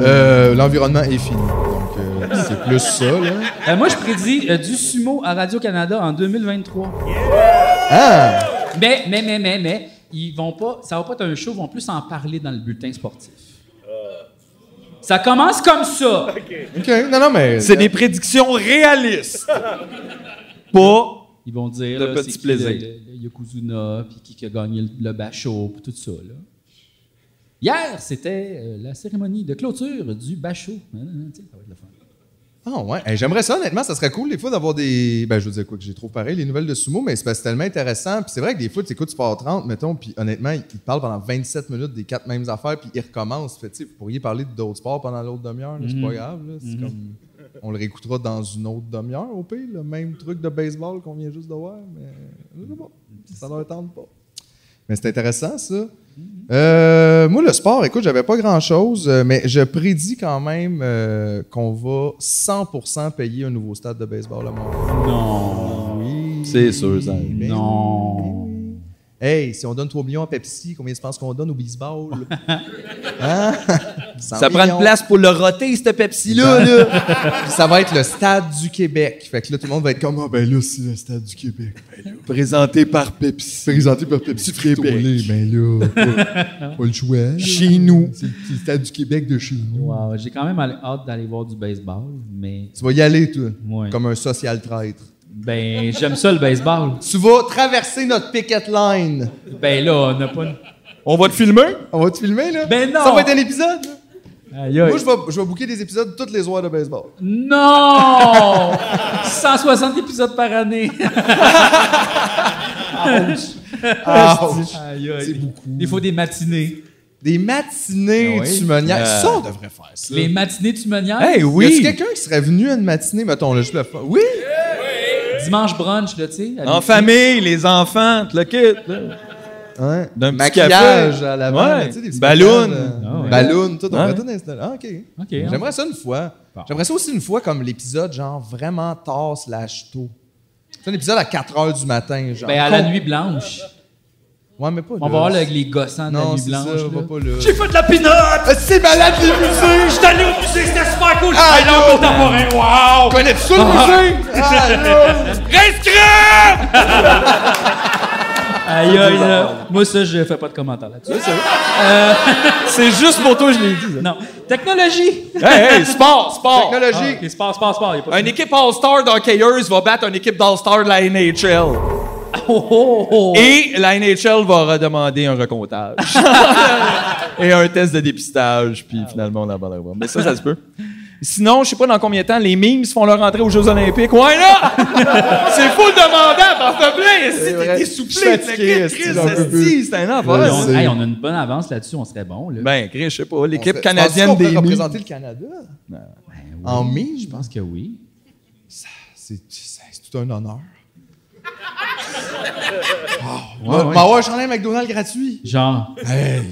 S3: Euh, L'environnement est fini. Donc, euh, c'est plus ça, là.
S1: Euh, moi, je prédis euh, du sumo à Radio-Canada en 2023.
S3: Ah!
S1: Mais, mais, mais, mais, mais, ils vont pas, ça va pas être un show, ils vont plus en parler dans le bulletin sportif. Ça commence comme ça.
S3: OK. Non, non, mais. euh,
S4: C'est des prédictions réalistes. Pas.
S1: Ils vont dire
S4: Le
S1: là,
S4: petit
S1: c'est qui
S4: plaisir.
S1: le, le Yokozuna, puis qui, qui a gagné le, le Bachot, puis tout ça. Là. Hier, c'était euh, la cérémonie de clôture du Bachot. Hein, hein, tu sais, ça va être le fun.
S3: Ah, ouais. Hey, J'aimerais ça, honnêtement. Ça serait cool, des fois, d'avoir des. Ben, je veux dire quoi que j'ai trop pareil, les nouvelles de Sumo, mais c'est parce que c'est tellement intéressant. Puis c'est vrai que des fois, tu écoutes Sport 30, mettons, puis honnêtement, ils parlent pendant 27 minutes des quatre mêmes affaires, puis ils recommencent. Fait, tu sais, vous pourriez parler d'autres sports pendant l'autre demi-heure, là, c'est
S4: Mhm.
S3: pas grave. là. C'est comme. On le réécoutera dans une autre demi-heure, au pire, le même truc de baseball qu'on vient juste de voir, mais je sais pas. ça leur tente pas. Mais c'est intéressant, ça. Euh, moi, le sport, écoute, j'avais pas grand-chose, euh, mais je prédis quand même euh, qu'on va 100% payer un nouveau stade de baseball à Montréal.
S1: Non.
S4: C'est sûr, ça.
S3: Ben
S1: Non.
S3: oui. Hey, si on donne 3 millions à Pepsi, combien tu penses qu'on donne au baseball? Hein? 100
S4: Ça prend
S3: millions.
S4: une place pour le roter, ce Pepsi-là.
S3: Là, là. Puis ça va être le stade du Québec. Fait que là, tout le monde va être comme, ah ben là, c'est le stade du Québec. Ben là.
S4: Présenté par Pepsi.
S3: Présenté par Pepsi
S4: Québec.
S3: Ben là, pas, pas le choix. là.
S4: Chez nous.
S3: C'est le petit stade du Québec de chez nous.
S1: Wow, j'ai quand même allé- hâte d'aller voir du baseball, mais
S3: Tu vas y aller, toi,
S1: Ouais.
S3: comme un social traître.
S1: ben j'aime ça le baseball.
S3: Tu vas traverser notre picket line.
S1: Ben là, on n'a pas une...
S4: On va te filmer?
S3: On va te filmer, là?
S1: Ben non!
S3: Ça va être un épisode? là?
S1: Aïe, aïe.
S3: Moi, je vais, je vais booker des épisodes toutes les heures de baseball.
S1: Non! 160 épisodes par année.
S3: Ouch.
S1: Aïe, aïe.
S3: C'est beaucoup.
S1: Il faut des matinées.
S3: Des matinées,
S4: Ah oui?
S3: tu me niaises.
S4: Euh,
S3: Ça, on devrait faire ça.
S1: Ben Les matinées, tu me niaises?
S4: Hey,
S3: Y a-tu
S4: oui!
S3: quelqu'un qui serait venu à une matinée, mettons, là, je le fais. Oui?
S1: Dimanche brunch, là, tu sais. à
S4: En
S1: midi.
S4: famille, les enfants, tout le kit. là.
S3: Hein?
S4: D'un petit
S3: Maquillage
S4: café.
S3: à l'avant,
S4: Ouais.
S3: là, tu sais, des petits
S4: Ballon.
S3: maquillages, euh,
S1: Ah ouais.
S3: Ballon, tout, on
S4: Ouais.
S3: va tout installer. Ah, OK.
S1: OK. hein.
S3: J'aimerais ça une fois. J'aimerais ça aussi une fois comme l'épisode, genre, vraiment tard slash tôt. C'est un épisode à 4 h du matin, genre.
S1: Ben, à la
S3: con-
S1: nuit blanche.
S3: Ouais, mais pas
S1: On
S3: là.
S1: va voir là, avec les gossants de la
S3: Non,
S1: nuit
S3: c'est ça,
S1: blanche.
S3: on va
S1: là.
S3: pas là.
S5: J'ai fait de la pinotte!
S3: Ah, C'est malade, les musées!
S5: J'étais allé au musée, c'était super cool!
S3: Ah,
S5: J'étais allé
S3: yo!
S5: en contemporain, wow!
S3: Je connais ça, le musée! Ah, non!
S5: Rescrit!
S1: Aïe, aïe, là. Moi, ça, je fais pas de commentaires là-dessus. Euh,
S4: C'est juste pour toi, je l'ai dit.
S1: Non. Technologie.
S3: euh.
S1: Ah,
S4: ça. Hey, hey, sport, sport!
S3: Technologie!
S1: Il se passe, passe, passe.
S4: Une équipe All-Star d'hockeyeurs va battre une équipe d'All-Star de la NHL.
S1: Oh, oh, oh.
S4: Et la NHL va redemander un recomptage.
S3: Ah
S4: et un test de dépistage, puis finalement, on abandonnera. Mais ça, ça se peut. Sinon, je sais pas dans combien de temps les memes font leur entrée aux Jeux Olympiques. Ouais, là! c'est fou demandant, s'il te plaît!
S3: C'est
S4: Si
S3: vrai.
S4: t'es- t'es
S3: Je suis
S4: souplé,
S3: fatigué,
S4: t'es
S3: esti, j'en peux
S4: Chris, c'est un
S1: Hey,
S3: Ouais,
S4: enfant.
S1: on,
S3: c'est-
S1: hey, on a une bonne avance là-dessus, on serait bon. Là.
S4: Ben, Chris, je sais pas,
S3: On fait-
S4: l'équipe
S3: tu penses-tu
S4: canadienne
S3: qu'on
S4: des
S3: peut
S4: memes.
S3: représenter le Canada
S1: Ben oui,
S3: en mime,
S1: Je pense que oui.
S3: c'est c'est tout un honneur.
S1: Ouais,
S3: Moi,
S1: ouais.
S3: M'avoir un chandail McDonald's gratuit.
S1: Genre,
S3: Hey,
S1: ouais.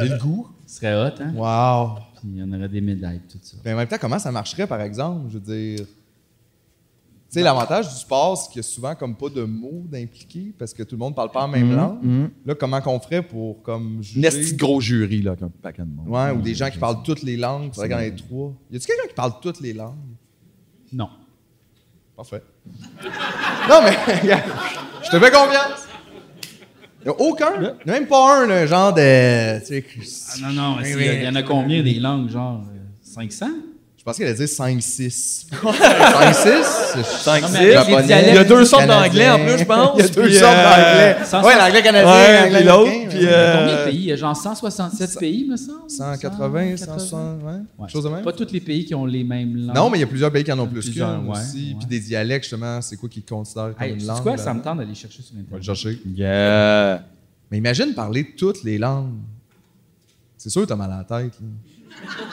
S3: j'ai le goût.
S1: Ce serait hot, hein?
S3: Wow.
S1: Puis il y en aurait des médailles, tout ça.
S3: Mais en même temps, comment ça marcherait, par exemple? Je veux dire. Tu
S4: Bah.
S3: sais, l'avantage du sport, c'est qu'il y a souvent comme pas de mots d'impliqués parce que tout le monde parle pas la
S4: Mm-hmm.
S3: même langue. Là, comment qu'on ferait pour comme juger?
S4: Nesti gros jury, là, avec un paquet de monde. Mm-hmm.
S3: Ouais, ou des gens qui parlent toutes les langues. C'est vrai qu'il y en a trois. Y a-tu quelqu'un qui parle toutes les langues?
S1: Non.
S3: Parfait. non, mais regarde, je te fais confiance. Y a aucun. Y a même pas un, là, genre de. tu sais, que-
S1: Non, non, il y en a combien des langues, genre euh, 500?
S3: Je pense qu'elle a dit 5-6. 5-6?
S4: Cinq,
S1: Non, mais
S4: six.
S1: avec les
S4: Japonais,
S1: dialectes
S4: Il y a deux
S3: du
S4: sortes d'anglais
S3: Canadien.
S4: en plus, je pense.
S3: Il y a deux
S4: puis,
S3: sortes
S4: euh,
S3: d'anglais.
S1: cent-
S3: Ouais, l'anglais canadien,
S4: Ouais,
S3: l'anglais
S4: puis l'autre,
S3: américain,
S4: puis,
S3: ouais.
S4: euh,
S1: Combien de pays? Il y a genre 167 pays, me semble?
S3: 180, 160, ouais.
S1: Ouais.
S3: Chose de même.
S1: Pas tous les pays qui ont les mêmes langues.
S3: Non, mais il y a plusieurs pays qui en ont plus
S1: Plusieurs,
S3: qu'une
S1: ouais,
S3: aussi.
S1: ouais.
S3: Puis des dialectes, justement, c'est quoi qu'ils considèrent comme
S1: Hey,
S3: une
S1: sais-tu
S3: langue?
S1: quoi?
S3: là?
S1: Ça me tente d'aller chercher sur
S3: On va le
S1: Internet.
S3: chercher.
S4: Yeah.
S3: Mais imagine parler toutes les langues. C'est sûr que t'as mal à la tête. là.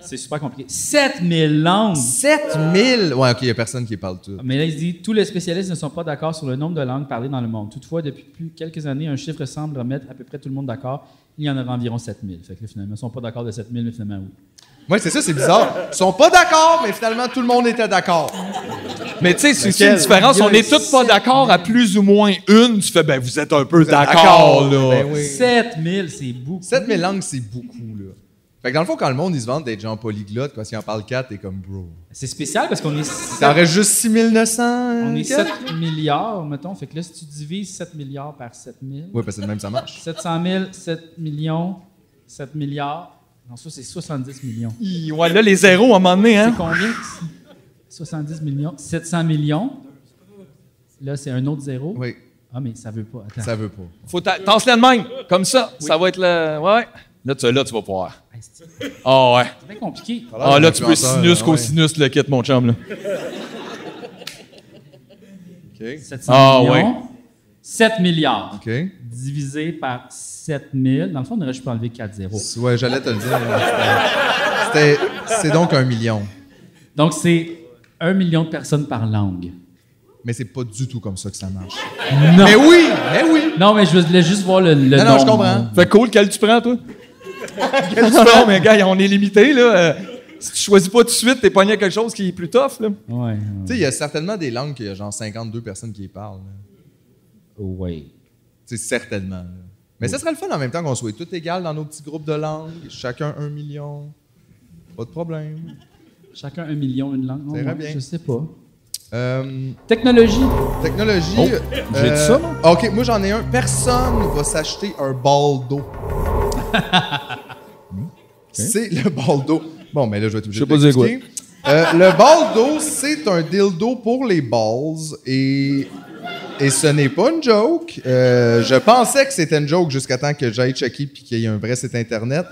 S1: C'est super compliqué. 7000 langues!
S3: 7000! Ouais, OK, il n'y a personne qui parle tout.
S1: Mais là, il dit tous les spécialistes ne sont pas d'accord sur le nombre de langues parlées dans le monde. Toutefois, depuis plus quelques années, un chiffre semble remettre à peu près tout le monde d'accord. Il y en aura environ 7000. Fait que là, finalement, ils ne sont pas d'accord de 7000, mais finalement, oui.
S3: Ouais, c'est ça, c'est bizarre. Ils sont pas d'accord, mais finalement, tout le monde était d'accord.
S4: Mais tu sais, c'est aussi une différence. On est tous pas d'accord à plus ou moins une. Tu fais, ben, vous êtes un peu d'accord, là.
S3: Ben oui.
S1: 7000, c'est beaucoup.
S3: 7000 langues, c'est beaucoup, là. Fait que dans le fond, quand le monde, ils se vendent d'être gens polyglottes, quoi, s'ils en parlent 4, t'es comme bro.
S1: C'est spécial parce qu'on est, sept-
S3: Ça reste juste 6900.
S1: on est 7 milliards, mettons. Fait que là, si tu divises 7 milliards par 7000,
S3: Ouais, parce que de même, ça marche.
S1: 700 000, 7 millions, 7 milliards. Non, ça, c'est 70 millions.
S4: Hi, Ouais, là, les zéros, à un moment donné, hein.
S1: C'est combien? 70 millions, 700 millions. Là, c'est un autre zéro.
S3: Oui,
S1: Ah, mais ça veut pas. Attends.
S3: ça veut pas.
S4: Faut t'a- Tasse-la de même. Comme ça. Ça va être le. Ouais. Là, tu, là, tu vas pouvoir.
S1: Hey, C'est
S4: Ah, ouais.
S1: c'est bien compliqué.
S4: Ah, là, tu peux sinus,
S3: hein, ouais.
S4: cosinus, le kit, mon chum, là.
S1: 700
S4: Ah,
S1: millions. 7 milliards.
S3: OK.
S1: Divisé par 7000. Dans le fond, on aurait juste pu enlever 4 zéros.
S3: Ouais, j'allais te le dire. là. C'était- c'était- C'est donc un million.
S1: Donc, c'est 1 million de personnes par langue.
S3: Mais c'est pas du tout comme ça que ça marche.
S1: Non,
S3: Mais oui! Mais oui!
S1: non mais je voulais juste voir le, le
S3: Non, non, je
S1: nombre.
S3: comprends.
S4: Fait cool, quel tu prends, toi? quel tu prends? Mais, gars, on est limité, là. Euh, Si tu choisis pas tout de suite, t'es pogné à quelque chose qui est plus tough, là.
S1: Ouais, ouais.
S3: Tu sais, il y a certainement des langues qu'il y a genre 52 personnes qui y parlent. là.
S1: Ouais.
S3: Tu sais, certainement. là. Mais ça serait le fun en même temps qu'on soit tous égales dans nos petits groupes de langues, chacun un million. Pas de problème.
S1: Chacun un million, une langue.
S3: Ça ira
S1: Ouais,
S3: bien.
S1: Je sais pas.
S3: Euh,
S1: Technologie.
S3: technologie. euh,
S4: Oh, j'ai dit ça, moi?
S3: Ok, moi j'en ai un. Personne va s'acheter un baldo. Hmm, C'est le baldo. Bon, mais là, je vais être obligé
S4: Je sais
S3: de
S4: pas dire quoi.
S3: t'expliquer. Euh, le baldo, c'est un dildo pour les balls et, et ce n'est pas une joke. Euh, je pensais que c'était une joke jusqu'à temps que j'aille checker puis qu'il y ait un vrai site internet.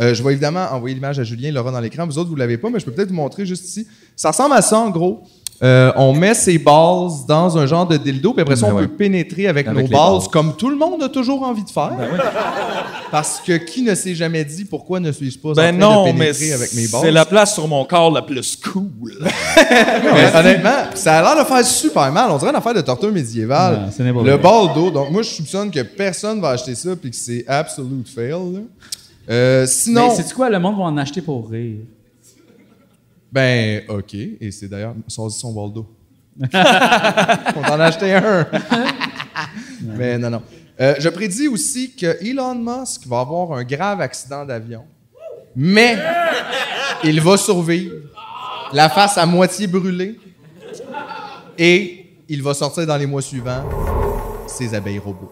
S3: Euh, je vais évidemment envoyer l'image à Julien et Laura dans l'écran. Vous autres, vous l'avez pas, mais je peux peut-être vous montrer juste ici. Ça ressemble à ça, en gros. Euh, on met ses balls dans un genre de dildo, puis après ça,
S4: Ben
S3: on
S4: ouais.
S3: peut pénétrer avec,
S4: Avec
S3: nos
S4: les Ben
S3: balls,
S4: balls.
S3: comme tout le monde a toujours envie de faire. Parce que qui ne s'est jamais dit pourquoi ne suis-je pas en train
S4: Ben non,
S3: de
S4: mais
S3: pénétrer avec mes balls?
S4: c'est la place sur mon corps la plus cool.
S3: Mais honnêtement, ça a l'air de faire super mal. On dirait une affaire de torture médiévale.
S1: Ouais, c'est n'importe
S3: le
S1: quoi.
S3: bol d'eau. Donc, moi, je soupçonne que personne va acheter ça puis que c'est absolute fail. là. Euh, sinon,
S1: Mais c'est quoi? Le monde va en acheter pour rire.
S3: ben, OK. Et c'est d'ailleurs, sors-y son Waldo. On t'en a acheté un. Mais non, non. Euh, je prédis aussi que Elon Musk va avoir un grave accident d'avion. Mais il va survivre. La face à moitié brûlée. Et il va sortir dans les mois suivants ses abeilles robots.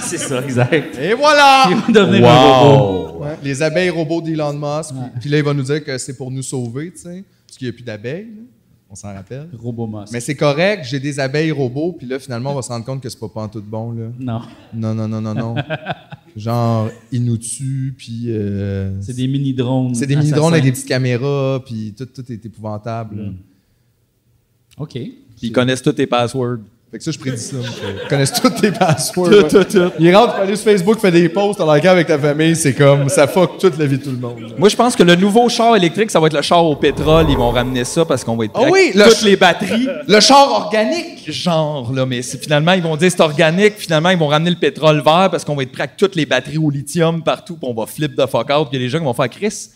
S1: c'est ça, exact.
S3: Et voilà!
S1: Ils vont devenir un robot.
S4: Wow!
S3: Ouais. Les abeilles robots d'Elon Musk. Puis- Puis là, il va nous dire que c'est pour nous sauver, tu sais. Parce qu'il n'y a plus d'abeilles, là. On s'en rappelle.
S1: Robot Musk.
S3: Mais c'est correct, j'ai des abeilles robots, puis là, finalement, on va se rendre compte que c'est pas tout bon, là.
S1: Non.
S3: Non, non, non, non, non. Genre, ils nous tuent, puis. euh,
S1: C'est des mini-drones. Ah,
S3: c'est
S4: Ah,
S3: des mini-drones avec des petites caméras, puis tout, tout est épouvantable.
S4: Mm.
S3: là.
S1: OK.
S4: Puis ils connaissent tous tes passwords.
S3: Fait que ça, je prédis ça. moi. Ils connaissent tous tes passwords.
S4: Tout,
S3: ouais.
S4: tout, tout.
S3: Ils rentrent, ils aller sur Facebook, fait des posts en cas avec ta famille, c'est comme, ça fuck toute la vie de tout le monde. là.
S4: Moi, je pense que le nouveau char électrique, ça va être le char au pétrole. Ils vont ramener ça parce qu'on va être
S3: Ah
S4: avec
S3: oui, le
S4: toutes
S3: ch-
S4: les batteries.
S3: Le char organique!
S4: Genre, là, mais c'est- finalement, ils vont dire c'est organique. Finalement, ils vont ramener le pétrole vert parce qu'on va être prêt avec toutes les batteries au lithium partout. Puis on va flip de fuck out. Puis il y a des gens qui vont faire Chris,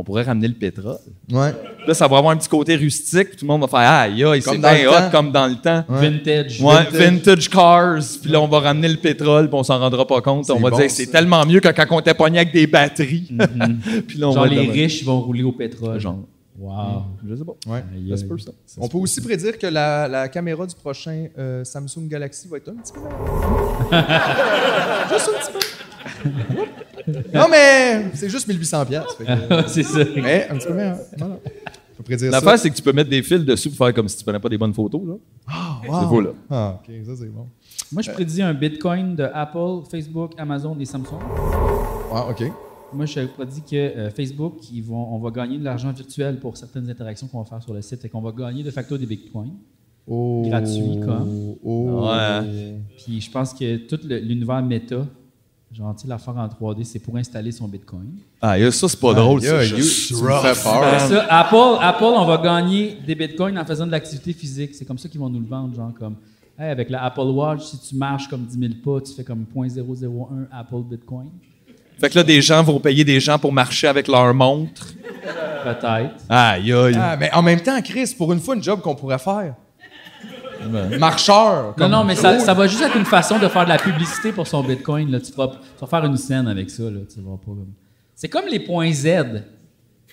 S4: on pourrait ramener le pétrole.
S3: Ouais.
S4: Là, ça va avoir un petit côté rustique. puis tout le monde va faire Aïe, aïe, c'est
S3: Comme dans
S4: bien
S3: le
S4: hot
S3: temps.
S4: comme dans le temps.
S1: Vintage.
S4: Ouais, vintage. cars. Puis là, on va ramener le pétrole, puis on s'en rendra pas compte. On
S3: C'est
S4: va
S3: bon,
S4: dire
S3: ça.
S4: c'est tellement mieux que quand on était pogné avec des batteries.
S3: Mhm.
S4: puis là, on
S1: Genre
S4: va
S1: les
S4: demander-
S1: riches vont rouler au pétrole.
S4: Genre.
S1: Wow.
S4: Je sais pas.
S3: Ouais.
S1: Aïe,
S4: Ça se
S1: aïe.
S4: peut, ça.
S3: On peut aussi prédire que la, la caméra du prochain euh, Samsung Galaxy va être un petit peu meilleure. juste un petit peu. non, mais c'est juste 1800 piastres. fait que-
S1: c'est ça.
S3: Mais un petit peu meilleur. Voilà. On peut prédire ça.
S4: L'affaire, c'est que tu peux mettre des fils dessus pour faire comme si tu prenais pas des bonnes photos. Là.
S3: Wow.
S4: C'est beau, là.
S3: Ah, OK, ça, c'est bon.
S1: Moi, je prédis un Bitcoin de Apple, Facebook, Amazon et Samsung.
S3: Ah, OK.
S1: Moi, je prédis que euh, Facebook, ils vont, on va gagner de l'argent virtuel pour certaines interactions qu'on va faire sur le site et qu'on va gagner de facto des Bitcoins.
S3: Oh.
S1: Gratuit, comme.
S3: Oh.
S4: Ouais.
S1: Puis je pense que tout le- l'univers méta, genre, tu sais, l'affaire en 3D, c'est pour installer son Bitcoin.
S4: Ah, yo, ça, c'est pas drôle. ça.
S3: Yeah,
S4: Je-
S3: you, tu me fais peur.
S1: Ça, Apple, Apple, on va gagner des bitcoins en faisant de l'activité physique. C'est comme ça qu'ils vont nous le vendre, genre comme Hey, avec la Apple Watch, si tu marches comme 10 000 pas, tu fais comme 0.001 Apple Bitcoin.
S4: Fait que là, des gens vont payer des gens pour marcher avec leur montre.
S1: Peut-être.
S4: Aïe, aïe.
S3: Ah, mais en même temps, Chris, pour une fois, une job qu'on pourrait faire. Marcheur.
S1: Non,
S3: comme-
S1: non, mais ça, ça va juste être une façon de faire de la publicité pour son Bitcoin. Là. Tu, vas, tu vas faire une scène avec ça. Là. Tu vas pas comme- C'est comme les points Z.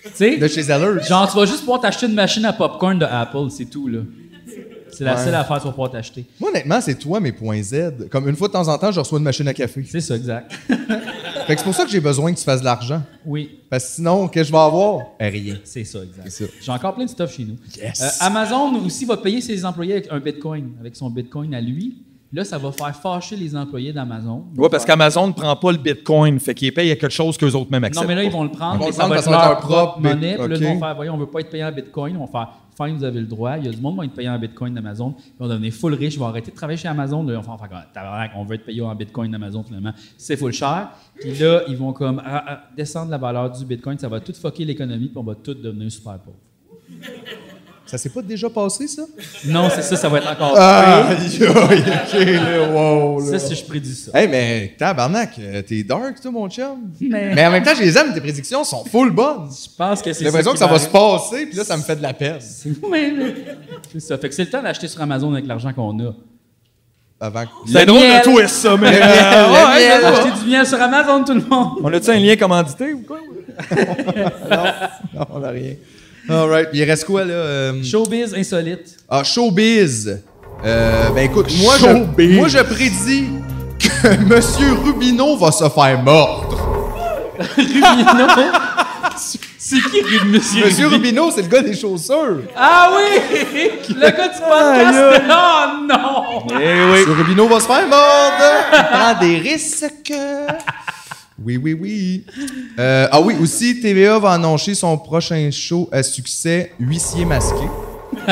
S1: Tu sais?
S3: De chez Zellers.
S1: Genre, tu vas juste pouvoir t'acheter une machine à popcorn de Apple, c'est tout. là. C'est la
S3: Ouais.
S1: seule affaire que tu vas pouvoir t'acheter.
S3: Moi, honnêtement, c'est toi mes points Z. Comme une fois de temps en temps, je reçois une machine à café.
S1: C'est ça, exact.
S3: Fait que c'est pour ça que j'ai besoin que tu fasses de l'argent.
S1: Oui,
S3: Parce que sinon, qu'est-ce que je vais avoir? Rien.
S1: c'est ça, exact.
S3: C'est ça.
S1: J'ai encore plein de stuff chez nous.
S3: Yes.
S1: Euh, Amazon aussi va payer ses employés avec un Bitcoin, avec son Bitcoin à lui. Là, ça va faire fâcher les employés d'Amazon.
S4: Ouais, parce qu'Amazon ne prend pas le bitcoin. Fait qu'ils payent à quelque chose qu'eux autres même
S1: Non,
S4: acceptent.
S1: mais là, ils vont le prendre,
S3: Ils vont
S1: mais
S3: le
S1: ça
S3: prendre
S1: va
S3: parce
S1: être
S3: que ça va
S1: leur
S3: être leur propre
S1: propre monnaie. Puis là, ils
S3: bit-
S1: vont
S3: ok.
S1: faire, voyons, on veut pas être payé en Bitcoin. Ils vont faire, fine, vous avez le droit. Il y a du monde qui va être payé en Bitcoin d'Amazon. Ils vont devenir full riche. Ils vont arrêter de travailler chez Amazon. Là, ils vont faire, Faire comme, tabarnak, on veut être payé en Bitcoin d'Amazon, finalement. C'est full cher. Puis là, ils vont comme ah, ah, descendre la valeur du Bitcoin. Ça va tout fucker l'économie, puis on va tout devenir super pauvre.
S3: Ça s'est pas déjà passé, ça?
S1: Non, c'est ça, ça va être encore
S3: Ah,
S1: pire.
S3: yo, ok, là, wow,
S1: Ça,
S3: là.
S1: c'est je prédis ça.
S3: Hey, mais tabarnak, euh, t'es dark, toi, mon chum.
S1: Mais-
S3: Mais en même temps, je les aime, tes prédictions sont full bonnes.
S1: Je pense que c'est
S3: J'ai l'impression que
S1: qui
S3: ça va se
S1: arriver.
S3: passer, puis là, ça me fait de la peine.
S1: Ouais, ouais. C'est ça. Fait que c'est le temps d'acheter sur Amazon avec l'argent qu'on a.
S3: Avant que...
S4: C'est
S1: Le
S4: drôle
S1: miel.
S4: de twist, ça, mais.
S3: Le miel, le
S4: Ah, ouais,
S3: miel.
S4: ça va.
S1: Acheter du miel sur Amazon, tout le monde!
S4: On a-tu un lien commandité ou quoi?
S3: Non, on a rien. All right, il reste quoi, là? euh,
S1: Showbiz insolite.
S3: Ah, showbiz. Euh, ben écoute, moi,
S4: Showbiz.
S3: Je, moi, je prédis que Monsieur Rubineau va se faire mordre.
S1: Rubineau. c'est qui Rub- Monsieur,
S3: Monsieur
S1: Rubineau?
S3: Rubineau, c'est le gars des chaussures.
S1: Ah oui! Le gars du podcast! Oh non!
S4: Eh oui.
S3: Monsieur Rubineau va se faire mordre. Il prend des risques. Oui, oui, oui. Euh, ah oui, aussi, TVA va annoncer son prochain show à succès, Huissier masqué.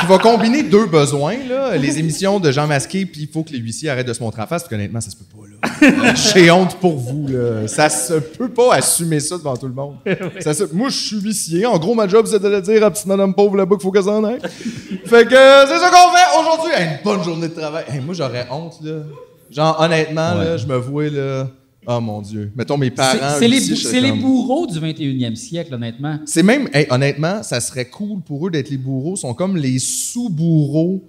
S3: qui va combiner deux besoins, là, les émissions de Jean Masqué, puis il faut que les huissiers arrêtent de se montrer en face, parce qu'honnêtement, ça se peut pas. là. J'ai honte pour vous. Là. Ça se peut pas assumer ça devant tout le monde. Ça se- Moi, je suis huissier. En gros, ma job, c'est de le dire à petite madame pauvre là-bas qu'il faut qu'elle s'en aille. Fait que euh, c'est ça qu'on fait aujourd'hui. Hey, une bonne journée de travail. Hey, moi, j'aurais honte. là. Genre, honnêtement, là, je me vois là... Oh mon Dieu. Mettons mes parents.
S1: C'est- C'est les,
S3: huissiers,
S1: bou-
S3: je serais
S1: c'est les
S3: comme-
S1: bourreaux du 21e siècle, honnêtement.
S3: c'est même, hey, honnêtement, ça serait cool pour eux d'être les bourreaux. Ils sont comme les sous-bourreaux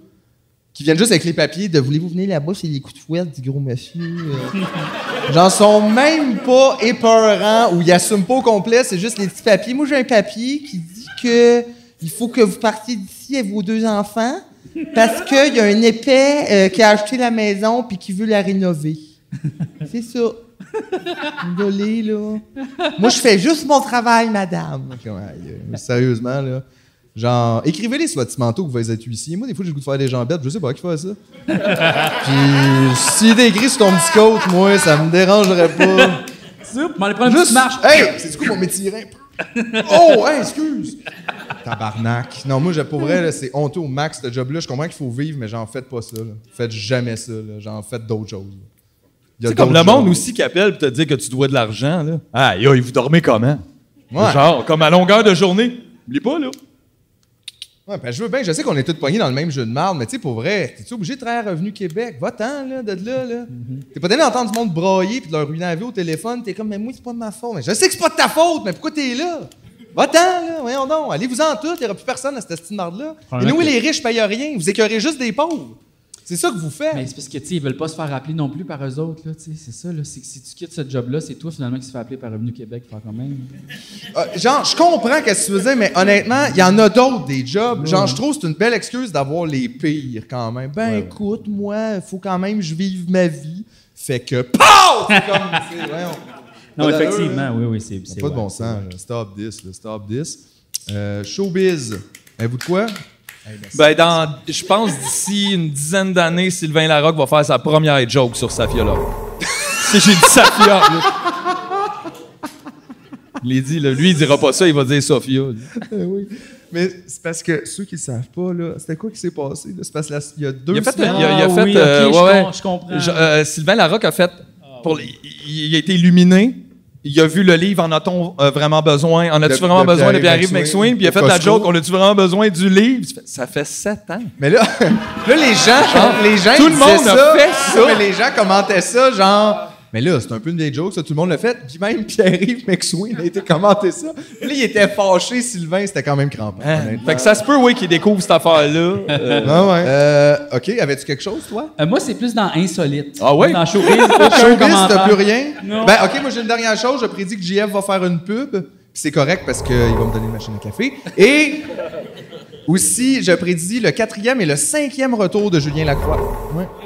S3: qui viennent juste avec les papiers de voulez-vous venir là-bas, c'est les coups de fouet du gros monsieur. Euh, Genre, sont même pas épeurants ou ils assument pas au complet, c'est juste les petits papiers. Moi, j'ai un papier qui dit que il faut que vous partiez d'ici avec vos deux enfants parce qu'il y a un épais euh, qui a acheté la maison puis qui veut la rénover. C'est ça. Désolé, là. Moi, je fais juste mon travail, madame. Comme, aïe, aïe. Sérieusement, là. Genre, écrivez-les sur votre petit manteau que vous êtes huissier. Moi, des fois, j'ai le goût de faire des gens bêtes, je sais pas qui fait ça. Puis, si t'es écrit sur ton petit coat, moi, ça me dérangerait pas.
S1: Soup, m'en aller prendre une
S3: Juste,
S1: petite marche.
S3: hey, c'est du coup mon métier. Oh, hey, excuse. Tabarnak. Non, moi, je- pour vrai, là, c'est honteux au max, ce job-là. Je comprends qu'il faut vivre, mais genre, faites pas ça. là. Faites jamais ça. là. Genre, faites d'autres choses. Il y a
S4: C'est comme
S3: d'autres
S4: le monde
S3: choses.
S4: aussi qui appelle pour te dire que tu dois de l'argent. Là. Ah, yo, vous dormez comment?
S3: Ouais.
S4: Genre, comme à longueur de journée. Oublie pas, là.
S3: Ouais, ben, je veux bien, je sais qu'on est tous pognés dans le même jeu de marde, mais tu sais, pour vrai, t'es-tu obligé de travailler à Revenu Québec? Va-t'en, là, de là, là. T'es pas donné d'entendre du monde broyer puis de leur ruiner la vie au téléphone, t'es comme, mais moi, c'est pas de ma faute. Mais je sais que c'est pas de ta faute, mais pourquoi t'es là? Va-t'en, là, voyons donc. Allez-vous-en tout, y'aura plus personne à cette estime marde-là. Et nous, les riches payent rien, vous écœurez juste des pauvres. C'est ça que vous faites.
S1: Mais c'est parce que, tu sais, ils veulent pas se faire appeler non plus par eux autres, là, tu sais. C'est ça, là. C'est que si tu quittes ce job-là, c'est toi, finalement, qui se fait appeler par Revenu Québec, faire quand même.
S3: Euh, genre, je comprends qu'est-ce que tu veux dire, mais honnêtement, il y en a d'autres des jobs. Genre, je trouve que c'est une belle excuse d'avoir les pires quand même. Ben écoute, moi, il faut quand même que je vive ma vie. Fait que POW! C'est comme, tu sais, voyons.
S4: Ah,
S1: Non,
S4: ben,
S3: Pas
S1: effectivement, oui, oui, c'est.
S3: d'allure, là.
S1: c'est
S3: Pas de
S1: ouais.
S3: bon sens, là. Stop this, là. Stop this. Euh, showbiz. Avez-vous de quoi?
S4: Ben, dans, je pense d'ici une dizaine d'années, Sylvain Larocque va faire sa première joke sur Safia Larocque. si j'ai dit Safia, là. Il est dit, là, lui, il dira pas ça, il va dire Safia.
S3: Euh, oui. Mais c'est parce que ceux qui le savent pas, là, c'était quoi qui s'est passé? là? C'est parce qu'il y a deux
S4: Il a fait,
S3: semaines-
S4: il a, il a
S1: Ah
S4: fait,
S1: oui,
S4: euh,
S1: ok, je
S4: ouais,
S1: com-
S4: ouais.
S1: je comprends.
S4: Je- euh, Sylvain Larocque a fait, pour les- il, il a été illuminé. Il a vu le livre En a-t-on euh, vraiment besoin En
S3: De-
S4: as-tu vraiment
S3: de
S4: besoin de
S3: Pierre-Yves
S4: Pierre-Yves McSween Puis il a
S3: au
S4: fait la
S3: Costco.
S4: joke On a-tu vraiment besoin du livre Tu fais, Ça fait sept ans.
S3: Mais là, là les gens, les gens,
S4: tout
S3: ils
S4: le monde
S3: disaient
S4: a
S3: ça,
S4: fait ça.
S3: Non, Mais les gens commentaient ça, genre. Mais là, c'est un peu une vieille joke, ça, tout le monde l'a fait. Puis même Pierre-Yves McSween a été commenté ça. Puis là, il était fâché, Sylvain, c'était quand même crampant.
S4: Hein?
S3: honnêtement.
S4: Fait que ça se peut, oui, qu'il découvre cette affaire-là. Euh,
S3: Ah ouais. Euh, OK, avais-tu quelque chose, toi?
S1: Euh, moi, c'est plus dans insolite.
S4: Ah ouais?
S1: Dans showbiz,
S3: Showbiz,
S1: commentaire.
S3: t'as plus rien?
S1: Non.
S3: Ben, OK, moi, j'ai une dernière chose. Je prédis que JF va faire une pub. puis C'est correct parce qu'il va me donner une machine à café. Et aussi, je prédis le quatrième et le cinquième retour de Julien Lacroix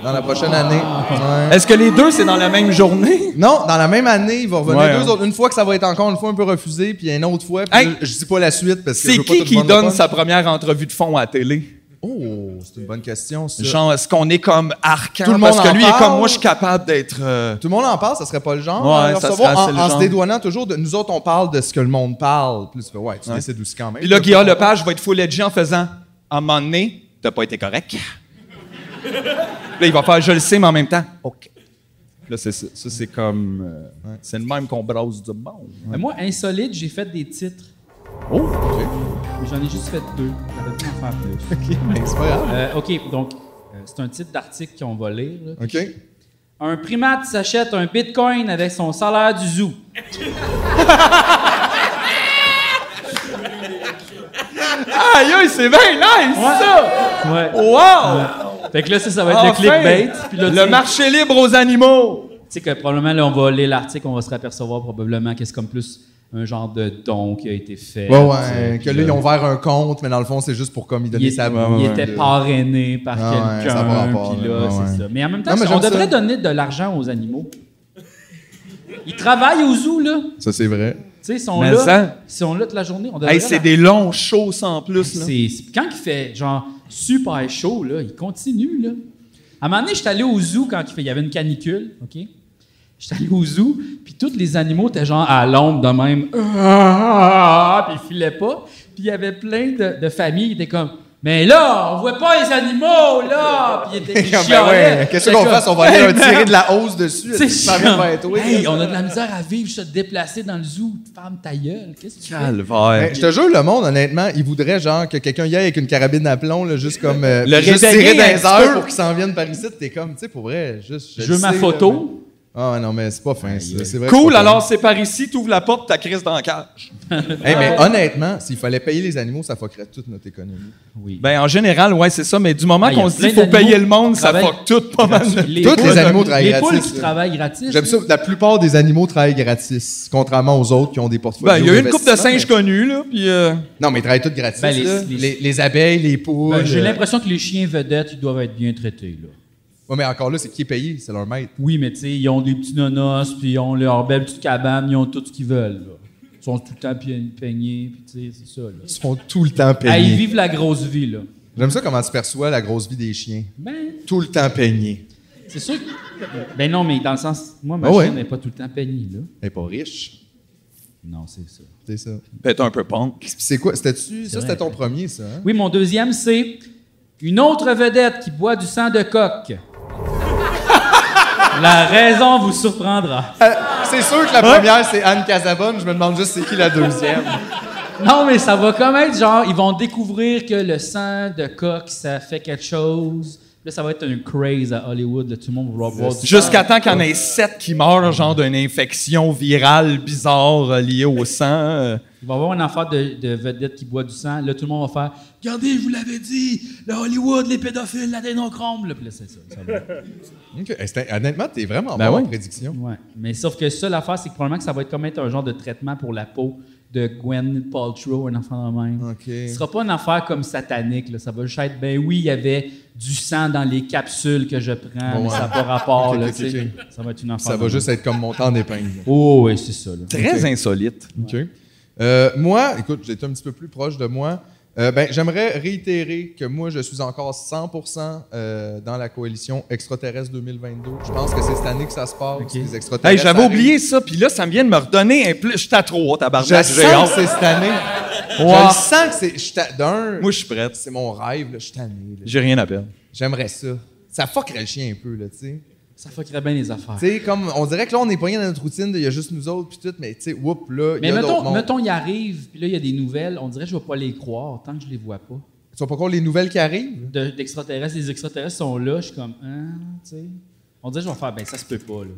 S3: dans la prochaine année.
S1: Ah.
S3: Ouais.
S4: Est-ce que les deux, c'est dans la même journée?
S3: Non, dans la même année, il va revenir
S4: Ouais,
S3: deux
S4: hein.
S3: autres. Une fois que ça va être encore une fois un peu refusé, puis une autre fois. Puis
S4: Hey!
S3: là, je dis pas la suite parce que. je
S4: C'est
S3: veux pas
S4: qui
S3: tout
S4: qui
S3: prendre
S4: donne
S3: le
S4: sa première entrevue de fond à la télé?
S3: punch. Oh, c'est une bonne question. ça.
S4: Genre, est-ce qu'on est comme arcan?
S3: Tout le
S4: parce
S3: monde
S4: que
S3: en
S4: lui, il est
S3: parle.
S4: comme moi, je suis capable d'être. euh,
S3: Tout le monde en parle, ça serait pas le genre.
S4: Ouais,
S3: à leur
S4: ça
S3: savoir,
S4: serait assez
S3: en,
S4: le
S3: en
S4: genre.
S3: se dédouanant toujours de nous autres, on parle de ce que le monde parle. Plus, ouais, tu décides aussi quand même.
S4: Puis là, Guillaume Lepage va être full edgy en faisant À un moment donné, t'as pas été correct. Puis là, il va faire Je le sais, mais en même temps, OK. Là, c'est ça. Ça, c'est comme. euh, C'est le même qu'on brasse du monde.
S1: Euh, Moi, insolite, j'ai fait des titres.
S4: Oh,
S1: mais J'en ai juste fait deux. J'avais pu en faire plus.
S3: Mais Ben, c'est pas grave.
S1: Euh, OK, donc, euh, c'est un titre d'article qu'on va lire. là.
S3: OK.
S1: Un primate s'achète un bitcoin avec son salaire du zoo.
S4: Aïe, aïe, c'est bien nice, ça!
S1: Ouais.
S4: Wow!
S1: Fait que là, ça, ça va être
S4: Enfin!
S1: le clickbait. Puis là, tu
S4: le
S1: sais-
S4: marché libre aux animaux!
S1: Tu sais que probablement, là, on va lire l'article, on va se rapercevoir probablement que c'est comme plus un genre de don qui a été fait.
S3: Ouais,
S1: tu sais,
S3: ouais. Que
S1: puis
S3: là, ils ont ouvert un compte, mais dans le fond, c'est juste pour comme ils
S1: il
S3: donnaient
S1: est-
S3: sa
S1: il était parrainé par
S3: Ah ouais, ça va
S1: quelqu'un,
S3: rapport,
S1: puis là,
S3: là, Ah
S1: c'est
S3: ouais.
S1: ça. Mais en même temps,
S3: Non, mais
S1: on
S3: j'aime ça.
S1: devrait donner de l'argent aux animaux. Ils travaillent au zoo, là. Tu
S3: Ça, c'est vrai.
S1: sais, ils sont
S4: Mais
S1: là.
S4: ça-
S1: Ils sont là toute la journée. On devrait
S4: Hey, c'est
S1: leur-
S4: des longs shows sans plus, là.
S1: C'est- c'est- Quand il fait, genre, super chaud, là, il continue, là. À un moment donné, j'étais allé au zoo quand il, fait, il y avait une canicule, OK? J'étais allé au zoo, puis tous les animaux étaient genre à l'ombre de même. Ah! Puis ils filaient pas. Puis il y avait plein de, de familles qui étaient comme... Mais là, on voit pas les animaux, là! Puis ils étaient ils
S3: Ben
S1: chialaient.
S3: ouais, qu'est-ce
S1: J'étais
S3: qu'on
S1: comme,
S3: fasse? On va aller
S1: Hey,
S3: leur tirer
S1: man,
S3: de la hausse dessus.
S1: c'est
S3: Ça
S1: chiant.
S3: va être oui.
S1: Hey, on a de la misère à vivre, se déplacer dans le zoo. Ferme ta gueule, qu'est-ce que tu fais?
S4: Calvaire.
S3: Mais je te jure, le monde, honnêtement, il voudrait genre que quelqu'un y aille avec une carabine à plomb, là, juste comme. euh,
S4: Le
S3: juste
S4: réveiller
S3: tirer dans
S4: un
S3: les
S4: petit peu.
S3: heures pour qu'ils s'en viennent par ici. T'es comme, tu sais, pour vrai, juste.
S1: Je veux
S3: le
S1: ma
S3: sais, là,
S1: photo.
S3: mais- Ah, ouais, non, mais c'est pas fin, ça. C'est vrai que c'est
S4: Cool,
S3: pas
S4: alors c'est par ici, t'ouvres la porte, ta crise dans la cage.
S3: fin. Hey,
S4: Euh.
S3: mais honnêtement, s'il fallait payer les animaux, ça fuckerait toute notre économie.
S1: Oui.
S4: Ben, en général, ouais, c'est ça, mais du moment
S1: Ah, y a
S4: qu'on se dit
S1: plein
S4: faut
S1: d'animaux
S4: payer le monde, ça
S1: travaillent
S4: fuck tout pas mal.
S1: les
S3: Tous les
S1: poules-
S3: animaux travaillent
S1: Les poules
S3: gratis,
S1: qui
S3: là.
S1: travaillent gratis.
S3: J'aime ça. La plupart des animaux travaillent gratis, contrairement aux autres qui ont des portefeuilles.
S4: Ben, il y a eu une coupe de
S3: d'investissement,
S4: singes connus, là, puis euh,
S3: mais- Non, mais ils travaillent tous gratis.
S1: Ben, les-
S3: là.
S1: les-
S3: les, les abeilles, les poules.
S1: Ben, J'ai
S3: euh,
S1: l'impression que les chiens vedettes, ils doivent être bien traités. Là.
S3: Ouais, mais encore là, c'est qui est payé? C'est leur maître.
S1: Oui, mais tu sais, ils ont des petits nonos, puis ils ont leur belle petite cabane, ils ont tout ce qu'ils veulent. là. sont tout le temps pi- peignés, puis tu sais, c'est ça. Là.
S3: Ils se font tout le temps
S1: Ah, ils
S3: peigner.
S1: vivent la grosse vie, là.
S3: J'aime ça comment tu perçois la grosse vie des chiens.
S1: Ben,
S3: Tout le temps peigné.
S1: c'est sûr que... Ben non, mais dans le sens... Moi, ma
S3: Ah ouais.
S1: chienne n'est pas tout le temps peignée, là.
S3: Elle est pas riche.
S1: Non, c'est ça.
S3: C'est ça.
S4: Peut-être un peu punk.
S3: C'est quoi? C'était-tu? Ça,
S1: vrai.
S3: c'était ton premier, ça. hein?
S1: Oui, mon deuxième, c'est une autre vedette qui boit du sang de coq. la raison vous surprendra.
S3: Euh, c'est sûr que la première, c'est Anne Casabonne. Je me demande juste c'est qui la deuxième.
S1: Non, mais ça va comme être genre, ils vont découvrir que le sang de coq, ça fait quelque chose. Là, ça va être un craze à Hollywood. Là, tout le monde va vouloir boire du
S4: Jusqu'à temps qu'il y en ait sept qui meurent, genre d'une infection virale bizarre euh, liée au sang. euh.
S1: Il va y avoir une affaire de, de vedette qui boit du sang. Là, tout le monde va faire Regardez, je vous l'avais dit, le Hollywood, les pédophiles, la dénochrome. Là, puis là, c'est ça. ça va.
S3: Ok. Eh, c'était- Honnêtement, t'es vraiment
S4: Ben
S3: bon
S4: ouais.
S3: en prédiction.
S1: Ouais. Mais sauf que ça, l'affaire, c'est que probablement que ça va être comme être un genre de traitement pour la peau de Gwen Paltrow, un enfant de même.
S3: OK.
S1: Ce sera pas une affaire comme satanique. là. Ça va juste être ben oui, il y avait du sang dans les capsules que je prends,
S3: Bon,
S1: mais
S3: ouais.
S1: ça n'a pas rapport.
S3: Ok,
S1: là,
S3: ok,
S1: tu sais.
S3: ok.
S1: Ça va être une affaire.
S3: Ça va
S1: de
S3: juste
S1: même.
S3: être comme mon temps d'épingle.
S1: Oh, oui, c'est ça. là.
S4: Très insolite.
S3: OK. Euh, moi, écoute, j'étais un petit peu plus proche de moi. Euh, ben, J'aimerais réitérer que moi, je suis encore 100% euh, dans la coalition extraterrestre 2022. Je pense que c'est cette année que ça se passe. que Les
S4: Hey,
S3: extraterrestres.
S4: j'avais
S3: arrivent.
S4: oublié ça, puis là, ça me vient de me redonner un plus. J'étais à trois,
S3: Je
S4: tabarnak,
S3: le sens
S4: j'ai
S3: que
S4: hâte.
S3: c'est cette année. Je
S4: Ouah.
S3: le sens que c'est. je suis ta- D'un,
S4: Moi, je suis prête.
S3: c'est mon rêve. là, Je suis tanné. là.
S4: J'ai rien à perdre.
S3: J'aimerais ça. Ça fuckerait le chien un peu, là, tu sais.
S1: Ça fuckerait bien les affaires.
S3: Tu sais, comme on dirait que là, on est poigné dans notre routine, de il y a juste nous autres, puis tout, mais tu sais, whoop, là, il y
S1: Mais
S3: a d'autres
S1: mettons,
S3: mondes.
S1: mettons, il arrive, puis là, il y a des nouvelles. On dirait que je ne vais pas les croire tant que je les vois pas.
S3: Tu vois pas quoi les nouvelles qui arrivent?
S1: De- D'extraterrestres, les extraterrestres sont là. Je suis comme, hein, tu sais. On dirait que je vais faire, ben ça se peut pas, là.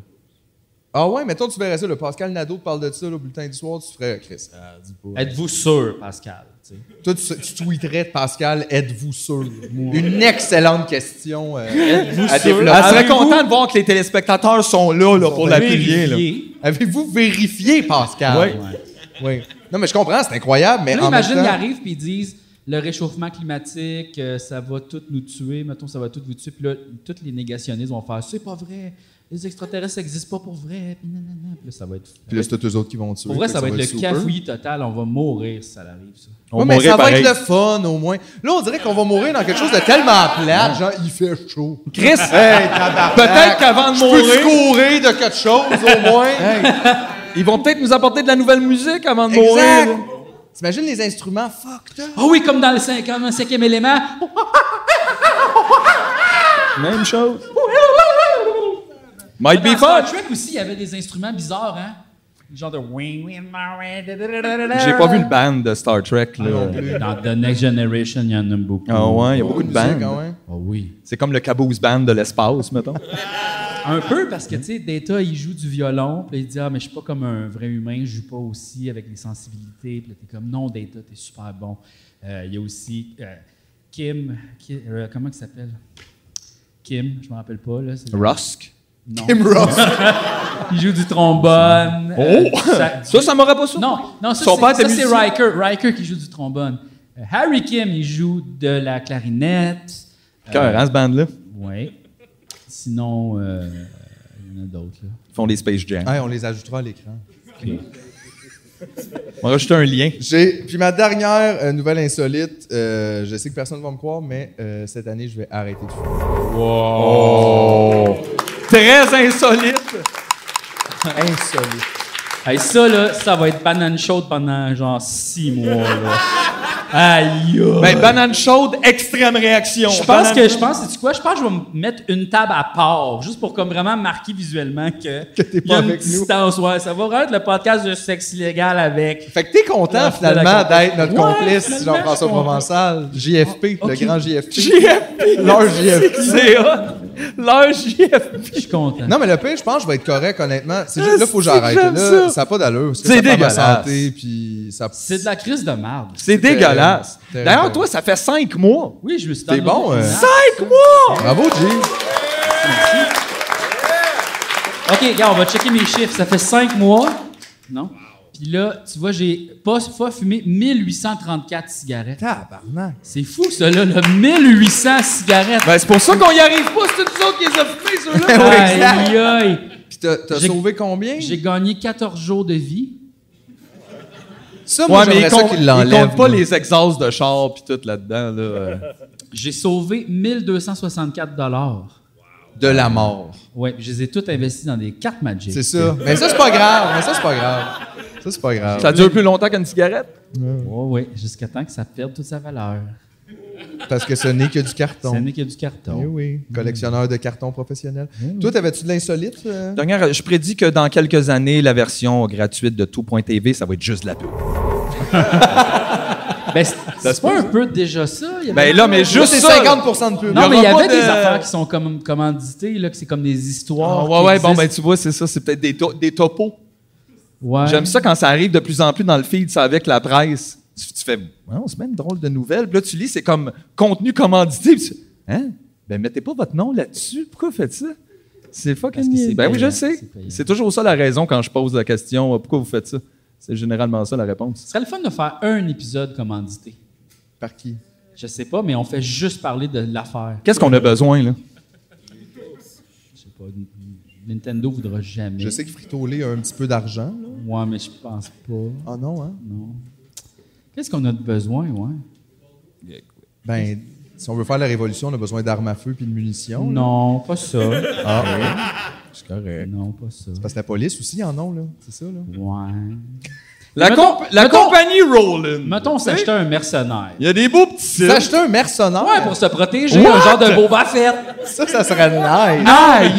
S3: Ah ouais, mettons, tu verrais ça, le Pascal Nadeau te parle de ça, là, au bulletin du soir, tu ferais, Chris. ah,
S1: Êtes-vous sûr, Pascal? tu sais?
S3: Toi, tu, tu tweeterais de Pascal, êtes-vous sûr? Une excellente question. euh, à
S4: Elle
S3: développer.
S4: serait contente de voir que les téléspectateurs sont là, là pour l'appuyer. là.
S1: Vérifier. Ah,
S3: Avez-vous vérifié, Pascal?
S1: Ouais.
S3: Oui. Oui. Non, mais je comprends, c'est incroyable, mais
S1: Là,
S3: en même
S1: imagine,
S3: temps-
S1: ils arrivent puis ils disent le réchauffement climatique, euh, ça va tout nous tuer, mettons, ça va tout vous tuer. Puis là, tous les négationnistes vont faire c'est pas vrai, les extraterrestres n'existent pas pour vrai. Puis nanana. Puis là, ça va être.
S3: Puis là, c'est tous eux autres qui vont tuer.
S1: pour vrai,
S3: fait
S1: ça
S3: que
S1: va être le
S3: super.
S1: cafouillis total, on va mourir si ça arrive, ça.
S4: On
S3: Ouais, mais
S4: mourrait
S3: ça
S4: pareil.
S3: va être le fun, au moins. Là, on dirait qu'on va mourir dans quelque chose de tellement plat, genre, il fait chaud.
S4: Chris,
S3: Hey, tabarnak.
S4: peut-être qu'avant de
S3: Je peux te
S4: mourir,
S3: courir de quelque chose, au moins.
S4: ils vont peut-être nous apporter de la nouvelle musique avant de
S3: exact.
S4: mourir.
S3: T'imagines les instruments fucked up?
S1: Ah oui, comme dans le cin- comme un cinquième élément.
S4: là. Même chose. Might be
S1: Dans Star
S4: fun.
S1: Trek aussi, il y avait des instruments bizarres, hein? Genre de wing, wing, wing,
S4: J'ai pas vu le band de Star Trek. Là.
S3: Ah
S1: Dans The Next Generation, il y en a beaucoup.
S4: Ah ouais, il y a beaucoup de
S3: Musique,
S4: bands.
S3: ah ouais.
S1: Ah oui.
S4: C'est comme le Caboose Band de l'espace, mettons.
S1: Un peu parce que, tu sais, Data, il joue du violon, puis il dit Ah, mais je suis pas comme un vrai humain, je joue pas aussi avec les sensibilités. Puis là, t'es comme Non, Data, t'es super bon. Euh, Il y a aussi euh, Kim, Ki- euh, comment il s'appelle Kim, je me rappelle pas, là. c'est-
S4: Rusk.
S1: Non.
S3: Tim Ross.
S1: Il joue du trombone. euh,
S4: Oh!
S1: ça-
S4: Ça, ça m'aurait pas surpris.
S1: non, non, ça,
S4: Son
S1: c'est-
S4: père
S1: ça,
S4: était
S1: c'est
S4: musicien.
S1: Riker. Riker qui joue du trombone. Euh, Harry Kim, il joue de la clarinette.
S4: Cœur, hein, ce band-là.
S1: Ouais. Sinon, euh, il y en a d'autres, là.
S4: Ils font des Space Jam.
S3: Ouais, on les ajoutera à l'écran.
S4: On va rajouter un lien.
S3: J'ai- Puis ma dernière euh, nouvelle insolite, euh, je sais que personne ne va me croire, mais euh, cette année, je vais arrêter de fumer.
S4: Très insolite.
S3: Insolite.
S1: Hey, ça, là, ça va être banane chaude pendant genre six mois. Là. Aïe! aïe.
S4: Ben, banane chaude, extrême réaction.
S1: je pense
S4: Banane-
S1: que je pense, sais-tu quoi? Je pense que je vais me mettre une table à part, juste pour comme vraiment marquer visuellement que,
S3: t'es
S1: il y a
S3: pas
S1: une
S3: avec nous.
S1: distance. Ouais, ça va vraiment être le podcast de sexe illégal avec.
S3: Fait que t'es content,
S1: Ah,
S3: finalement,
S1: d'accord.
S3: d'être notre
S1: Ouais,
S3: complice,
S1: finalement,
S3: Jean-François
S1: je comprends.
S3: Provençal. JFP, le grand JFP.
S4: JFP.
S3: Leur JFP.
S4: C'est hot. Leur JFP.
S1: Je suis content.
S3: Non, mais le pire, je pense que je vais être correct, honnêtement. C'est juste là, faut que
S4: Ah, si,
S3: j'arrête.
S4: j'aime
S3: Là,
S4: ça.
S3: ça n'a pas d'allure. parce que
S4: C'est
S3: ça part ma
S4: dégueulasse.
S3: santé, puis ça.
S1: C'est de la crise de marde.
S4: C'est dégueulasse.
S3: terrible.
S4: D'ailleurs, toi, ça fait cinq mois.
S1: Oui, je me suis
S3: T'es
S1: downloadé
S3: bon,
S1: une
S3: euh.
S1: app.
S4: Cinq mois!
S3: Bravo, G.
S1: OK, gars, on va checker mes chiffres. Ça fait cinq mois. Non? Puis là, tu vois, j'ai pas, pas fumé 1834 cigarettes.
S3: Tabarnak.
S1: C'est fou, ça, là, le 1800 cigarettes.
S4: Ben, c'est pour ça qu'on y arrive pas. C'est nous autres qui les a fumés, ceux-là.
S3: Ouais,
S1: Aïe,
S3: exact.
S1: aïe.
S3: Puis t'as t'as
S1: J'ai-
S3: sauvé combien?
S1: J'ai gagné 14 jours de vie.
S3: Ça, moi,
S4: Ouais, mais
S3: j'aimerais
S4: ils
S3: ça
S4: comptent,
S3: qu'ils
S4: ils
S3: l'enlèvent.
S4: comptent
S3: moi.
S4: pas les exhausts de char puis tout là-dedans. Là. euh.
S1: J'ai sauvé 1264 dollars.
S3: De la mort.
S1: Ouais, je les ai toutes investis dans des cartes Magic.
S3: C'est ça. Mais ça, c'est pas grave. Mais ça, c'est pas grave. Ça, c'est pas grave.
S4: Ça dure plus longtemps qu'une cigarette?
S1: Ouais, ouais, jusqu'à temps que ça perde toute sa valeur.
S3: Parce que ce n'est que du carton.
S1: Ce n'est que du carton.
S3: Eh oui. Collectionneur de carton professionnel.
S4: Hmm.
S3: Toi, t'avais-tu de l'insolite? euh?
S4: Dernière, je prédis que dans quelques années, la version gratuite de tout.tv, ça va être juste de la pub.
S1: Ben, c'est- c'est pas un peu déjà ça? Il y avait-
S4: Ben là, mais
S3: Là,
S4: juste
S3: c'est
S4: ça.
S3: 50 de plus.
S1: Non, mais il y
S4: aura pas
S1: avait des
S4: de-
S1: affaires qui sont comme commanditées, là, que c'est comme des histoires.
S4: Ah, ouais, ouais,
S1: qui
S4: bon, ben
S1: existent.
S4: tu vois, c'est ça, c'est peut-être des, to- des topos.
S1: Ouais.
S4: J'aime ça quand ça arrive de plus en plus dans le feed, ça avec la presse. Tu, tu fais, Ouais, on se met une drôle de nouvelle. Puis là, tu lis, c'est comme contenu commandité. Puis tu- hein? Ben, mettez pas votre nom là-dessus. Pourquoi vous faites ça? C'est fucking.
S1: Parce que c'est
S4: Ben oui, je
S1: payant,
S4: le sais.
S1: c'est payant.
S4: C'est toujours ça la raison quand je pose la question, euh, pourquoi vous faites ça? C'est généralement ça la réponse.
S1: Ce serait le fun de faire un épisode commandité.
S3: Par qui?
S1: Je sais pas, mais on fait juste parler de l'affaire.
S4: Qu'est-ce qu'on a besoin, là?
S1: Je sais pas. N- Nintendo voudra jamais.
S3: Je sais que Frito Lay a un petit peu d'argent. là.
S1: Ouais, mais je pense pas.
S3: Ah non, hein?
S1: Non. Qu'est-ce qu'on a de besoin, ouais?
S3: Ben, si on veut faire la révolution, on a besoin d'armes à feu puis de munitions. là.
S1: Non, pas ça.
S3: Ah, oui. C'est correct.
S1: non, pas ça.
S3: Parce que la police aussi en ont, là. C'est ça, là.
S1: Ouais.
S4: La,
S1: Mettons-
S4: comp- la
S1: mettons-
S4: compagnie Roland.
S1: Mettons, s'acheter un mercenaire.
S4: Il y a des beaux petits sites.
S3: S'acheter un mercenaire,
S1: Ouais, pour se protéger,
S4: What?
S1: un genre de Boba Fett.
S3: ça, ça serait nice.
S4: Aïe, aïe,
S1: Ah,
S3: un,
S4: un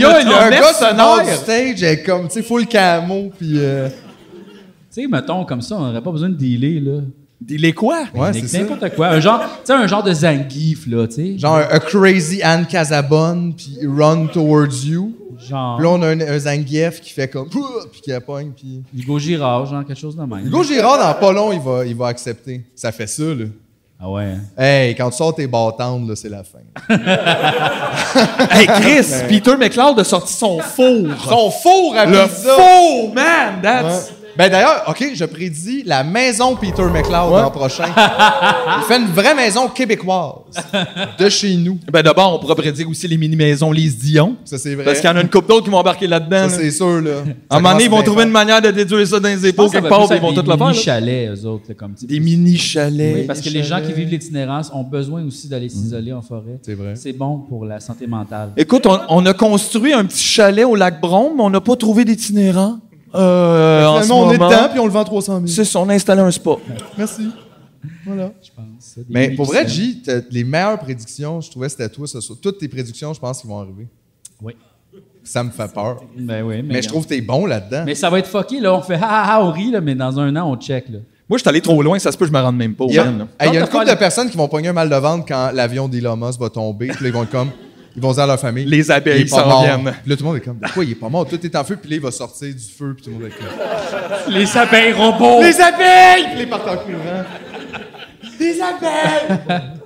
S3: gars sur le bord du
S4: mercenaire.
S3: stage, elle est comme, tu sais, full camo, puis... euh,
S1: Tu sais, mettons, comme ça, on n'aurait pas besoin de dealer, là.
S4: Il est quoi?
S3: Ouais,
S1: Avec
S3: c'est ça.
S1: N'importe quoi. Un genre, tu sais, un genre de Zangief, là, tu sais.
S3: Genre un Crazy Anne Casabonne, puis Run Towards You.
S1: Genre,
S3: Puis là, on a un, un Zangief qui fait comme... Pouah Puis qui appogne, puis...
S1: Hugo Girard, genre quelque chose de même.
S3: Hugo Girard, dans pas long, il va, il va accepter. Ça fait ça, là.
S1: Ah ouais. hein.
S3: Hey, quand tu sors tes bâtandes, là, c'est la fin.
S4: Hey Chris, Peter McLeod a sorti son four.
S3: Son four à
S4: Le
S3: pizza.
S4: four, man!
S3: Ouais.
S4: That's...
S3: Ben d'ailleurs, ok, je prédis la maison Peter McLeod l'an prochain. Il fait une vraie maison québécoise de chez nous.
S4: Ben d'abord, on pourrait prédire aussi les mini-maisons Lise Dion.
S3: Ça c'est vrai.
S4: Parce qu'il y en a une couple d'autres qui vont embarquer là-dedans.
S3: Ça
S4: là.
S3: c'est sûr là.
S4: À un moment donné, ils vont trouver une manière de déduire ça dans les
S1: Je pense
S4: épaules
S1: que ça
S4: quelque
S1: va
S4: part,
S1: plus
S4: puis ils vont
S1: être
S4: tout le
S1: Des
S4: faire. là.
S1: mini-chalets, eux autres, là, comme tu
S4: Des mini-chalets.
S1: Oui, parce que les gens qui vivent l'itinérance ont besoin aussi d'aller s'isoler en forêt.
S3: C'est vrai.
S1: C'est bon pour la santé mentale.
S4: Écoute, on, on a construit un petit chalet au lac Brome, mais on n'a pas trouvé d'itinérant. Euh, en ce
S3: on est
S4: moment.
S3: dedans puis on le vend 300 000.
S4: C'est ça, on a installé un spa.
S3: Merci. Voilà.
S1: Je pense. Des
S3: Mais pour vrai,
S1: mini-chalets.
S3: J, t'as- les meilleures prédictions, je trouvais c'était toi ce soir. Toutes tes prédictions, je pense qu'ils vont arriver.
S1: Oui.
S3: Ça me fait peur.
S1: Ben oui, mais,
S3: Mais je trouve que t'es bon là-dedans.
S1: Mais ça va être fucké, là. On fait ha ha ha, on rit, là, mais dans un an, on check, là.
S4: Moi, je suis allé trop loin, ça se peut que je me rende même pas. au
S3: Il y a,
S4: man, là.
S3: Hey, il y a
S1: Tente de
S3: une couple
S1: faire
S3: de personnes qui vont pogner un mal de ventre quand l'avion d'Elon Musk va tomber. Puis là, ils vont être comme. Ils vont dire à leur famille.
S4: Les abeilles
S3: il est pas
S4: s'en
S3: mort.
S4: viennent.
S3: Puis là, tout le monde est comme. Pourquoi il est pas mort? Tout est en feu. Puis là, il va sortir du feu. Puis tout le monde est comme.
S5: Les abeilles robots.
S3: Les abeilles! Puis là, ils partent en courant. Des abeilles!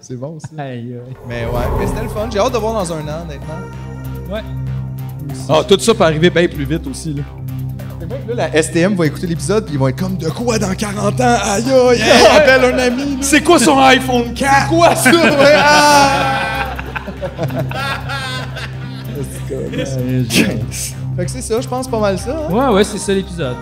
S3: C'est bon, ça.
S1: Aïe, aïe.
S3: Mais ouais, mais c'était le fun. J'ai hâte de voir dans un an, honnêtement.
S1: Ouais.
S4: Ah, tout ça peut arriver bien plus vite aussi. Là.
S3: Là, la STM va écouter l'épisode. Puis ils vont être comme. De quoi dans 40 ans? Aïe, aïe, hey, appelle un ami. là.
S4: C'est quoi son iPhone
S3: C'est
S4: 4?
S3: quoi ça? Ouais, ah!
S1: Aïe, je-
S3: Fait que c'est ça, je pense pas mal ça. hein.
S1: Ouais, ouais, c'est ça l'épisode.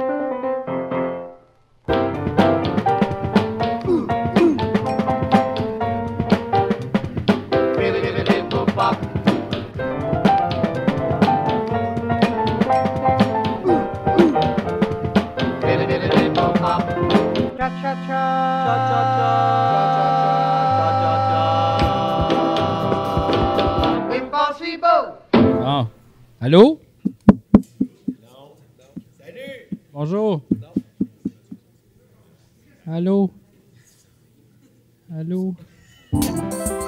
S1: Ah. Allô? Non. Salut. Bonjour. Allô? Allô?